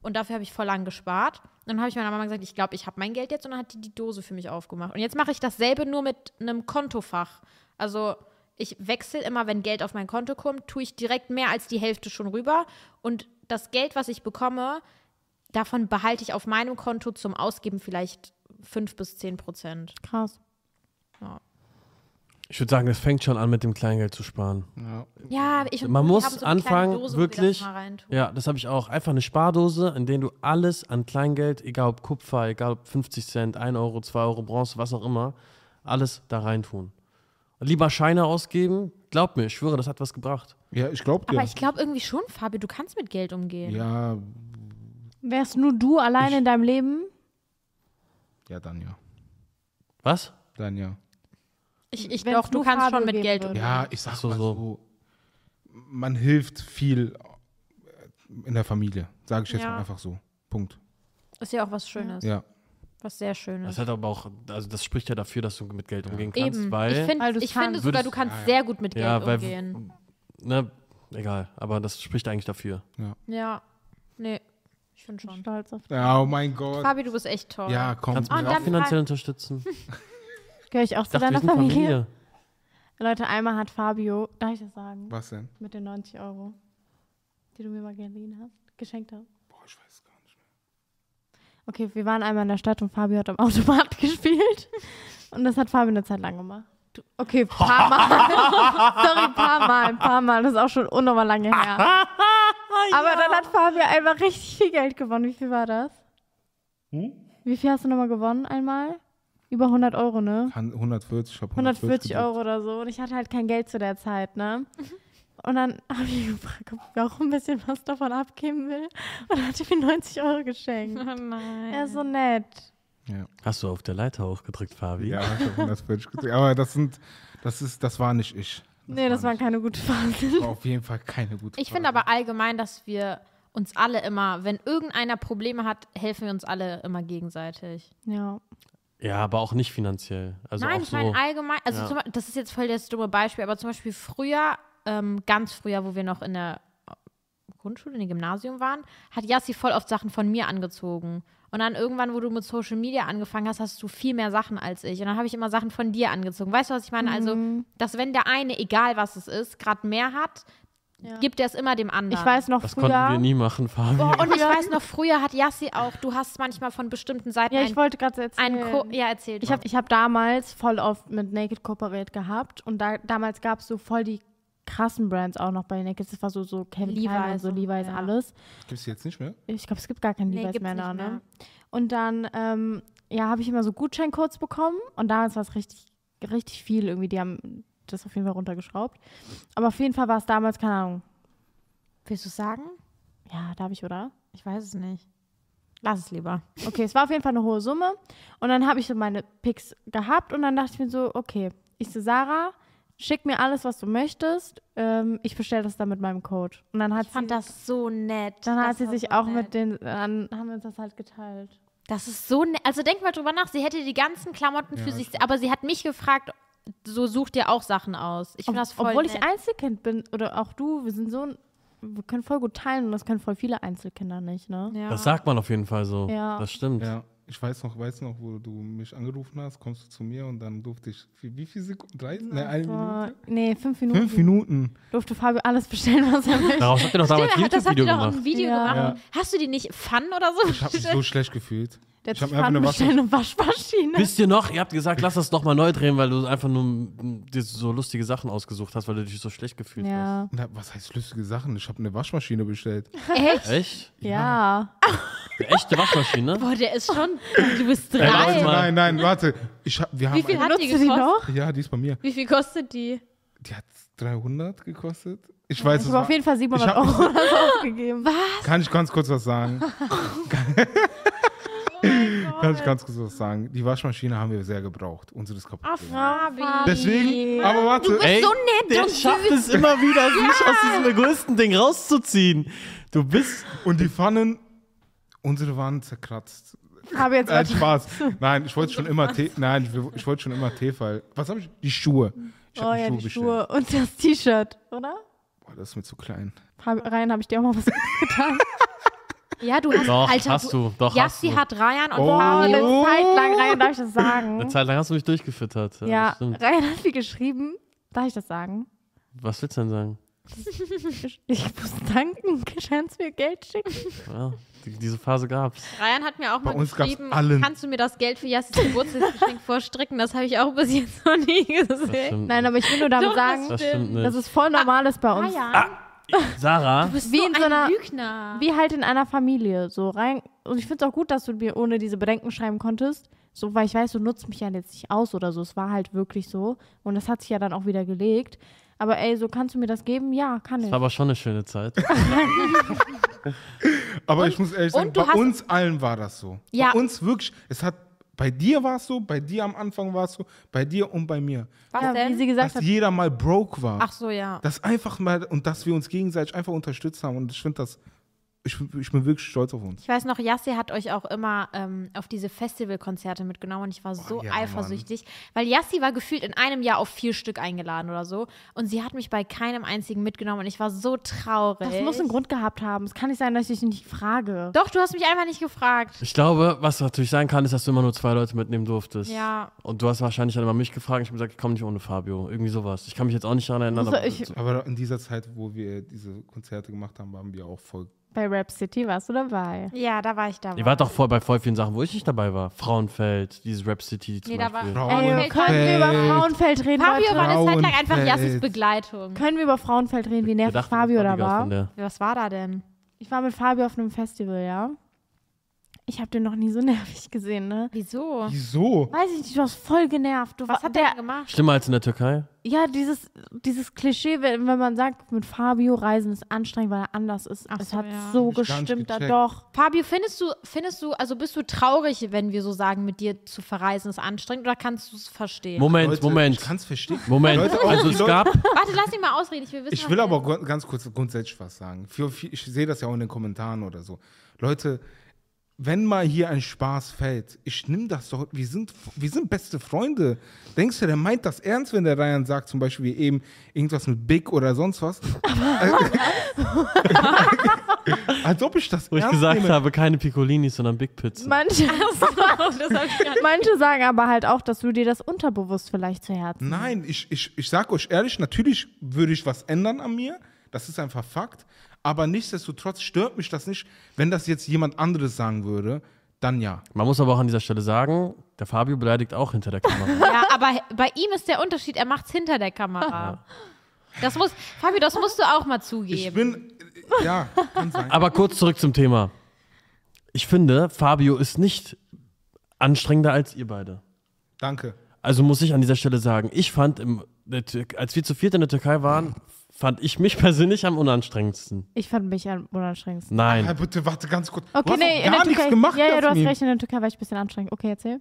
[SPEAKER 2] Und dafür habe ich voll lang gespart. Und dann habe ich meiner Mama gesagt, ich glaube, ich habe mein Geld jetzt. Und dann hat die die Dose für mich aufgemacht. Und jetzt mache ich dasselbe nur mit einem Kontofach. Also ich wechsle immer, wenn Geld auf mein Konto kommt, tue ich direkt mehr als die Hälfte schon rüber. Und das Geld, was ich bekomme, davon behalte ich auf meinem Konto zum Ausgeben vielleicht 5 bis 10 Prozent.
[SPEAKER 4] Krass.
[SPEAKER 1] Ich würde sagen, es fängt schon an, mit dem Kleingeld zu sparen.
[SPEAKER 3] Ja.
[SPEAKER 2] Ja, ich und
[SPEAKER 1] Man
[SPEAKER 2] Brudi
[SPEAKER 1] muss
[SPEAKER 2] haben so eine kleine
[SPEAKER 1] anfangen,
[SPEAKER 2] Dose, wo wir das
[SPEAKER 1] wirklich.
[SPEAKER 2] mal reintun.
[SPEAKER 1] Ja, das habe ich auch. Einfach eine Spardose, in der du alles an Kleingeld, egal ob Kupfer, egal ob 50 Cent, 1 Euro, 2 Euro, Bronze, was auch immer, alles da reintun. Lieber Scheine ausgeben. Glaub mir, ich schwöre, das hat was gebracht.
[SPEAKER 3] Ja, ich glaube dir.
[SPEAKER 2] Aber ich glaube irgendwie schon, Fabi, du kannst mit Geld umgehen.
[SPEAKER 3] ja,
[SPEAKER 4] Wärst nur du alleine in deinem Leben?
[SPEAKER 3] ja, dann ja.
[SPEAKER 1] Was?
[SPEAKER 3] Dann
[SPEAKER 2] Mhm.
[SPEAKER 3] ja.
[SPEAKER 2] Ich, ich
[SPEAKER 4] Wenn's
[SPEAKER 2] doch, du
[SPEAKER 4] nur
[SPEAKER 2] kannst
[SPEAKER 4] Fabio
[SPEAKER 2] schon mit
[SPEAKER 4] geben
[SPEAKER 2] Geld
[SPEAKER 4] würde.
[SPEAKER 2] umgehen.
[SPEAKER 3] Ja, ich sag
[SPEAKER 1] Ach so,
[SPEAKER 3] mal
[SPEAKER 1] so.
[SPEAKER 3] so. Man hilft viel äh, in der Familie, sage ich jetzt
[SPEAKER 2] Ja.
[SPEAKER 3] mal einfach so. Punkt.
[SPEAKER 2] Ist ja auch was Schönes.
[SPEAKER 3] Ja.
[SPEAKER 2] Was sehr Schönes.
[SPEAKER 1] Das hat aber auch, also das spricht ja dafür, dass du mit Geld umgehen kannst,
[SPEAKER 2] Eben.
[SPEAKER 1] weil.
[SPEAKER 2] ich, find,
[SPEAKER 4] Weil du's
[SPEAKER 2] ich finde
[SPEAKER 4] kannst.
[SPEAKER 2] sogar, du
[SPEAKER 1] Würdest-
[SPEAKER 2] kannst sehr gut mit
[SPEAKER 1] ja,
[SPEAKER 2] Geld
[SPEAKER 1] weil
[SPEAKER 2] umgehen.
[SPEAKER 1] ne, egal, aber das spricht eigentlich dafür.
[SPEAKER 2] Ja. Nee, ich finde
[SPEAKER 4] Ich bin
[SPEAKER 2] schon.
[SPEAKER 4] stolz auf dich.
[SPEAKER 3] Ja, oh mein Gott.
[SPEAKER 2] Fabi, du bist echt toll. (laughs)
[SPEAKER 3] Ja, komm.
[SPEAKER 1] Kannst du
[SPEAKER 2] Ah,
[SPEAKER 1] mich
[SPEAKER 2] und
[SPEAKER 1] auch
[SPEAKER 2] dann
[SPEAKER 1] finanziell
[SPEAKER 2] frag- (laughs)
[SPEAKER 1] unterstützen?
[SPEAKER 4] Gehöre ich auch
[SPEAKER 1] Ich
[SPEAKER 4] zu
[SPEAKER 1] dachte, wir
[SPEAKER 4] deiner
[SPEAKER 1] sind
[SPEAKER 4] Familie?
[SPEAKER 1] Familie.
[SPEAKER 4] Leute, einmal hat Fabio, darf ich das sagen?
[SPEAKER 3] Was denn?
[SPEAKER 4] Mit den 90 Euro, die du mir mal geliehen hast, geschenkt hast.
[SPEAKER 3] Boah, ich weiß gar nicht mehr.
[SPEAKER 4] Okay, wir waren einmal in der Stadt und Fabio hat am Automat (laughs) gespielt. Und das hat Fabio eine Zeit lang gemacht. Du- Okay, paar Mal. (laughs) Sorry, paar Mal, ein paar Mal. Das ist auch schon unnormal lange her. Aber dann hat Fabio einfach richtig viel Geld gewonnen. Wie viel war das? Wie viel hast du nochmal gewonnen einmal? Über 100 Euro, ne?
[SPEAKER 3] Han- 140, ich hab
[SPEAKER 4] 140
[SPEAKER 3] gedrückt.
[SPEAKER 4] Euro oder so. Und ich hatte halt kein Geld zu der Zeit, ne? Und dann habe ich gefragt, ob ich auch ein bisschen was davon abgeben will. Und dann hat er mir 90 Euro geschenkt.
[SPEAKER 2] Oh nein.
[SPEAKER 4] Er ist so nett.
[SPEAKER 3] Ja,
[SPEAKER 1] Hast du auf der Leiter hochgedrückt, Fabi?
[SPEAKER 3] ja ich hab 140 gedrückt. Aber das sind, das ist, das war nicht ich.
[SPEAKER 4] nee, das waren
[SPEAKER 3] nicht-
[SPEAKER 4] keine guten Phasen.
[SPEAKER 3] war auf jeden Fall keine gute
[SPEAKER 2] Ich finde
[SPEAKER 3] Frage.
[SPEAKER 2] aber allgemein, dass wir uns alle immer, wenn irgendeiner Probleme hat, helfen wir uns alle immer gegenseitig.
[SPEAKER 4] Ja.
[SPEAKER 1] Ja, aber auch nicht finanziell. Also
[SPEAKER 2] Nein,
[SPEAKER 1] auch
[SPEAKER 2] ich
[SPEAKER 1] so.
[SPEAKER 2] meine allgemein, also
[SPEAKER 1] Ja.
[SPEAKER 2] zum Beispiel, das ist jetzt voll das dumme Beispiel, aber zum Beispiel früher, ähm, ganz früher, wo wir noch in der Grundschule, in dem Gymnasium waren, hat Yassi voll oft Sachen von mir angezogen. Und dann irgendwann, wo du mit Social Media angefangen hast, hast du viel mehr Sachen als ich. Und dann habe ich immer Sachen von dir angezogen. Weißt du, was ich meine?
[SPEAKER 4] Mhm.
[SPEAKER 2] Also, dass wenn der eine, egal was es ist, gerade mehr hat,
[SPEAKER 4] Ja.
[SPEAKER 2] gibt er es immer dem anderen.
[SPEAKER 4] Ich weiß noch
[SPEAKER 1] das konnten wir
[SPEAKER 4] früher.
[SPEAKER 1] nie machen, Fabi.
[SPEAKER 2] Boah, und ich weiß noch, früher hat Yassi auch, du hast manchmal von bestimmten Seiten
[SPEAKER 4] Ja, ich wollte gerade
[SPEAKER 2] ein,
[SPEAKER 4] erzählen.
[SPEAKER 2] ein Co Ja, erzähl du.
[SPEAKER 4] Ich habe ich hab damals voll oft mit Naked kooperiert gehabt und da, damals gab es so voll die krassen Brands auch noch bei Naked. Das war so, so Kevin Klein und
[SPEAKER 2] Levi's
[SPEAKER 4] so
[SPEAKER 2] und-
[SPEAKER 4] Levi's
[SPEAKER 2] ja.
[SPEAKER 4] alles.
[SPEAKER 3] Gibt's die jetzt nicht mehr?
[SPEAKER 4] Ich glaube, es gibt gar keinen
[SPEAKER 2] Nee,
[SPEAKER 4] Levi's
[SPEAKER 2] gibt's
[SPEAKER 4] mehr, da,
[SPEAKER 2] nicht mehr.
[SPEAKER 4] ne? Und dann, ähm, ja, habe ich immer so Gutscheincodes bekommen und damals war es richtig, richtig viel irgendwie. Die haben das auf jeden Fall runtergeschraubt. Aber auf jeden Fall war es damals, keine Ahnung,
[SPEAKER 2] Willst du es sagen?
[SPEAKER 4] ja, darf ich, oder?
[SPEAKER 2] Ich weiß es nicht. Lass es lieber.
[SPEAKER 4] Okay, es war auf jeden Fall eine hohe Summe. Und dann habe ich so meine Picks gehabt und dann dachte ich mir so, okay, ich so, Sarah, schick mir alles, was du möchtest. Ähm, ich bestelle das dann mit meinem Code. Und dann hat
[SPEAKER 2] Ich fand
[SPEAKER 4] sie,
[SPEAKER 2] das so nett.
[SPEAKER 4] dann hat
[SPEAKER 2] Das
[SPEAKER 4] sie
[SPEAKER 2] war
[SPEAKER 4] sich
[SPEAKER 2] so
[SPEAKER 4] auch
[SPEAKER 2] nett.
[SPEAKER 4] mit den, dann haben wir uns das halt geteilt.
[SPEAKER 2] Das ist so nett. Also denk mal drüber nach. Sie hätte die ganzen Klamotten für
[SPEAKER 3] Ja,
[SPEAKER 2] sich, aber sie hat mich gefragt, so such dir auch Sachen aus. Ich finde das voll
[SPEAKER 4] Obwohl
[SPEAKER 2] nett.
[SPEAKER 4] ich Einzelkind bin oder auch du, wir sind so, ein- wir können voll gut teilen und das können voll viele Einzelkinder nicht, ne?
[SPEAKER 2] ja.
[SPEAKER 1] Das sagt man auf jeden Fall so.
[SPEAKER 4] Ja.
[SPEAKER 1] Das stimmt.
[SPEAKER 3] Ja. Ich weiß noch, weiß noch, wo du mich angerufen hast, kommst du zu mir und dann durfte ich, wie, wie viele Sekunden? Drei? Nein, eine Minute?
[SPEAKER 4] Vor- Nee, fünf Minuten.
[SPEAKER 3] Fünf Minuten.
[SPEAKER 4] Durfte Fabio alles bestellen, was er möchte.
[SPEAKER 1] Daraus habt ihr doch damals
[SPEAKER 2] Stimmt,
[SPEAKER 1] ein
[SPEAKER 2] er hat- das hat
[SPEAKER 1] YouTube-Video
[SPEAKER 2] ihr doch
[SPEAKER 1] gemacht.
[SPEAKER 2] ein Video
[SPEAKER 4] Ja.
[SPEAKER 2] gemacht. Hast du die nicht Fun oder so?
[SPEAKER 3] Ich habe
[SPEAKER 2] (laughs)
[SPEAKER 3] mich so schlecht gefühlt.
[SPEAKER 4] Der
[SPEAKER 3] Ich hab
[SPEAKER 4] hat
[SPEAKER 3] mir einfach eine Wasser-
[SPEAKER 4] (laughs) bestellt eine Waschmaschine.
[SPEAKER 1] Wisst ihr noch, ihr habt gesagt, lass das doch mal neu drehen, weil du einfach nur mm, dir so lustige Sachen ausgesucht hast, weil du dich so schlecht gefühlt
[SPEAKER 4] ja.
[SPEAKER 3] Na, was heißt lustige Sachen? Ich habe eine Waschmaschine bestellt.
[SPEAKER 1] hast. Echt?
[SPEAKER 4] Ja.
[SPEAKER 1] Eine echte Waschmaschine?
[SPEAKER 2] Boah, der ist
[SPEAKER 1] (laughs)
[SPEAKER 2] schon. Du bist
[SPEAKER 1] Ey, warte
[SPEAKER 2] drei.
[SPEAKER 1] mal.
[SPEAKER 3] nein, nein, warte. Ich hab, wir haben
[SPEAKER 2] Wie viel hat die
[SPEAKER 4] Benutzt du die
[SPEAKER 2] gekostet?
[SPEAKER 4] noch?
[SPEAKER 3] eine- ja, die ist bei mir.
[SPEAKER 2] Wie viel kostet die?
[SPEAKER 3] Die hat 300 gekostet. Ich
[SPEAKER 4] Ich
[SPEAKER 3] weiß, es
[SPEAKER 4] habe
[SPEAKER 3] war,
[SPEAKER 4] auf jeden Fall 700
[SPEAKER 3] Ich hab-
[SPEAKER 4] Euro oder so ausgegeben. Was?
[SPEAKER 3] kann ich ganz kurz was
[SPEAKER 2] (laughs)
[SPEAKER 3] sagen.
[SPEAKER 2] Oh
[SPEAKER 3] (laughs) kann ich ganz kurz was sagen. Die Waschmaschine haben wir sehr gebraucht. Unseres kaputt.
[SPEAKER 2] Ah, Fabi.
[SPEAKER 3] Deswegen, aber warte.
[SPEAKER 1] Ey,
[SPEAKER 2] so nett
[SPEAKER 1] der
[SPEAKER 2] und
[SPEAKER 1] schafft es immer wieder, sich aus diesem egoisten Ding rauszuziehen. Du bist.
[SPEAKER 3] Und die Pfannen, unsere waren zerkratzt.
[SPEAKER 4] Habe jetzt
[SPEAKER 2] (laughs)
[SPEAKER 3] Nein, Spaß. Nein, ich wollte schon immer Tee. Nein, ich- ich wollte schon immer Teefall. Was habe ich? Die Schuhe. Ich hab
[SPEAKER 4] oh ja, die Schuhe und das T-Shirt, oder?
[SPEAKER 3] Boah, das ist mir zu klein.
[SPEAKER 4] Hab, rein habe ich dir auch mal was getan.
[SPEAKER 2] Ja, du hast.
[SPEAKER 1] Doch,
[SPEAKER 2] Alter,
[SPEAKER 1] hast du, doch,
[SPEAKER 2] Jassi
[SPEAKER 1] hast du.
[SPEAKER 2] hat Ryan und
[SPEAKER 3] Oh.
[SPEAKER 4] Aber
[SPEAKER 2] Fabi.
[SPEAKER 4] eine Zeit lang rein, darf ich das
[SPEAKER 1] Eine
[SPEAKER 4] sagen?
[SPEAKER 1] Zeit lang hast du mich durchgefüttert. Ja,
[SPEAKER 4] Ja,
[SPEAKER 1] das stimmt.
[SPEAKER 4] Ryan hat viel geschrieben. Darf ich das sagen?
[SPEAKER 1] Was willst du denn sagen?
[SPEAKER 4] Ich muss danken, (laughs) kannst mir Geld schicken.
[SPEAKER 1] Ja, die, diese Phase gab's.
[SPEAKER 2] Ryan hat mir auch mal
[SPEAKER 3] Bei uns gab's
[SPEAKER 2] geschrieben,
[SPEAKER 3] allen.
[SPEAKER 2] kannst du mir das Geld für
[SPEAKER 3] (laughs)
[SPEAKER 2] Jassis Geburtstagsgeschenk vorstricken? Das habe ich auch bis jetzt noch nie
[SPEAKER 1] Das
[SPEAKER 2] gesehen.
[SPEAKER 1] stimmt.
[SPEAKER 4] Nein, Also-
[SPEAKER 1] nicht.
[SPEAKER 4] aber ich will nur damit
[SPEAKER 2] Doch,
[SPEAKER 4] sagen,
[SPEAKER 1] das stimmt nicht.
[SPEAKER 4] das ist voll normales bei uns.
[SPEAKER 2] Ryan,
[SPEAKER 3] Ah.
[SPEAKER 1] Sarah,
[SPEAKER 2] Ah, du bist
[SPEAKER 4] Wie
[SPEAKER 2] so
[SPEAKER 4] in so
[SPEAKER 2] ein
[SPEAKER 4] einer-
[SPEAKER 2] Lügner.
[SPEAKER 4] Wie halt in einer Familie. So rein. Und ich finde es auch gut, dass du mir ohne diese Bedenken schreiben konntest. So, weil ich weiß, du nutzt mich ja jetzt nicht aus oder so. Es war halt wirklich so. Und das hat sich ja dann auch wieder gelegt. Aber ey, so kannst du mir das geben? Ja, kann
[SPEAKER 1] das
[SPEAKER 4] ich.
[SPEAKER 1] war aber schon eine schöne Zeit.
[SPEAKER 3] Aber ich muss ehrlich sagen,
[SPEAKER 2] und du
[SPEAKER 3] bei
[SPEAKER 2] hast-
[SPEAKER 3] uns allen war das so.
[SPEAKER 2] Ja.
[SPEAKER 3] Bei uns wirklich. Es hat, bei dir war es so, bei dir am Anfang war es so, bei dir und bei mir.
[SPEAKER 2] Was
[SPEAKER 4] ja, wie sie gesagt
[SPEAKER 3] Dass
[SPEAKER 4] hat,
[SPEAKER 3] jeder mal broke war.
[SPEAKER 2] Ach so, ja.
[SPEAKER 3] Dass einfach mal und dass wir uns gegenseitig einfach unterstützt haben. Und ich finde das ich, ich bin wirklich stolz auf uns.
[SPEAKER 2] Ich weiß noch, Yassi hat euch auch immer ähm, auf diese Festivalkonzerte mitgenommen und ich war so
[SPEAKER 3] Oh, ja, Mann.
[SPEAKER 2] eifersüchtig, weil Yassi war gefühlt in einem Jahr auf vier Stück eingeladen oder so und sie hat mich bei keinem einzigen mitgenommen und ich war so traurig.
[SPEAKER 4] Das muss einen Grund gehabt haben. Es kann nicht sein, dass ich dich nicht frage.
[SPEAKER 2] Doch, du hast mich einfach nicht gefragt.
[SPEAKER 1] Ich glaube, was natürlich sein kann, ist, dass du immer nur zwei Leute mitnehmen durftest.
[SPEAKER 2] Ja.
[SPEAKER 1] Und du hast wahrscheinlich dann immer mich gefragt. Ich habe gesagt, ich komme nicht ohne Fabio. Irgendwie sowas. Ich kann mich jetzt auch nicht daran erinnern.
[SPEAKER 4] Also
[SPEAKER 1] aber-
[SPEAKER 4] ich-
[SPEAKER 3] Aber in dieser Zeit, wo wir diese Konzerte gemacht haben, waren wir auch voll.
[SPEAKER 4] Bei Rap City warst du dabei.
[SPEAKER 2] Ja, da war ich dabei.
[SPEAKER 1] Ihr wart doch voll bei voll vielen Sachen, wo ich nicht dabei war. Frauenfeld, dieses Rap City zum
[SPEAKER 2] Nee, da war-
[SPEAKER 1] Beispiel.
[SPEAKER 3] Frau-
[SPEAKER 4] Ey,
[SPEAKER 2] Frauenfeld.
[SPEAKER 4] können wir über Frauenfeld reden,
[SPEAKER 2] Fabio
[SPEAKER 4] Leute?
[SPEAKER 2] war eine Zeit lang einfach
[SPEAKER 3] Frauenfeld.
[SPEAKER 2] Yassis Begleitung.
[SPEAKER 4] Können wir über Frauenfeld reden, wie
[SPEAKER 1] Wir
[SPEAKER 4] nervig
[SPEAKER 1] dachten,
[SPEAKER 4] Fabio
[SPEAKER 1] das war
[SPEAKER 4] da
[SPEAKER 1] Digga
[SPEAKER 4] war?
[SPEAKER 1] von der-
[SPEAKER 2] Was war da denn?
[SPEAKER 4] Ich war mit Fabio auf einem Festival, ja. Ich habe den noch nie so (laughs) nervig gesehen, ne?
[SPEAKER 2] Wieso?
[SPEAKER 3] Wieso?
[SPEAKER 4] Weiß ich nicht, du warst voll genervt. Du
[SPEAKER 2] Was
[SPEAKER 4] war-
[SPEAKER 2] hat der denn gemacht?
[SPEAKER 1] Schlimmer als in der Türkei?
[SPEAKER 4] Ja, dieses, dieses Klischee, wenn, wenn man sagt, mit Fabio reisen ist anstrengend, weil er anders ist.
[SPEAKER 2] Ach
[SPEAKER 4] es
[SPEAKER 2] so,
[SPEAKER 4] hat
[SPEAKER 2] ja.
[SPEAKER 4] so
[SPEAKER 3] Hab ich gar nicht
[SPEAKER 4] gestimmt, da
[SPEAKER 3] gecheckt.
[SPEAKER 4] doch.
[SPEAKER 2] Fabio, findest du, findest du, also bist du traurig, wenn wir so sagen, mit dir zu verreisen ist anstrengend oder kannst du es verstehen?
[SPEAKER 1] Moment,
[SPEAKER 3] Leute,
[SPEAKER 1] Moment.
[SPEAKER 3] Ich kann es verstehen.
[SPEAKER 1] Moment,
[SPEAKER 3] Leute, auch
[SPEAKER 1] also
[SPEAKER 3] die
[SPEAKER 1] es
[SPEAKER 3] Leute-
[SPEAKER 1] gab.
[SPEAKER 2] Warte, lass ihn mal ausreden. Ich will wissen.
[SPEAKER 3] Ich
[SPEAKER 2] was
[SPEAKER 3] will
[SPEAKER 2] er-
[SPEAKER 3] aber gu- ganz kurz grundsätzlich was sagen. Für- für- Ich sehe das ja auch in den Kommentaren oder so. Leute, wenn mal hier ein Spaß fällt, ich nehme das doch, wir sind, wir sind beste Freunde. Denkst du, der meint das ernst, wenn der Ryan sagt, zum Beispiel wie eben irgendwas mit Big oder sonst was? Als ob ich das
[SPEAKER 1] Wo ich
[SPEAKER 3] ernst
[SPEAKER 1] gesagt
[SPEAKER 3] nehme.
[SPEAKER 1] habe, keine Piccolinis, sondern Big Pizza.
[SPEAKER 4] Manche,
[SPEAKER 2] Das hab ich grad-
[SPEAKER 4] (laughs) manche sagen aber halt auch, dass du dir das unterbewusst vielleicht zu Herzen.
[SPEAKER 3] Nein, ich, ich, ich sage euch ehrlich, natürlich würde ich was ändern an mir. Das ist einfach Fakt. Aber nichtsdestotrotz stört mich das nicht. Wenn das jetzt jemand anderes sagen würde, dann ja.
[SPEAKER 1] Man muss aber auch an dieser Stelle sagen, der Fabio beleidigt auch hinter der Kamera.
[SPEAKER 2] ja, aber bei ihm ist der Unterschied, er macht's hinter der Kamera. Das muss, Fabio, das musst du auch mal
[SPEAKER 3] Ich
[SPEAKER 2] zugeben.
[SPEAKER 3] bin, äh, ja, kann
[SPEAKER 4] (laughs)
[SPEAKER 3] sein.
[SPEAKER 1] aber kurz zurück zum Thema. Ich finde, Fabio ist nicht anstrengender als ihr beide.
[SPEAKER 3] Danke.
[SPEAKER 1] Also muss ich an dieser Stelle sagen, ich fand, im, der Tür- als wir zu viert in der Türkei waren, fand ich mich (laughs) persönlich am unanstrengendsten.
[SPEAKER 4] Ich fand mich am unanstrengendsten.
[SPEAKER 3] Hey,
[SPEAKER 1] Nein.
[SPEAKER 3] bitte, warte ganz kurz.
[SPEAKER 4] Okay,
[SPEAKER 3] Hm. du hast
[SPEAKER 4] nee,
[SPEAKER 3] doch
[SPEAKER 4] in
[SPEAKER 3] gar
[SPEAKER 4] der
[SPEAKER 3] nichts
[SPEAKER 4] Türkei.
[SPEAKER 3] gemacht.
[SPEAKER 4] ja, ja, du hast
[SPEAKER 3] Jasmin.
[SPEAKER 4] recht, in der Türkei war ich ein bisschen anstrengend. Okay, erzähl.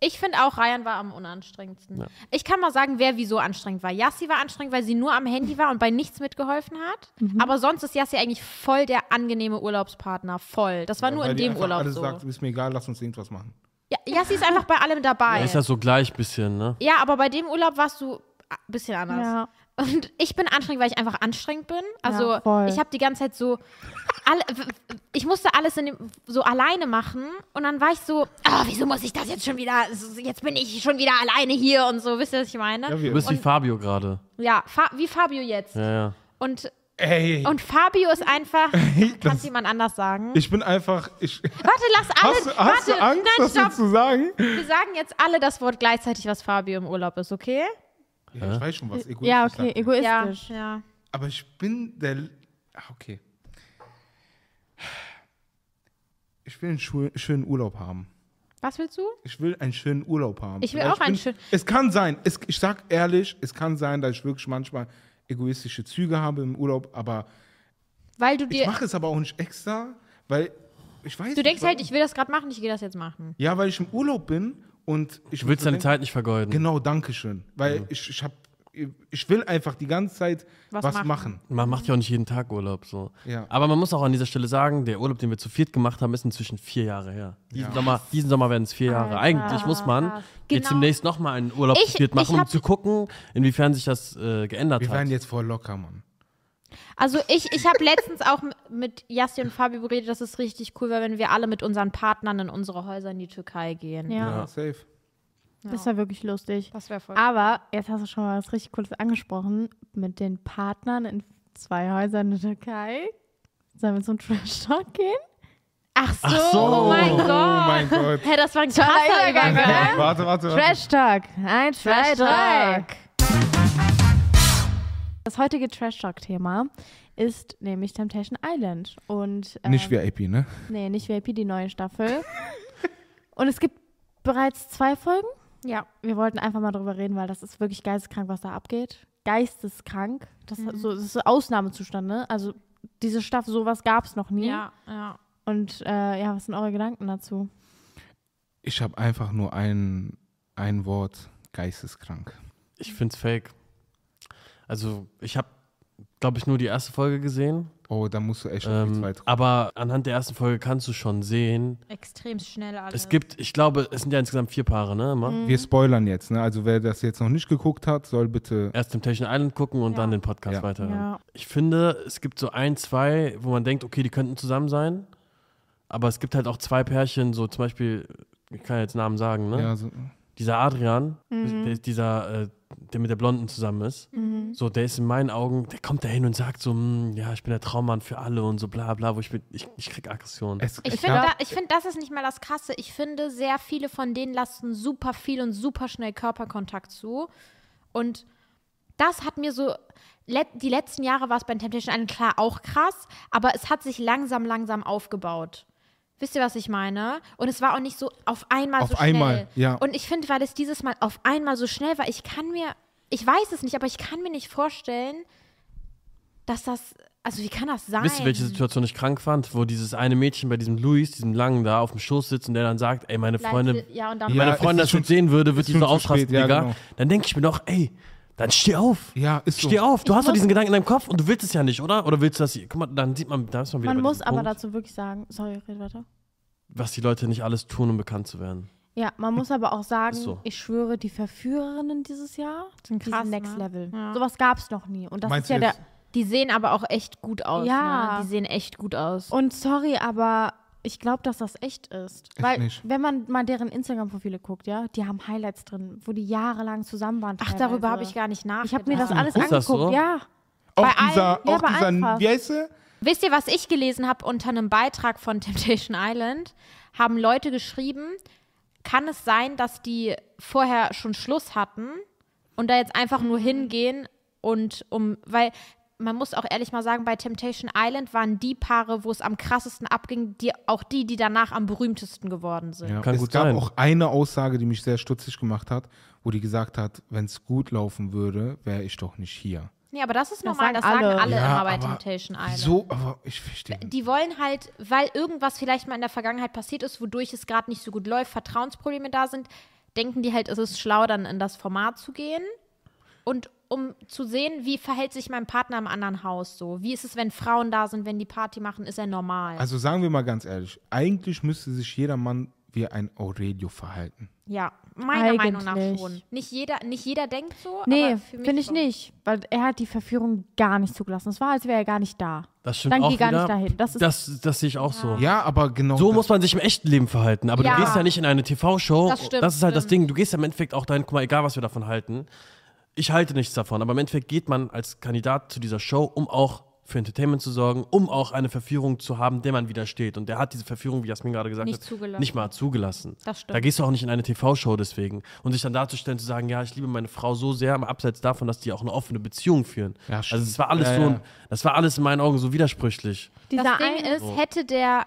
[SPEAKER 2] Ich finde auch, Ryan war am unanstrengendsten. Ich kann mal sagen, wer wieso anstrengend war. Yassi war anstrengend, weil sie nur am Handy war und bei nichts mitgeholfen hat. Aber sonst ist Yassi eigentlich voll der angenehme Urlaubspartner. Voll. Das war nur
[SPEAKER 3] Weil
[SPEAKER 2] in
[SPEAKER 3] die
[SPEAKER 2] dem
[SPEAKER 3] einfach
[SPEAKER 2] Urlaub
[SPEAKER 3] alle
[SPEAKER 2] so.
[SPEAKER 3] sagt, ist mir egal, lass uns irgendwas machen.
[SPEAKER 2] Ja, Yassi ist einfach bei allem dabei.
[SPEAKER 1] Er ist ja so gleich bisschen, ne?
[SPEAKER 2] Ja, aber bei dem Urlaub warst du ein bisschen anders.
[SPEAKER 4] Ja.
[SPEAKER 2] Und ich bin anstrengend, weil ich einfach anstrengend bin. Also
[SPEAKER 4] Ja, voll.
[SPEAKER 2] ich habe die ganze Zeit so, alle, w- w- ich musste alles in dem, so alleine machen und dann war ich so, ah, wieso muss ich das jetzt schon wieder, so- jetzt bin ich schon wieder alleine hier und so, wisst ihr, was ich meine?
[SPEAKER 3] Ja,
[SPEAKER 1] Du
[SPEAKER 3] wir.
[SPEAKER 1] bist wie Fabio gerade.
[SPEAKER 2] Ja, Fa wie Fabio jetzt.
[SPEAKER 1] Ja, ja.
[SPEAKER 2] Und,
[SPEAKER 3] Ey,
[SPEAKER 4] Oh,
[SPEAKER 2] und Fabio ist
[SPEAKER 3] (laughs)
[SPEAKER 2] einfach, kann
[SPEAKER 3] das-
[SPEAKER 2] es jemand anders sagen?
[SPEAKER 3] ich bin einfach, ich,
[SPEAKER 2] Warte, lass alle,
[SPEAKER 3] hast, du-
[SPEAKER 2] warte,
[SPEAKER 3] hast du Angst,
[SPEAKER 2] nein,
[SPEAKER 3] das mir
[SPEAKER 2] stopp,
[SPEAKER 3] zu sagen?
[SPEAKER 2] wir sagen jetzt alle das Wort gleichzeitig, was Fabio im Urlaub ist, okay?
[SPEAKER 3] Ja, ich weiß schon was, egoistisch.
[SPEAKER 4] Ja,
[SPEAKER 3] sagt
[SPEAKER 4] okay,
[SPEAKER 3] er.
[SPEAKER 4] egoistisch.
[SPEAKER 2] Ja, ja.
[SPEAKER 3] Aber ich bin der. L- Ah, okay. Ich will einen schu- schönen Urlaub haben.
[SPEAKER 2] Was willst du?
[SPEAKER 3] Ich will einen schönen Urlaub haben.
[SPEAKER 2] Ich will
[SPEAKER 3] Weil
[SPEAKER 2] auch einen
[SPEAKER 3] bin-
[SPEAKER 2] schönen-
[SPEAKER 3] Es kann sein, es, ich sag ehrlich, es kann sein, dass ich wirklich manchmal egoistische Züge habe im Urlaub, aber
[SPEAKER 2] Weil du
[SPEAKER 3] ich
[SPEAKER 2] dir,
[SPEAKER 3] mache es aber auch nicht extra, weil ich weiß
[SPEAKER 2] du
[SPEAKER 3] nicht,
[SPEAKER 2] denkst halt,
[SPEAKER 3] warum.
[SPEAKER 2] ich will das gerade machen, ich gehe das jetzt machen.
[SPEAKER 3] Ja, weil ich im Urlaub bin und ich
[SPEAKER 1] Du willst
[SPEAKER 3] mir so
[SPEAKER 1] deine
[SPEAKER 3] denken-
[SPEAKER 1] Zeit nicht vergeuden.
[SPEAKER 3] Genau, danke schön. Weil ich, ich hab, ich will einfach die ganze Zeit
[SPEAKER 2] Was
[SPEAKER 3] was,
[SPEAKER 2] machen.
[SPEAKER 3] machen.
[SPEAKER 1] Man macht ja auch
[SPEAKER 2] Mhm.
[SPEAKER 1] nicht jeden Tag Urlaub so.
[SPEAKER 3] Ja.
[SPEAKER 1] Aber man muss auch an dieser Stelle sagen, der Urlaub, den wir zu viert gemacht haben, ist inzwischen vier Jahre her. Diesen Sommer, diesen Sommer werden es vier Jahre.
[SPEAKER 4] Alter.
[SPEAKER 1] Eigentlich muss man
[SPEAKER 2] Genau.
[SPEAKER 1] jetzt demnächst nochmal einen Urlaub
[SPEAKER 2] Ich-
[SPEAKER 1] zu viert
[SPEAKER 2] ich
[SPEAKER 1] machen, um
[SPEAKER 2] hab-
[SPEAKER 1] zu gucken, inwiefern sich das äh, geändert
[SPEAKER 3] Wir
[SPEAKER 1] hat.
[SPEAKER 3] werden jetzt voll locker, Mann.
[SPEAKER 2] Also ich, ich habe letztens auch m- mit Jassi und Fabio geredet, dass es richtig cool wäre, wenn wir alle mit unseren Partnern in unsere Häuser in die Türkei gehen.
[SPEAKER 4] Ja.
[SPEAKER 1] Ja.
[SPEAKER 3] Safe.
[SPEAKER 4] Das war wirklich lustig.
[SPEAKER 2] Das wäre voll.
[SPEAKER 4] Aber jetzt hast du schon mal was richtig Cooles angesprochen mit den Partnern in zwei Häusern in der Türkei. Sollen wir zum Trash-Talk gehen?
[SPEAKER 2] Ach so,
[SPEAKER 1] Ach so.
[SPEAKER 2] oh mein
[SPEAKER 3] Oh
[SPEAKER 2] Gott.
[SPEAKER 3] mein Gott.
[SPEAKER 2] Hä, das war ein krasser Übergang. oder?
[SPEAKER 3] Warte, warte, warte.
[SPEAKER 4] Trash-Talk. Ein Trash-Talk.
[SPEAKER 2] Trash-Talk.
[SPEAKER 4] Das heutige Trash-Talk-Thema ist nämlich Temptation Island. Und, ähm,
[SPEAKER 3] Nicht VIP, ne?
[SPEAKER 4] Nee, nicht VIP, die neue Staffel. Und es gibt bereits zwei Folgen.
[SPEAKER 2] Ja.
[SPEAKER 4] Wir wollten einfach mal drüber reden, weil das ist wirklich geisteskrank, was da abgeht. Geisteskrank. Das, so, das ist ein Ausnahmezustand, ne? Also diese Staffel, sowas gab es noch nie.
[SPEAKER 2] Ja, ja.
[SPEAKER 4] Und äh, ja, was sind eure Gedanken dazu?
[SPEAKER 3] Ich habe einfach nur ein, ein Wort, geisteskrank.
[SPEAKER 1] Ich find's fake. Also ich habe, glaube ich, nur die erste Folge gesehen
[SPEAKER 3] Oh, da musst du echt noch nichts
[SPEAKER 1] Ähm,
[SPEAKER 3] weit
[SPEAKER 1] aber anhand der ersten Folge kannst du schon sehen,
[SPEAKER 2] Extrem schnell alle.
[SPEAKER 1] es gibt, ich glaube, es sind ja insgesamt vier Paare, ne?
[SPEAKER 2] Mhm.
[SPEAKER 1] Immer?
[SPEAKER 4] Mhm.
[SPEAKER 3] Wir spoilern jetzt, ne? Also wer das jetzt noch nicht geguckt hat, soll bitte.
[SPEAKER 1] Erst Temptation Island gucken und
[SPEAKER 4] Ja.
[SPEAKER 1] dann den Podcast
[SPEAKER 3] Ja.
[SPEAKER 1] weiterhören.
[SPEAKER 4] Ja.
[SPEAKER 1] Ich finde, es gibt so ein, zwei, wo man denkt, okay, die könnten zusammen sein. Aber es gibt halt auch zwei Pärchen, so zum Beispiel, ich kann jetzt Namen sagen, ne?
[SPEAKER 3] Ja, so,
[SPEAKER 1] Dieser Adrian,
[SPEAKER 4] Mhm.
[SPEAKER 1] der, dieser, äh, der mit der Blonden zusammen ist, so, der ist in meinen Augen, der kommt da hin und sagt so, "Mm, ja, ich bin der Traummann für alle und so bla bla, wo ich bin, ich, ich krieg Aggression.
[SPEAKER 3] es,
[SPEAKER 2] Ich
[SPEAKER 3] es
[SPEAKER 2] finde, da,
[SPEAKER 3] gab-
[SPEAKER 2] ich finde, das ist nicht mal das Krasse. Ich finde, sehr viele von denen lassen super viel und super schnell Körperkontakt zu. Und das hat mir so. Let, die letzten Jahre war es bei Temptation Island klar auch krass, aber es hat sich langsam, langsam aufgebaut. Wisst ihr, was ich meine? Und es war auch nicht so auf einmal
[SPEAKER 3] Auf
[SPEAKER 2] so schnell.
[SPEAKER 3] einmal, ja.
[SPEAKER 2] Und ich finde, weil es dieses Mal auf einmal so schnell war, ich kann mir, ich weiß es nicht, aber ich kann mir nicht vorstellen, dass das, also wie kann das sein?
[SPEAKER 1] Wisst ihr, welche Situation ich krank fand? Wo dieses eine Mädchen bei diesem Luis, diesem Langen da, auf dem Schoß sitzt und der dann sagt, ey, meine
[SPEAKER 2] Bleibt
[SPEAKER 1] Freundin,
[SPEAKER 2] sie- ja, und dann
[SPEAKER 3] Ja,
[SPEAKER 1] meine
[SPEAKER 3] es
[SPEAKER 1] Freundin
[SPEAKER 3] ist
[SPEAKER 1] das schon
[SPEAKER 3] schon-
[SPEAKER 1] sehen würde, wird
[SPEAKER 3] ist
[SPEAKER 1] die
[SPEAKER 3] schon
[SPEAKER 1] so
[SPEAKER 3] zu
[SPEAKER 1] ausrasten,
[SPEAKER 3] spät, ja,
[SPEAKER 1] Digga.
[SPEAKER 3] genau.
[SPEAKER 1] Dann denke ich mir doch, ey, dann steh auf.
[SPEAKER 3] ja, ist so.
[SPEAKER 1] Steh auf, du
[SPEAKER 4] Ich
[SPEAKER 1] hast doch
[SPEAKER 4] muss-
[SPEAKER 1] diesen Gedanken in deinem Kopf und du willst es ja nicht, oder? Oder willst du das? Guck mal, dann sieht man, da ist man wieder
[SPEAKER 4] Man
[SPEAKER 1] bei
[SPEAKER 4] muss
[SPEAKER 1] diesem
[SPEAKER 4] aber
[SPEAKER 1] Punkt,
[SPEAKER 4] dazu wirklich sagen, sorry, red weiter.
[SPEAKER 1] was die Leute nicht alles tun, um bekannt zu werden.
[SPEAKER 4] Ja, man muss aber auch sagen,
[SPEAKER 1] (laughs) Ist so.
[SPEAKER 4] ich schwöre, die Verführerinnen dieses Jahr sind
[SPEAKER 2] krass, ne?
[SPEAKER 4] Next Level.
[SPEAKER 2] Ja.
[SPEAKER 4] Sowas gab es noch nie. Und das
[SPEAKER 3] Meinst
[SPEAKER 4] ist ja
[SPEAKER 3] du
[SPEAKER 4] der.
[SPEAKER 3] jetzt?
[SPEAKER 2] Die sehen aber auch echt gut aus.
[SPEAKER 4] Ja.
[SPEAKER 2] Ne? Die sehen echt gut aus.
[SPEAKER 4] Und sorry, aber ich glaube, dass das echt ist.
[SPEAKER 3] Echt
[SPEAKER 4] Weil,
[SPEAKER 3] nicht.
[SPEAKER 4] wenn man mal deren Instagram-Profile guckt, ja, die haben Highlights drin, wo die jahrelang zusammen waren.
[SPEAKER 2] Ach, darüber habe Also
[SPEAKER 4] teilweise.
[SPEAKER 2] ich gar nicht nachgedacht.
[SPEAKER 4] Ich habe mir das alles
[SPEAKER 1] Ist das
[SPEAKER 4] angeguckt,
[SPEAKER 1] so?
[SPEAKER 4] ja.
[SPEAKER 3] Auch
[SPEAKER 4] bei
[SPEAKER 3] dieser,
[SPEAKER 4] allen- ja,
[SPEAKER 3] auch
[SPEAKER 4] bei
[SPEAKER 3] dieser,
[SPEAKER 4] allen fast.
[SPEAKER 3] wie heißt er?
[SPEAKER 2] Wisst ihr, was ich gelesen habe unter einem Beitrag von (laughs) Temptation Island? Haben Leute geschrieben, kann es sein, dass die vorher schon Schluss hatten und da jetzt einfach nur hingehen und um, weil man muss auch ehrlich mal sagen, bei Temptation Island waren die Paare, wo es am krassesten abging, die, auch die, die danach am berühmtesten geworden sind.
[SPEAKER 1] Kann
[SPEAKER 3] es
[SPEAKER 1] gut
[SPEAKER 3] gab
[SPEAKER 1] sein.
[SPEAKER 3] auch eine Aussage, die mich sehr stutzig gemacht hat, wo die gesagt hat, wenn es gut laufen würde, wäre ich doch nicht hier.
[SPEAKER 2] Nee, aber das
[SPEAKER 4] Das
[SPEAKER 2] ist normal,
[SPEAKER 4] sagen
[SPEAKER 2] das sagen
[SPEAKER 4] alle.
[SPEAKER 2] alle,
[SPEAKER 3] Ja,
[SPEAKER 2] immer bei
[SPEAKER 3] aber
[SPEAKER 2] Temptation Island.
[SPEAKER 3] Wieso? Aber ich verstehe.
[SPEAKER 2] die wollen halt, weil irgendwas vielleicht mal in der Vergangenheit passiert ist, wodurch es gerade nicht so gut läuft, Vertrauensprobleme da sind, denken die halt, es ist schlau, dann in das Format zu gehen. Und um zu sehen, wie verhält sich mein Partner im anderen Haus so? Wie ist es, wenn Frauen da sind, wenn die Party machen, ist er normal?
[SPEAKER 3] Also sagen wir mal ganz ehrlich, eigentlich müsste sich jeder Mann wie ein Aurelio verhalten.
[SPEAKER 2] ja, meiner Meinung nach
[SPEAKER 4] Eigentlich.
[SPEAKER 2] schon. Nicht jeder, nicht jeder denkt so.
[SPEAKER 4] Nee,
[SPEAKER 2] aber für mich
[SPEAKER 4] finde ich
[SPEAKER 2] schon.
[SPEAKER 4] nicht. Weil er hat die Verführung gar nicht zugelassen. Es war, als wäre er gar nicht da.
[SPEAKER 1] Das stimmt
[SPEAKER 4] Dann
[SPEAKER 1] auch
[SPEAKER 4] geh gar
[SPEAKER 1] wieder.
[SPEAKER 4] nicht dahin. Das ist- Ah.
[SPEAKER 1] das, das sehe ich auch so.
[SPEAKER 3] Ja, aber genau.
[SPEAKER 1] So
[SPEAKER 3] das-
[SPEAKER 1] muss man sich im echten Leben verhalten. Aber
[SPEAKER 2] Ja.
[SPEAKER 1] du gehst ja nicht in eine TV-Show.
[SPEAKER 2] Das stimmt,
[SPEAKER 1] ist halt das
[SPEAKER 2] stimmt.
[SPEAKER 1] Ding. Du gehst ja im Endeffekt auch dahin, guck mal, egal was wir davon halten. Ich halte nichts davon. Aber im Endeffekt geht man als Kandidat zu dieser Show, um auch für Entertainment zu sorgen, um auch eine Verführung zu haben, der man widersteht. Und der hat diese Verführung, wie Jasmin gerade gesagt hat,
[SPEAKER 2] Nicht zugelassen.
[SPEAKER 1] nicht mal zugelassen.
[SPEAKER 2] Das stimmt.
[SPEAKER 1] Da gehst du auch nicht in eine TV-Show deswegen. Und sich dann darzustellen, zu sagen, ja, ich liebe meine Frau so sehr, aber abseits davon, dass die auch eine offene Beziehung führen.
[SPEAKER 3] Ja,
[SPEAKER 1] also
[SPEAKER 3] stimmt.
[SPEAKER 1] es war alles
[SPEAKER 3] Ja,
[SPEAKER 1] so, ein,
[SPEAKER 3] ja.
[SPEAKER 1] das war alles in meinen Augen so widersprüchlich.
[SPEAKER 4] Dieser
[SPEAKER 2] Das Ding
[SPEAKER 4] eine-
[SPEAKER 2] ist, hätte der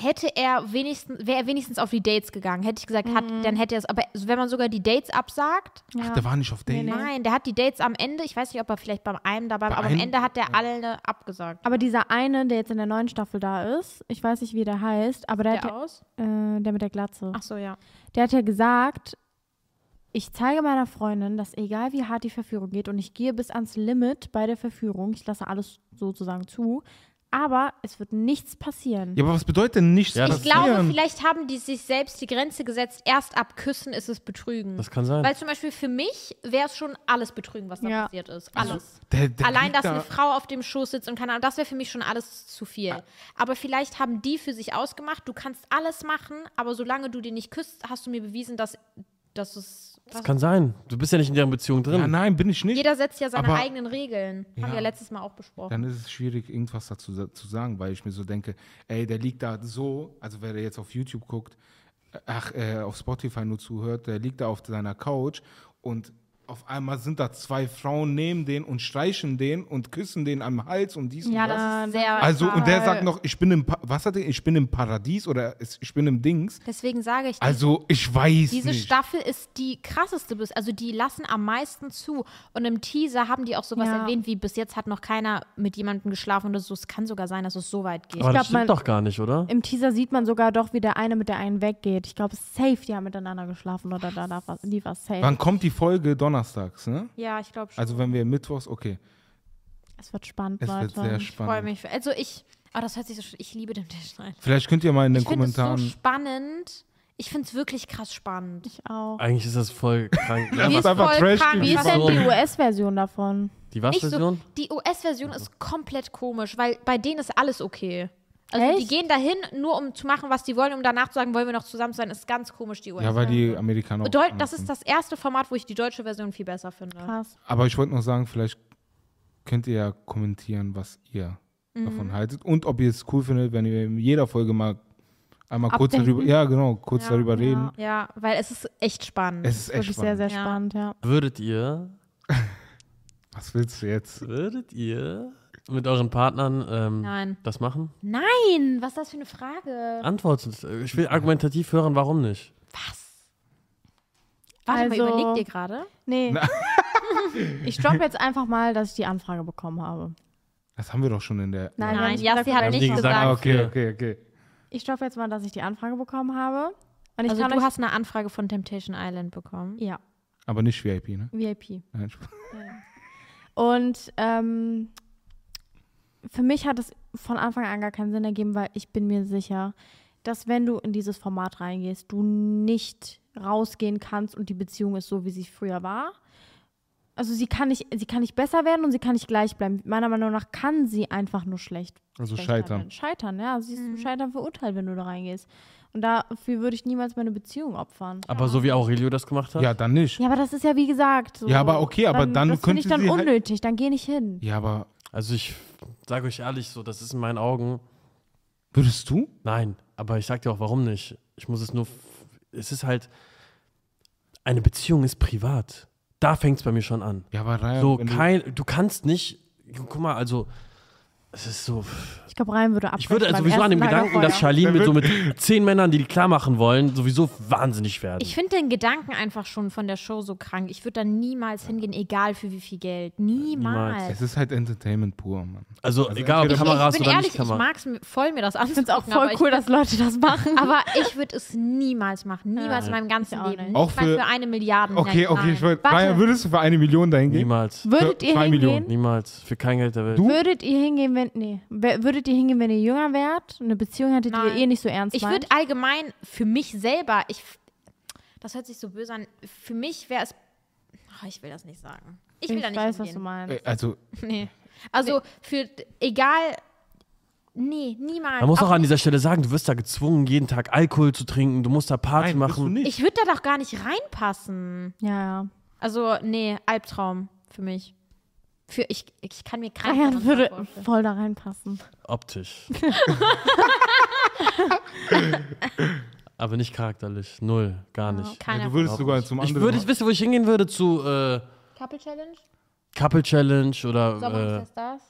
[SPEAKER 2] hätte er wenigstens wäre er wenigstens auf die Dates gegangen, hätte ich gesagt, hat,
[SPEAKER 4] Mhm.
[SPEAKER 2] dann hätte er es. Aber wenn man sogar die Dates absagt,
[SPEAKER 3] Ach, der war nicht auf Date.
[SPEAKER 4] Nee.
[SPEAKER 2] nein, der hat die Dates am Ende. Ich weiß nicht, ob er vielleicht beim einen dabei,
[SPEAKER 3] Bei
[SPEAKER 2] war, aber am
[SPEAKER 3] einem-
[SPEAKER 2] Ende hat der alle abgesagt.
[SPEAKER 4] Aber dieser eine, der jetzt in der neuen Staffel da ist, ich weiß nicht, wie der heißt, aber der, hat ja,
[SPEAKER 2] aus?
[SPEAKER 4] äh, der mit der Glatze.
[SPEAKER 2] Ach so ja.
[SPEAKER 4] Der hat ja gesagt, ich zeige meiner Freundin, dass egal wie hart die Verführung geht und ich gehe bis ans Limit bei der Verführung, ich lasse alles sozusagen zu, aber es wird nichts passieren.
[SPEAKER 3] Ja, aber was bedeutet denn nichts
[SPEAKER 1] Ja,
[SPEAKER 2] Ich
[SPEAKER 1] das-
[SPEAKER 3] passieren?
[SPEAKER 2] glaube, vielleicht haben die sich selbst die Grenze gesetzt. Erst ab Küssen ist es Betrügen.
[SPEAKER 1] Das kann sein.
[SPEAKER 2] Weil zum Beispiel für mich wäre es schon alles Betrügen, was da
[SPEAKER 4] Ja.
[SPEAKER 2] passiert ist. Alles.
[SPEAKER 3] Der- der
[SPEAKER 2] Allein,
[SPEAKER 3] liegt
[SPEAKER 2] dass
[SPEAKER 3] da-
[SPEAKER 2] eine Frau auf dem Schoß sitzt und keine Ahnung, das wäre für mich schon alles zu viel. Aber vielleicht haben die für sich ausgemacht, du kannst alles machen, aber solange du den nicht küsst, hast du mir bewiesen, dass, dass es.
[SPEAKER 1] Das
[SPEAKER 2] dass-
[SPEAKER 1] kann sein. Du bist ja nicht in deren Beziehung drin.
[SPEAKER 3] Ja, nein, bin ich nicht.
[SPEAKER 2] Jeder setzt ja seine
[SPEAKER 3] Aber-
[SPEAKER 2] eigenen Regeln. Haben
[SPEAKER 3] Ja.
[SPEAKER 2] wir letztes Mal auch besprochen.
[SPEAKER 3] Dann ist es schwierig, irgendwas dazu sa- zu sagen, weil ich mir so denke, ey, der liegt da so, also wer der jetzt auf YouTube guckt, äh, ach, äh, auf Spotify nur zuhört, der liegt da auf seiner Couch und auf einmal sind da zwei Frauen neben den und streichen den und küssen den am Hals und dies und
[SPEAKER 4] Ja, ne.
[SPEAKER 3] das.
[SPEAKER 4] das
[SPEAKER 2] das
[SPEAKER 4] ist
[SPEAKER 2] ist
[SPEAKER 4] sehr
[SPEAKER 2] sehr-
[SPEAKER 3] Also, und der
[SPEAKER 4] Weil-
[SPEAKER 3] sagt noch, ich bin im, pa was hat er, ich bin im Paradies oder es- ich bin im Dings.
[SPEAKER 2] Deswegen sage ich,
[SPEAKER 3] Also, ich weiß
[SPEAKER 2] diese
[SPEAKER 3] nicht.
[SPEAKER 2] Staffel ist die krasseste bis. Also die lassen am meisten zu. Und im Teaser haben die auch sowas
[SPEAKER 4] Ja.
[SPEAKER 2] erwähnt, wie bis jetzt hat noch keiner mit jemandem geschlafen oder so. Es kann sogar sein, dass es so weit geht.
[SPEAKER 1] Aber
[SPEAKER 4] glaub,
[SPEAKER 1] das stimmt
[SPEAKER 4] man-
[SPEAKER 1] doch gar nicht, oder?
[SPEAKER 4] Im Teaser sieht man sogar doch, wie der eine mit der einen weggeht. Ich glaube, safe, die haben miteinander geschlafen oder da, da war, die war safe.
[SPEAKER 3] Wann kommt die Folge? Donnerstags, ne?
[SPEAKER 2] Ja, ich glaube schon.
[SPEAKER 3] Also, wenn wir mittwochs, okay.
[SPEAKER 4] Es wird spannend,
[SPEAKER 3] Es
[SPEAKER 4] Leute.
[SPEAKER 3] wird sehr
[SPEAKER 2] Ich freue
[SPEAKER 3] spannend.
[SPEAKER 2] mich. für- Also ich, oh, das hört sich so, sch- ich liebe den Tischlein.
[SPEAKER 3] Vielleicht könnt ihr mal in den
[SPEAKER 2] Ich finde es so
[SPEAKER 3] Kommentaren.
[SPEAKER 2] spannend. Ich finde es wirklich krass spannend.
[SPEAKER 4] ich
[SPEAKER 3] Also
[SPEAKER 4] auch.
[SPEAKER 1] Eigentlich ist das voll krank.
[SPEAKER 3] Ja,
[SPEAKER 2] Die
[SPEAKER 1] was,
[SPEAKER 3] was-
[SPEAKER 2] ist
[SPEAKER 3] einfach
[SPEAKER 2] voll
[SPEAKER 3] Trash
[SPEAKER 2] krank.
[SPEAKER 4] Wie ist denn
[SPEAKER 1] Warum?
[SPEAKER 4] die US-Version davon?
[SPEAKER 1] die
[SPEAKER 2] Nicht so,
[SPEAKER 1] Was-Version?
[SPEAKER 2] die US-Version ist komplett komisch, weil bei denen ist alles okay. Also die
[SPEAKER 4] Echt?
[SPEAKER 2] gehen dahin, nur um zu machen, was die wollen, um danach zu sagen, wollen wir noch zusammen sein. Ist ganz komisch, die
[SPEAKER 3] Ja, weil
[SPEAKER 2] US-Version.
[SPEAKER 3] die Amerikaner. auch
[SPEAKER 2] Deu-
[SPEAKER 3] anders
[SPEAKER 2] das ist
[SPEAKER 3] sind.
[SPEAKER 2] das erste Format, wo ich die deutsche Version viel besser finde.
[SPEAKER 4] Krass.
[SPEAKER 3] Aber ich wollte noch sagen, vielleicht könnt ihr ja kommentieren, was ihr
[SPEAKER 2] Mhm.
[SPEAKER 3] davon haltet. Und ob ihr es cool findet, wenn ihr in jeder Folge mal einmal kurz
[SPEAKER 4] Updaten.
[SPEAKER 3] darüber. Ja, genau, kurz
[SPEAKER 2] Ja,
[SPEAKER 3] darüber
[SPEAKER 4] ja.
[SPEAKER 3] reden.
[SPEAKER 2] Ja, weil es ist echt spannend.
[SPEAKER 3] Es ist echt
[SPEAKER 4] Wirklich
[SPEAKER 3] spannend.
[SPEAKER 4] sehr, sehr
[SPEAKER 2] Ja.
[SPEAKER 4] spannend, ja.
[SPEAKER 1] Würdet ihr
[SPEAKER 3] was willst du jetzt?
[SPEAKER 1] Würdet ihr mit euren Partnern ähm,
[SPEAKER 2] Nein.
[SPEAKER 1] das machen?
[SPEAKER 2] Nein, was ist das für eine Frage?
[SPEAKER 1] Antwortet. Ich will argumentativ hören, warum nicht.
[SPEAKER 2] Warte
[SPEAKER 4] Also-
[SPEAKER 2] mal, überleg dir gerade.
[SPEAKER 4] Nee. (laughs) ich droppe jetzt einfach mal, dass ich die Anfrage bekommen habe.
[SPEAKER 3] Das haben wir doch schon in der.
[SPEAKER 4] Nein, wir haben
[SPEAKER 2] Nein,
[SPEAKER 4] nicht gesagt,
[SPEAKER 2] Jassi hat
[SPEAKER 1] wir haben
[SPEAKER 2] nichts
[SPEAKER 1] nie
[SPEAKER 2] gesagt.
[SPEAKER 1] gesagt,
[SPEAKER 3] Ah, okay,
[SPEAKER 1] Ja.
[SPEAKER 3] okay, okay.
[SPEAKER 4] Ich droppe jetzt mal, dass ich die Anfrage bekommen habe. Und ich
[SPEAKER 2] Also
[SPEAKER 4] kann
[SPEAKER 2] du
[SPEAKER 4] euch,
[SPEAKER 2] hast eine Anfrage von Temptation Island bekommen.
[SPEAKER 4] Ja,
[SPEAKER 3] Aber nicht VIP, ne?
[SPEAKER 4] VIP.
[SPEAKER 3] Nein, Spaß.
[SPEAKER 4] Und ähm, für mich hat es von Anfang an gar keinen Sinn ergeben, weil ich bin mir sicher, dass wenn du in dieses Format reingehst, du nicht rausgehen kannst und die Beziehung ist so, wie sie früher war. Also sie kann nicht, sie kann nicht besser werden und sie kann nicht gleich bleiben. Meiner Meinung nach kann sie einfach nur schlecht.
[SPEAKER 3] Also
[SPEAKER 4] schlechter
[SPEAKER 3] scheitern.
[SPEAKER 4] werden. Scheitern, ja. Sie ist zum Scheitern verurteilt, wenn du da reingehst. Und dafür würde ich niemals meine Beziehung opfern.
[SPEAKER 1] Aber so wie Aurelio das gemacht hat?
[SPEAKER 3] Ja, dann nicht.
[SPEAKER 4] Ja, aber das ist ja wie gesagt. So,
[SPEAKER 3] Ja, aber okay, aber dann
[SPEAKER 4] das finde ich
[SPEAKER 3] könnte
[SPEAKER 4] dann
[SPEAKER 3] sie halt-
[SPEAKER 4] unnötig. Dann geh nicht hin.
[SPEAKER 3] Ja, aber
[SPEAKER 1] Also ich sage euch ehrlich, so, das ist in meinen Augen.
[SPEAKER 3] würdest du?
[SPEAKER 1] Nein, aber ich sag dir auch, warum nicht. Ich muss es nur. f- Es ist halt. Eine Beziehung ist privat. Da fängt es bei mir schon an.
[SPEAKER 3] Ja, aber Ryan,
[SPEAKER 1] so,
[SPEAKER 3] wenn du-
[SPEAKER 1] kein, du kannst nicht. Guck mal, also. Es ist so.
[SPEAKER 4] Ich glaube, Ryan würde abbrechen.
[SPEAKER 1] Ich würde also
[SPEAKER 4] beim
[SPEAKER 1] sowieso an dem
[SPEAKER 4] ersten
[SPEAKER 1] Gedanken, dass
[SPEAKER 4] Lagerfeuer.
[SPEAKER 1] Charlene mit so mit zehn Männern, die die klar machen wollen, sowieso wahnsinnig werden.
[SPEAKER 2] Ich finde den Gedanken einfach schon von der Show so krank. Ich würde da niemals hingehen, egal für wie viel Geld. Niemals.
[SPEAKER 3] Es ist halt Entertainment pur, Mann.
[SPEAKER 1] Also,
[SPEAKER 3] Also
[SPEAKER 1] egal ob
[SPEAKER 3] entweder-
[SPEAKER 1] Kameras
[SPEAKER 2] ich bin
[SPEAKER 1] oder
[SPEAKER 2] ehrlich,
[SPEAKER 1] nicht
[SPEAKER 2] ich
[SPEAKER 1] Kamera.
[SPEAKER 2] mag es voll, mir das
[SPEAKER 4] Ich finde es auch
[SPEAKER 2] anzugucken.
[SPEAKER 4] voll
[SPEAKER 2] aber
[SPEAKER 4] cool, dass Leute das machen.
[SPEAKER 2] (laughs) Ich, aber ich würde es niemals machen. Niemals in meinem ganzen
[SPEAKER 4] Ich auch
[SPEAKER 2] Leben.
[SPEAKER 4] nicht.
[SPEAKER 2] Nicht
[SPEAKER 3] Auch
[SPEAKER 2] mal
[SPEAKER 3] für-
[SPEAKER 2] für eine Milliarde.
[SPEAKER 3] Okay,
[SPEAKER 2] nein,
[SPEAKER 3] okay, ich
[SPEAKER 2] nein.
[SPEAKER 3] wollte.
[SPEAKER 4] Warte.
[SPEAKER 3] Ryan, würdest du für eine Million dahin gehen?
[SPEAKER 1] Niemals.
[SPEAKER 4] Würdet ihr
[SPEAKER 3] Zwei
[SPEAKER 4] hingehen?
[SPEAKER 3] Millionen.
[SPEAKER 1] Niemals. Für kein Geld der Welt.
[SPEAKER 3] Du?
[SPEAKER 4] Würdet ihr hingehen, wenn. Nee. Wer- Würdet ihr hingehen, wenn ihr jünger wärt? Eine Beziehung hättet ihr
[SPEAKER 2] Nein.
[SPEAKER 4] eh nicht so ernst
[SPEAKER 2] Ich
[SPEAKER 4] meint?
[SPEAKER 2] würde allgemein für mich selber, ich, das hört sich so böse an, für mich wäre es, ach, ich will das nicht sagen. Ich will
[SPEAKER 4] ich
[SPEAKER 2] da nicht
[SPEAKER 4] weiß, was du
[SPEAKER 2] hingehen.
[SPEAKER 4] meinst.
[SPEAKER 3] Äh, Also,
[SPEAKER 2] Nee. Also für, egal, nee, niemals.
[SPEAKER 1] Man muss auch
[SPEAKER 2] Auch-
[SPEAKER 1] an dieser Stelle sagen, du wirst da gezwungen, jeden Tag Alkohol zu trinken, du musst da Party
[SPEAKER 3] nein, bist du
[SPEAKER 1] machen.
[SPEAKER 3] nicht.
[SPEAKER 2] ich würde da doch gar nicht reinpassen.
[SPEAKER 4] Ja, ja.
[SPEAKER 2] Also, nee, Albtraum für mich. Für, ich, ich kann mir keinen
[SPEAKER 4] Ryan
[SPEAKER 2] anderen
[SPEAKER 4] würde
[SPEAKER 2] vorstellen.
[SPEAKER 4] voll da reinpassen.
[SPEAKER 1] Optisch. (laughs) Aber nicht charakterlich. Null. Gar nicht.
[SPEAKER 3] Ja,
[SPEAKER 2] Keiner.
[SPEAKER 3] du Also würdest sogar zum
[SPEAKER 1] Ich
[SPEAKER 3] anderen.
[SPEAKER 1] würde, ich wüsste, wo ich hingehen würde, zu äh,
[SPEAKER 2] Couple Challenge?
[SPEAKER 1] Couple Challenge oder äh,
[SPEAKER 2] Sommerhaus das?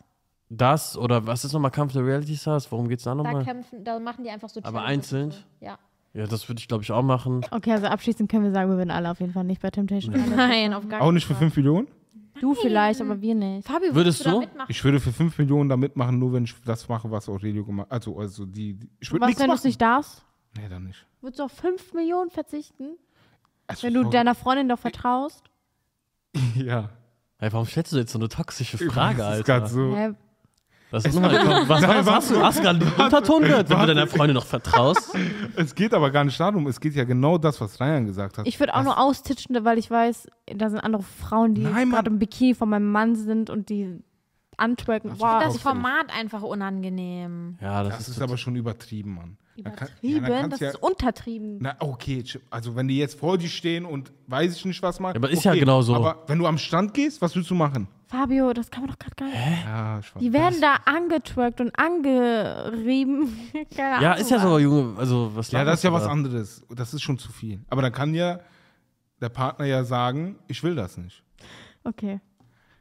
[SPEAKER 1] das oder was ist nochmal Kampf der Reality Stars? Worum geht's da
[SPEAKER 2] Da
[SPEAKER 1] nochmal?
[SPEAKER 2] kämpfen, da machen die einfach so
[SPEAKER 1] Aber
[SPEAKER 2] Challenges und
[SPEAKER 1] einzeln?
[SPEAKER 2] so. Ja.
[SPEAKER 1] Ja, das würde ich, glaube ich, auch machen.
[SPEAKER 4] Okay, also abschließend können wir sagen, wir würden alle auf jeden Fall nicht bei Temptation. Island.
[SPEAKER 2] (laughs) Nein, auf gar
[SPEAKER 3] auch nicht für 5 Millionen?
[SPEAKER 4] Du vielleicht, aber wir
[SPEAKER 3] (laughs)
[SPEAKER 4] nicht.
[SPEAKER 2] Fabi,
[SPEAKER 1] Würdest
[SPEAKER 2] würdest du da
[SPEAKER 1] du?
[SPEAKER 2] mitmachen?
[SPEAKER 3] Ich würde für 5 Millionen da mitmachen, nur wenn ich das mache, was Aurelio gemacht hat. Also, also die, die ich würde
[SPEAKER 4] Was,
[SPEAKER 3] nichts
[SPEAKER 4] wenn du
[SPEAKER 3] machen.
[SPEAKER 4] es nicht darfst?
[SPEAKER 3] Nee, dann nicht.
[SPEAKER 4] Würdest du auf 5 Millionen verzichten?
[SPEAKER 3] Also,
[SPEAKER 4] Wenn du
[SPEAKER 3] sorry.
[SPEAKER 4] deiner Freundin doch vertraust?
[SPEAKER 3] (laughs) Ja.
[SPEAKER 1] Ey, warum stellst du jetzt so eine toxische Frage,
[SPEAKER 3] Das ist
[SPEAKER 1] Alter?
[SPEAKER 3] grad so.
[SPEAKER 4] Hä?
[SPEAKER 1] Das
[SPEAKER 3] (laughs)
[SPEAKER 1] ist nochmal, was, was, was hast du? Hast du gerade einen Unterton gehört, wenn du deiner Freundin noch
[SPEAKER 3] (laughs)
[SPEAKER 1] vertraust?
[SPEAKER 3] Es geht aber gar nicht darum. Es geht ja genau das, was Ryan gesagt hat.
[SPEAKER 4] Ich würde auch nur austitschen, weil ich weiß, da sind andere Frauen, die
[SPEAKER 3] Nein,
[SPEAKER 4] gerade
[SPEAKER 3] Mann.
[SPEAKER 4] im Bikini von meinem Mann sind und die antwerken.
[SPEAKER 3] Ach,
[SPEAKER 4] Wow.
[SPEAKER 2] Das
[SPEAKER 3] Auf-
[SPEAKER 2] Format einfach unangenehm.
[SPEAKER 1] Ja, das,
[SPEAKER 3] Das
[SPEAKER 1] ist,
[SPEAKER 3] ist aber schon übertrieben, Mann. Da kann-
[SPEAKER 4] Übertrieben,
[SPEAKER 3] ja, dann
[SPEAKER 4] das
[SPEAKER 3] kannst ja,
[SPEAKER 4] ist untertrieben.
[SPEAKER 3] Na, okay, Chip, also wenn die jetzt vor dir stehen und weiß ich nicht, was machen.
[SPEAKER 1] aber ist
[SPEAKER 3] okay.
[SPEAKER 1] ja genau so.
[SPEAKER 3] Aber wenn du am Strand gehst, was willst du machen?
[SPEAKER 4] Fabio, das kann man doch gerade gar nicht.
[SPEAKER 3] Ja, Spaß.
[SPEAKER 4] Die werden da angetwerkt und angerieben. (laughs) Keine Ahnung.
[SPEAKER 1] Ja, ist ja so, Junge, also was
[SPEAKER 3] Ja, das ist ja was
[SPEAKER 1] anderes.
[SPEAKER 3] anderes. Das ist schon zu viel. Aber dann kann ja der Partner ja sagen, ich will das nicht.
[SPEAKER 4] Okay.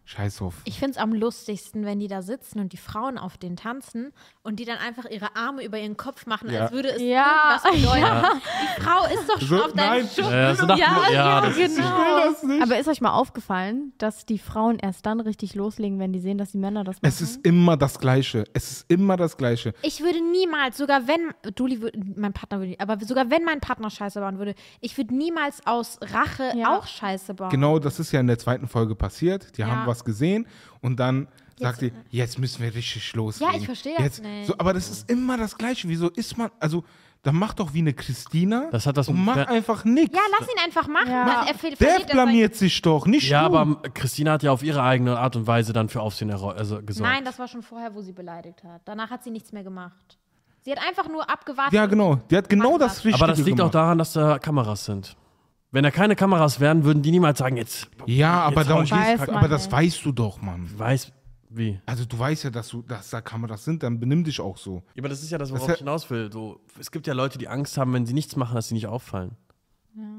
[SPEAKER 3] Scheiß auf.
[SPEAKER 2] Ich finde es am lustigsten, wenn die da sitzen und die Frauen auf den tanzen und die dann einfach ihre Arme über ihren Kopf machen,
[SPEAKER 3] Ja.
[SPEAKER 2] als würde es
[SPEAKER 4] Ja.
[SPEAKER 2] irgendwas bedeuten. Die Frau ist doch schon
[SPEAKER 3] So,
[SPEAKER 2] auf deinem
[SPEAKER 3] nein.
[SPEAKER 2] Schuh.
[SPEAKER 1] Ja, das ist doch-
[SPEAKER 2] Ja,
[SPEAKER 1] ja, das ist-
[SPEAKER 4] Genau.
[SPEAKER 3] will das nicht.
[SPEAKER 4] Aber ist euch mal aufgefallen, dass die Frauen erst dann richtig loslegen, wenn die sehen, dass die Männer das machen?
[SPEAKER 3] Es ist immer das Gleiche. Es ist immer das Gleiche.
[SPEAKER 2] Ich würde niemals, sogar wenn, Duli würde, mein Partner würde, aber sogar wenn mein Partner Scheiße bauen würde, ich würde niemals aus Rache
[SPEAKER 4] Ja.
[SPEAKER 2] auch Scheiße bauen.
[SPEAKER 3] Genau das ist ja in der zweiten Folge passiert. Die
[SPEAKER 2] Ja. äh,
[SPEAKER 3] haben was gesehen und dann sagt die, jetzt müssen wir richtig loslegen.
[SPEAKER 2] ich verstehe das
[SPEAKER 3] jetzt,
[SPEAKER 2] nicht.
[SPEAKER 3] So, aber das ist immer das Gleiche. Wieso ist man, also, dann mach doch wie eine Christina
[SPEAKER 1] Das hat das-
[SPEAKER 3] und mach
[SPEAKER 1] wer-
[SPEAKER 3] einfach nichts.
[SPEAKER 2] Ja, lass ihn einfach machen.
[SPEAKER 4] Ja.
[SPEAKER 2] Also er ver-
[SPEAKER 3] Der
[SPEAKER 2] verliert das
[SPEAKER 3] blamiert sich doch, nicht
[SPEAKER 1] Ja,
[SPEAKER 3] du.
[SPEAKER 1] aber Christina hat ja auf ihre eigene Art und Weise dann für Aufsehen erro- also
[SPEAKER 2] sein-
[SPEAKER 1] gesorgt.
[SPEAKER 2] Nein, das war schon vorher, wo sie beleidigt hat. Danach hat sie nichts mehr gemacht. Sie hat einfach nur abgewartet.
[SPEAKER 3] Ja, genau. Die hat genau
[SPEAKER 2] Mach
[SPEAKER 3] das
[SPEAKER 2] was.
[SPEAKER 3] Richtige
[SPEAKER 1] Aber das liegt
[SPEAKER 3] gemacht.
[SPEAKER 1] auch daran, dass da Kameras sind. Wenn da keine Kameras wären, würden die niemals sagen, jetzt
[SPEAKER 3] Ja, aber,
[SPEAKER 1] Jetzt
[SPEAKER 3] darum
[SPEAKER 1] hau ich
[SPEAKER 4] Weiß
[SPEAKER 3] geht's,
[SPEAKER 4] man
[SPEAKER 3] aber das
[SPEAKER 4] nicht.
[SPEAKER 3] weißt du doch, Mann.
[SPEAKER 1] weiß wie.
[SPEAKER 3] Also du weißt ja, dass, du, dass da Kameras sind, dann benimm dich auch so.
[SPEAKER 1] Ja, aber das ist ja das, worauf
[SPEAKER 3] Das-
[SPEAKER 1] ich hinaus will. So, es gibt ja Leute, die Angst haben, wenn sie nichts machen, dass sie nicht auffallen.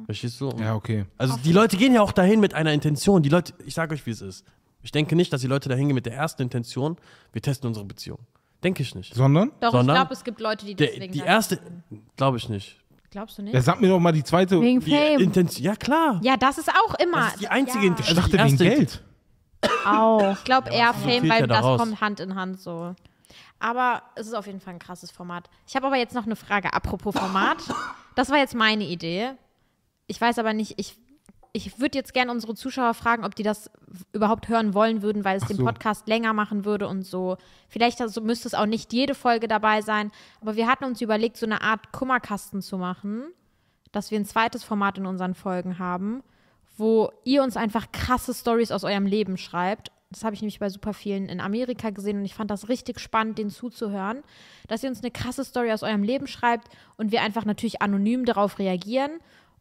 [SPEAKER 1] Verstehst du?
[SPEAKER 3] Ja, okay.
[SPEAKER 1] Also die Leute gehen ja auch dahin mit einer Intention. Die Leute, ich sage euch, wie es ist. Ich denke nicht, dass die Leute dahin gehen mit der ersten Intention, wir testen unsere Beziehung. Denke ich nicht.
[SPEAKER 3] Sondern?
[SPEAKER 2] Doch,
[SPEAKER 1] Sondern-
[SPEAKER 2] ich glaube, es gibt Leute, die
[SPEAKER 1] Der,
[SPEAKER 2] deswegen.
[SPEAKER 1] die
[SPEAKER 2] sagen-
[SPEAKER 1] erste, glaube ich nicht.
[SPEAKER 2] Glaubst du
[SPEAKER 3] Ja,
[SPEAKER 2] nicht?
[SPEAKER 3] sag mir doch mal die zweite.
[SPEAKER 4] Wegen
[SPEAKER 1] Die
[SPEAKER 4] Fame
[SPEAKER 1] Intention, ja klar.
[SPEAKER 2] Ja, das ist auch immer.
[SPEAKER 1] Das ist die einzige
[SPEAKER 2] ja.
[SPEAKER 1] Intention.
[SPEAKER 3] ich
[SPEAKER 1] also die
[SPEAKER 3] dachte wegen
[SPEAKER 1] erste-
[SPEAKER 3] Geld.
[SPEAKER 4] auch.
[SPEAKER 2] Ich glaube eher Fame,
[SPEAKER 1] zählt
[SPEAKER 2] weil
[SPEAKER 1] ja
[SPEAKER 2] das
[SPEAKER 1] daraus.
[SPEAKER 2] kommt Hand in Hand so. Aber es ist auf jeden Fall ein krasses Format. Ich habe aber jetzt noch eine Frage. Apropos
[SPEAKER 1] (laughs)
[SPEAKER 2] Format. Das war jetzt meine Idee. Ich weiß aber nicht, ich, ich würde jetzt gerne unsere Zuschauer fragen, ob die das w- überhaupt hören wollen würden, weil es den
[SPEAKER 3] so.
[SPEAKER 2] Podcast länger machen würde und so. Vielleicht also müsste es auch nicht jede Folge dabei sein. Aber wir hatten uns überlegt, so eine Art Kummerkasten zu machen dass wir ein zweites Format in unseren Folgen haben, wo ihr uns einfach krasse Stories aus eurem Leben schreibt. Das habe ich nämlich bei super vielen in Amerika gesehen und ich fand das richtig spannend, denen zuzuhören, dass ihr uns eine krasse Story aus eurem Leben schreibt und wir einfach natürlich anonym darauf reagieren.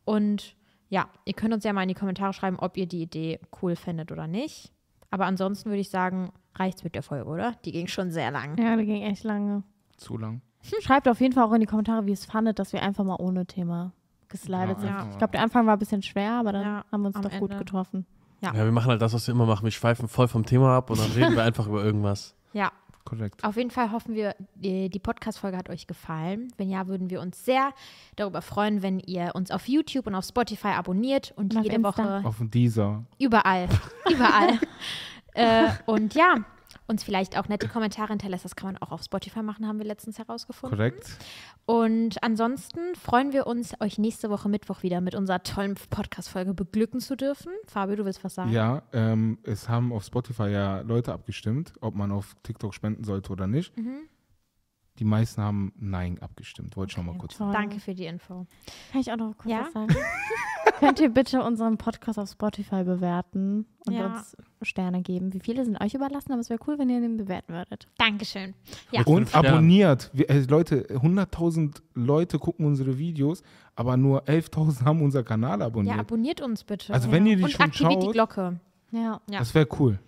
[SPEAKER 2] Und ja, ihr könnt uns ja mal in die Kommentare schreiben, ob ihr die Idee cool findet oder nicht. Aber ansonsten würde ich sagen, reicht's mit der Folge, oder? Die ging schon sehr lang.
[SPEAKER 4] Ja, die ging echt lange.
[SPEAKER 3] Zu lang.
[SPEAKER 4] Schreibt auf jeden Fall auch in die Kommentare, wie ihr es fandet, dass wir einfach mal ohne Thema geslidet
[SPEAKER 3] Ja,
[SPEAKER 4] sind.
[SPEAKER 2] einfach
[SPEAKER 4] Ich
[SPEAKER 3] mal.
[SPEAKER 4] glaube, der Anfang war ein bisschen schwer, aber dann
[SPEAKER 2] Ja,
[SPEAKER 4] haben wir uns
[SPEAKER 2] am
[SPEAKER 4] doch gut
[SPEAKER 2] Ende.
[SPEAKER 4] getroffen.
[SPEAKER 1] Ja, wir machen halt das, was wir immer machen. Wir schweifen voll vom Thema ab und dann reden wir (laughs) einfach über irgendwas.
[SPEAKER 2] Ja,
[SPEAKER 3] Korrekt.
[SPEAKER 2] Auf jeden Fall hoffen wir, die die Podcast-Folge hat euch gefallen. Wenn ja, würden wir uns sehr darüber freuen, wenn ihr uns auf YouTube und auf Spotify abonniert und
[SPEAKER 4] Und auf
[SPEAKER 2] jede
[SPEAKER 4] Insta.
[SPEAKER 2] Woche
[SPEAKER 3] Auf dieser.
[SPEAKER 2] überall. (laughs) Überall. äh, und ja, uns vielleicht auch nette Kommentare hinterlässt. Das kann man auch auf Spotify machen, haben wir letztens herausgefunden.
[SPEAKER 3] Korrekt.
[SPEAKER 2] Und ansonsten freuen wir uns, euch nächste Woche Mittwoch wieder mit unserer tollen Podcast-Folge beglücken zu dürfen. Fabio, du willst was sagen?
[SPEAKER 3] Ja, ähm, es haben auf Spotify ja Leute abgestimmt, ob man auf TikTok spenden sollte oder nicht.
[SPEAKER 2] Mhm.
[SPEAKER 3] Die meisten haben Nein abgestimmt. Wollte ich noch mal kurz sagen.
[SPEAKER 4] Toll.
[SPEAKER 2] Danke für die Info.
[SPEAKER 4] Kann ich auch noch kurz
[SPEAKER 2] Ja?
[SPEAKER 4] was sagen? (laughs) Könnt ihr bitte unseren Podcast auf Spotify bewerten und
[SPEAKER 2] Ja.
[SPEAKER 4] uns Sterne geben? Wie viele sind euch überlassen? Aber es wäre cool, wenn ihr den bewerten würdet.
[SPEAKER 2] Dankeschön. Ja.
[SPEAKER 1] fünf
[SPEAKER 3] Und
[SPEAKER 1] Sternen.
[SPEAKER 3] abonniert. Wir, äh, Leute, 100.000 Leute gucken unsere Videos, aber nur 11.000 haben unser Kanal
[SPEAKER 2] Ja,
[SPEAKER 3] abonniert.
[SPEAKER 2] abonniert uns bitte.
[SPEAKER 3] also wenn ihr die
[SPEAKER 2] und
[SPEAKER 3] schon
[SPEAKER 2] aktiviert die
[SPEAKER 3] schaut,
[SPEAKER 2] Glocke.
[SPEAKER 4] Ja.
[SPEAKER 2] Ja.
[SPEAKER 3] das wäre cool.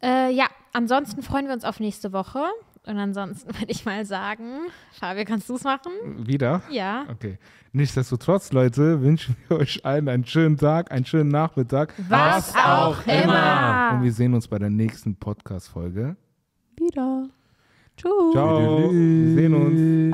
[SPEAKER 2] Äh, ja, ansonsten freuen wir uns auf nächste Woche. Und ansonsten (laughs) würde ich mal sagen, Fabio, kannst du es machen?
[SPEAKER 3] Wieder.
[SPEAKER 2] Ja.
[SPEAKER 3] Okay. Nichtsdestotrotz, Leute, wünschen wir euch allen einen schönen Tag, einen schönen Nachmittag.
[SPEAKER 1] Was auch immer.
[SPEAKER 3] Und wir sehen uns bei der nächsten Podcast-Folge.
[SPEAKER 4] Wieder. Tschüss.
[SPEAKER 3] Ciao. Wir sehen uns.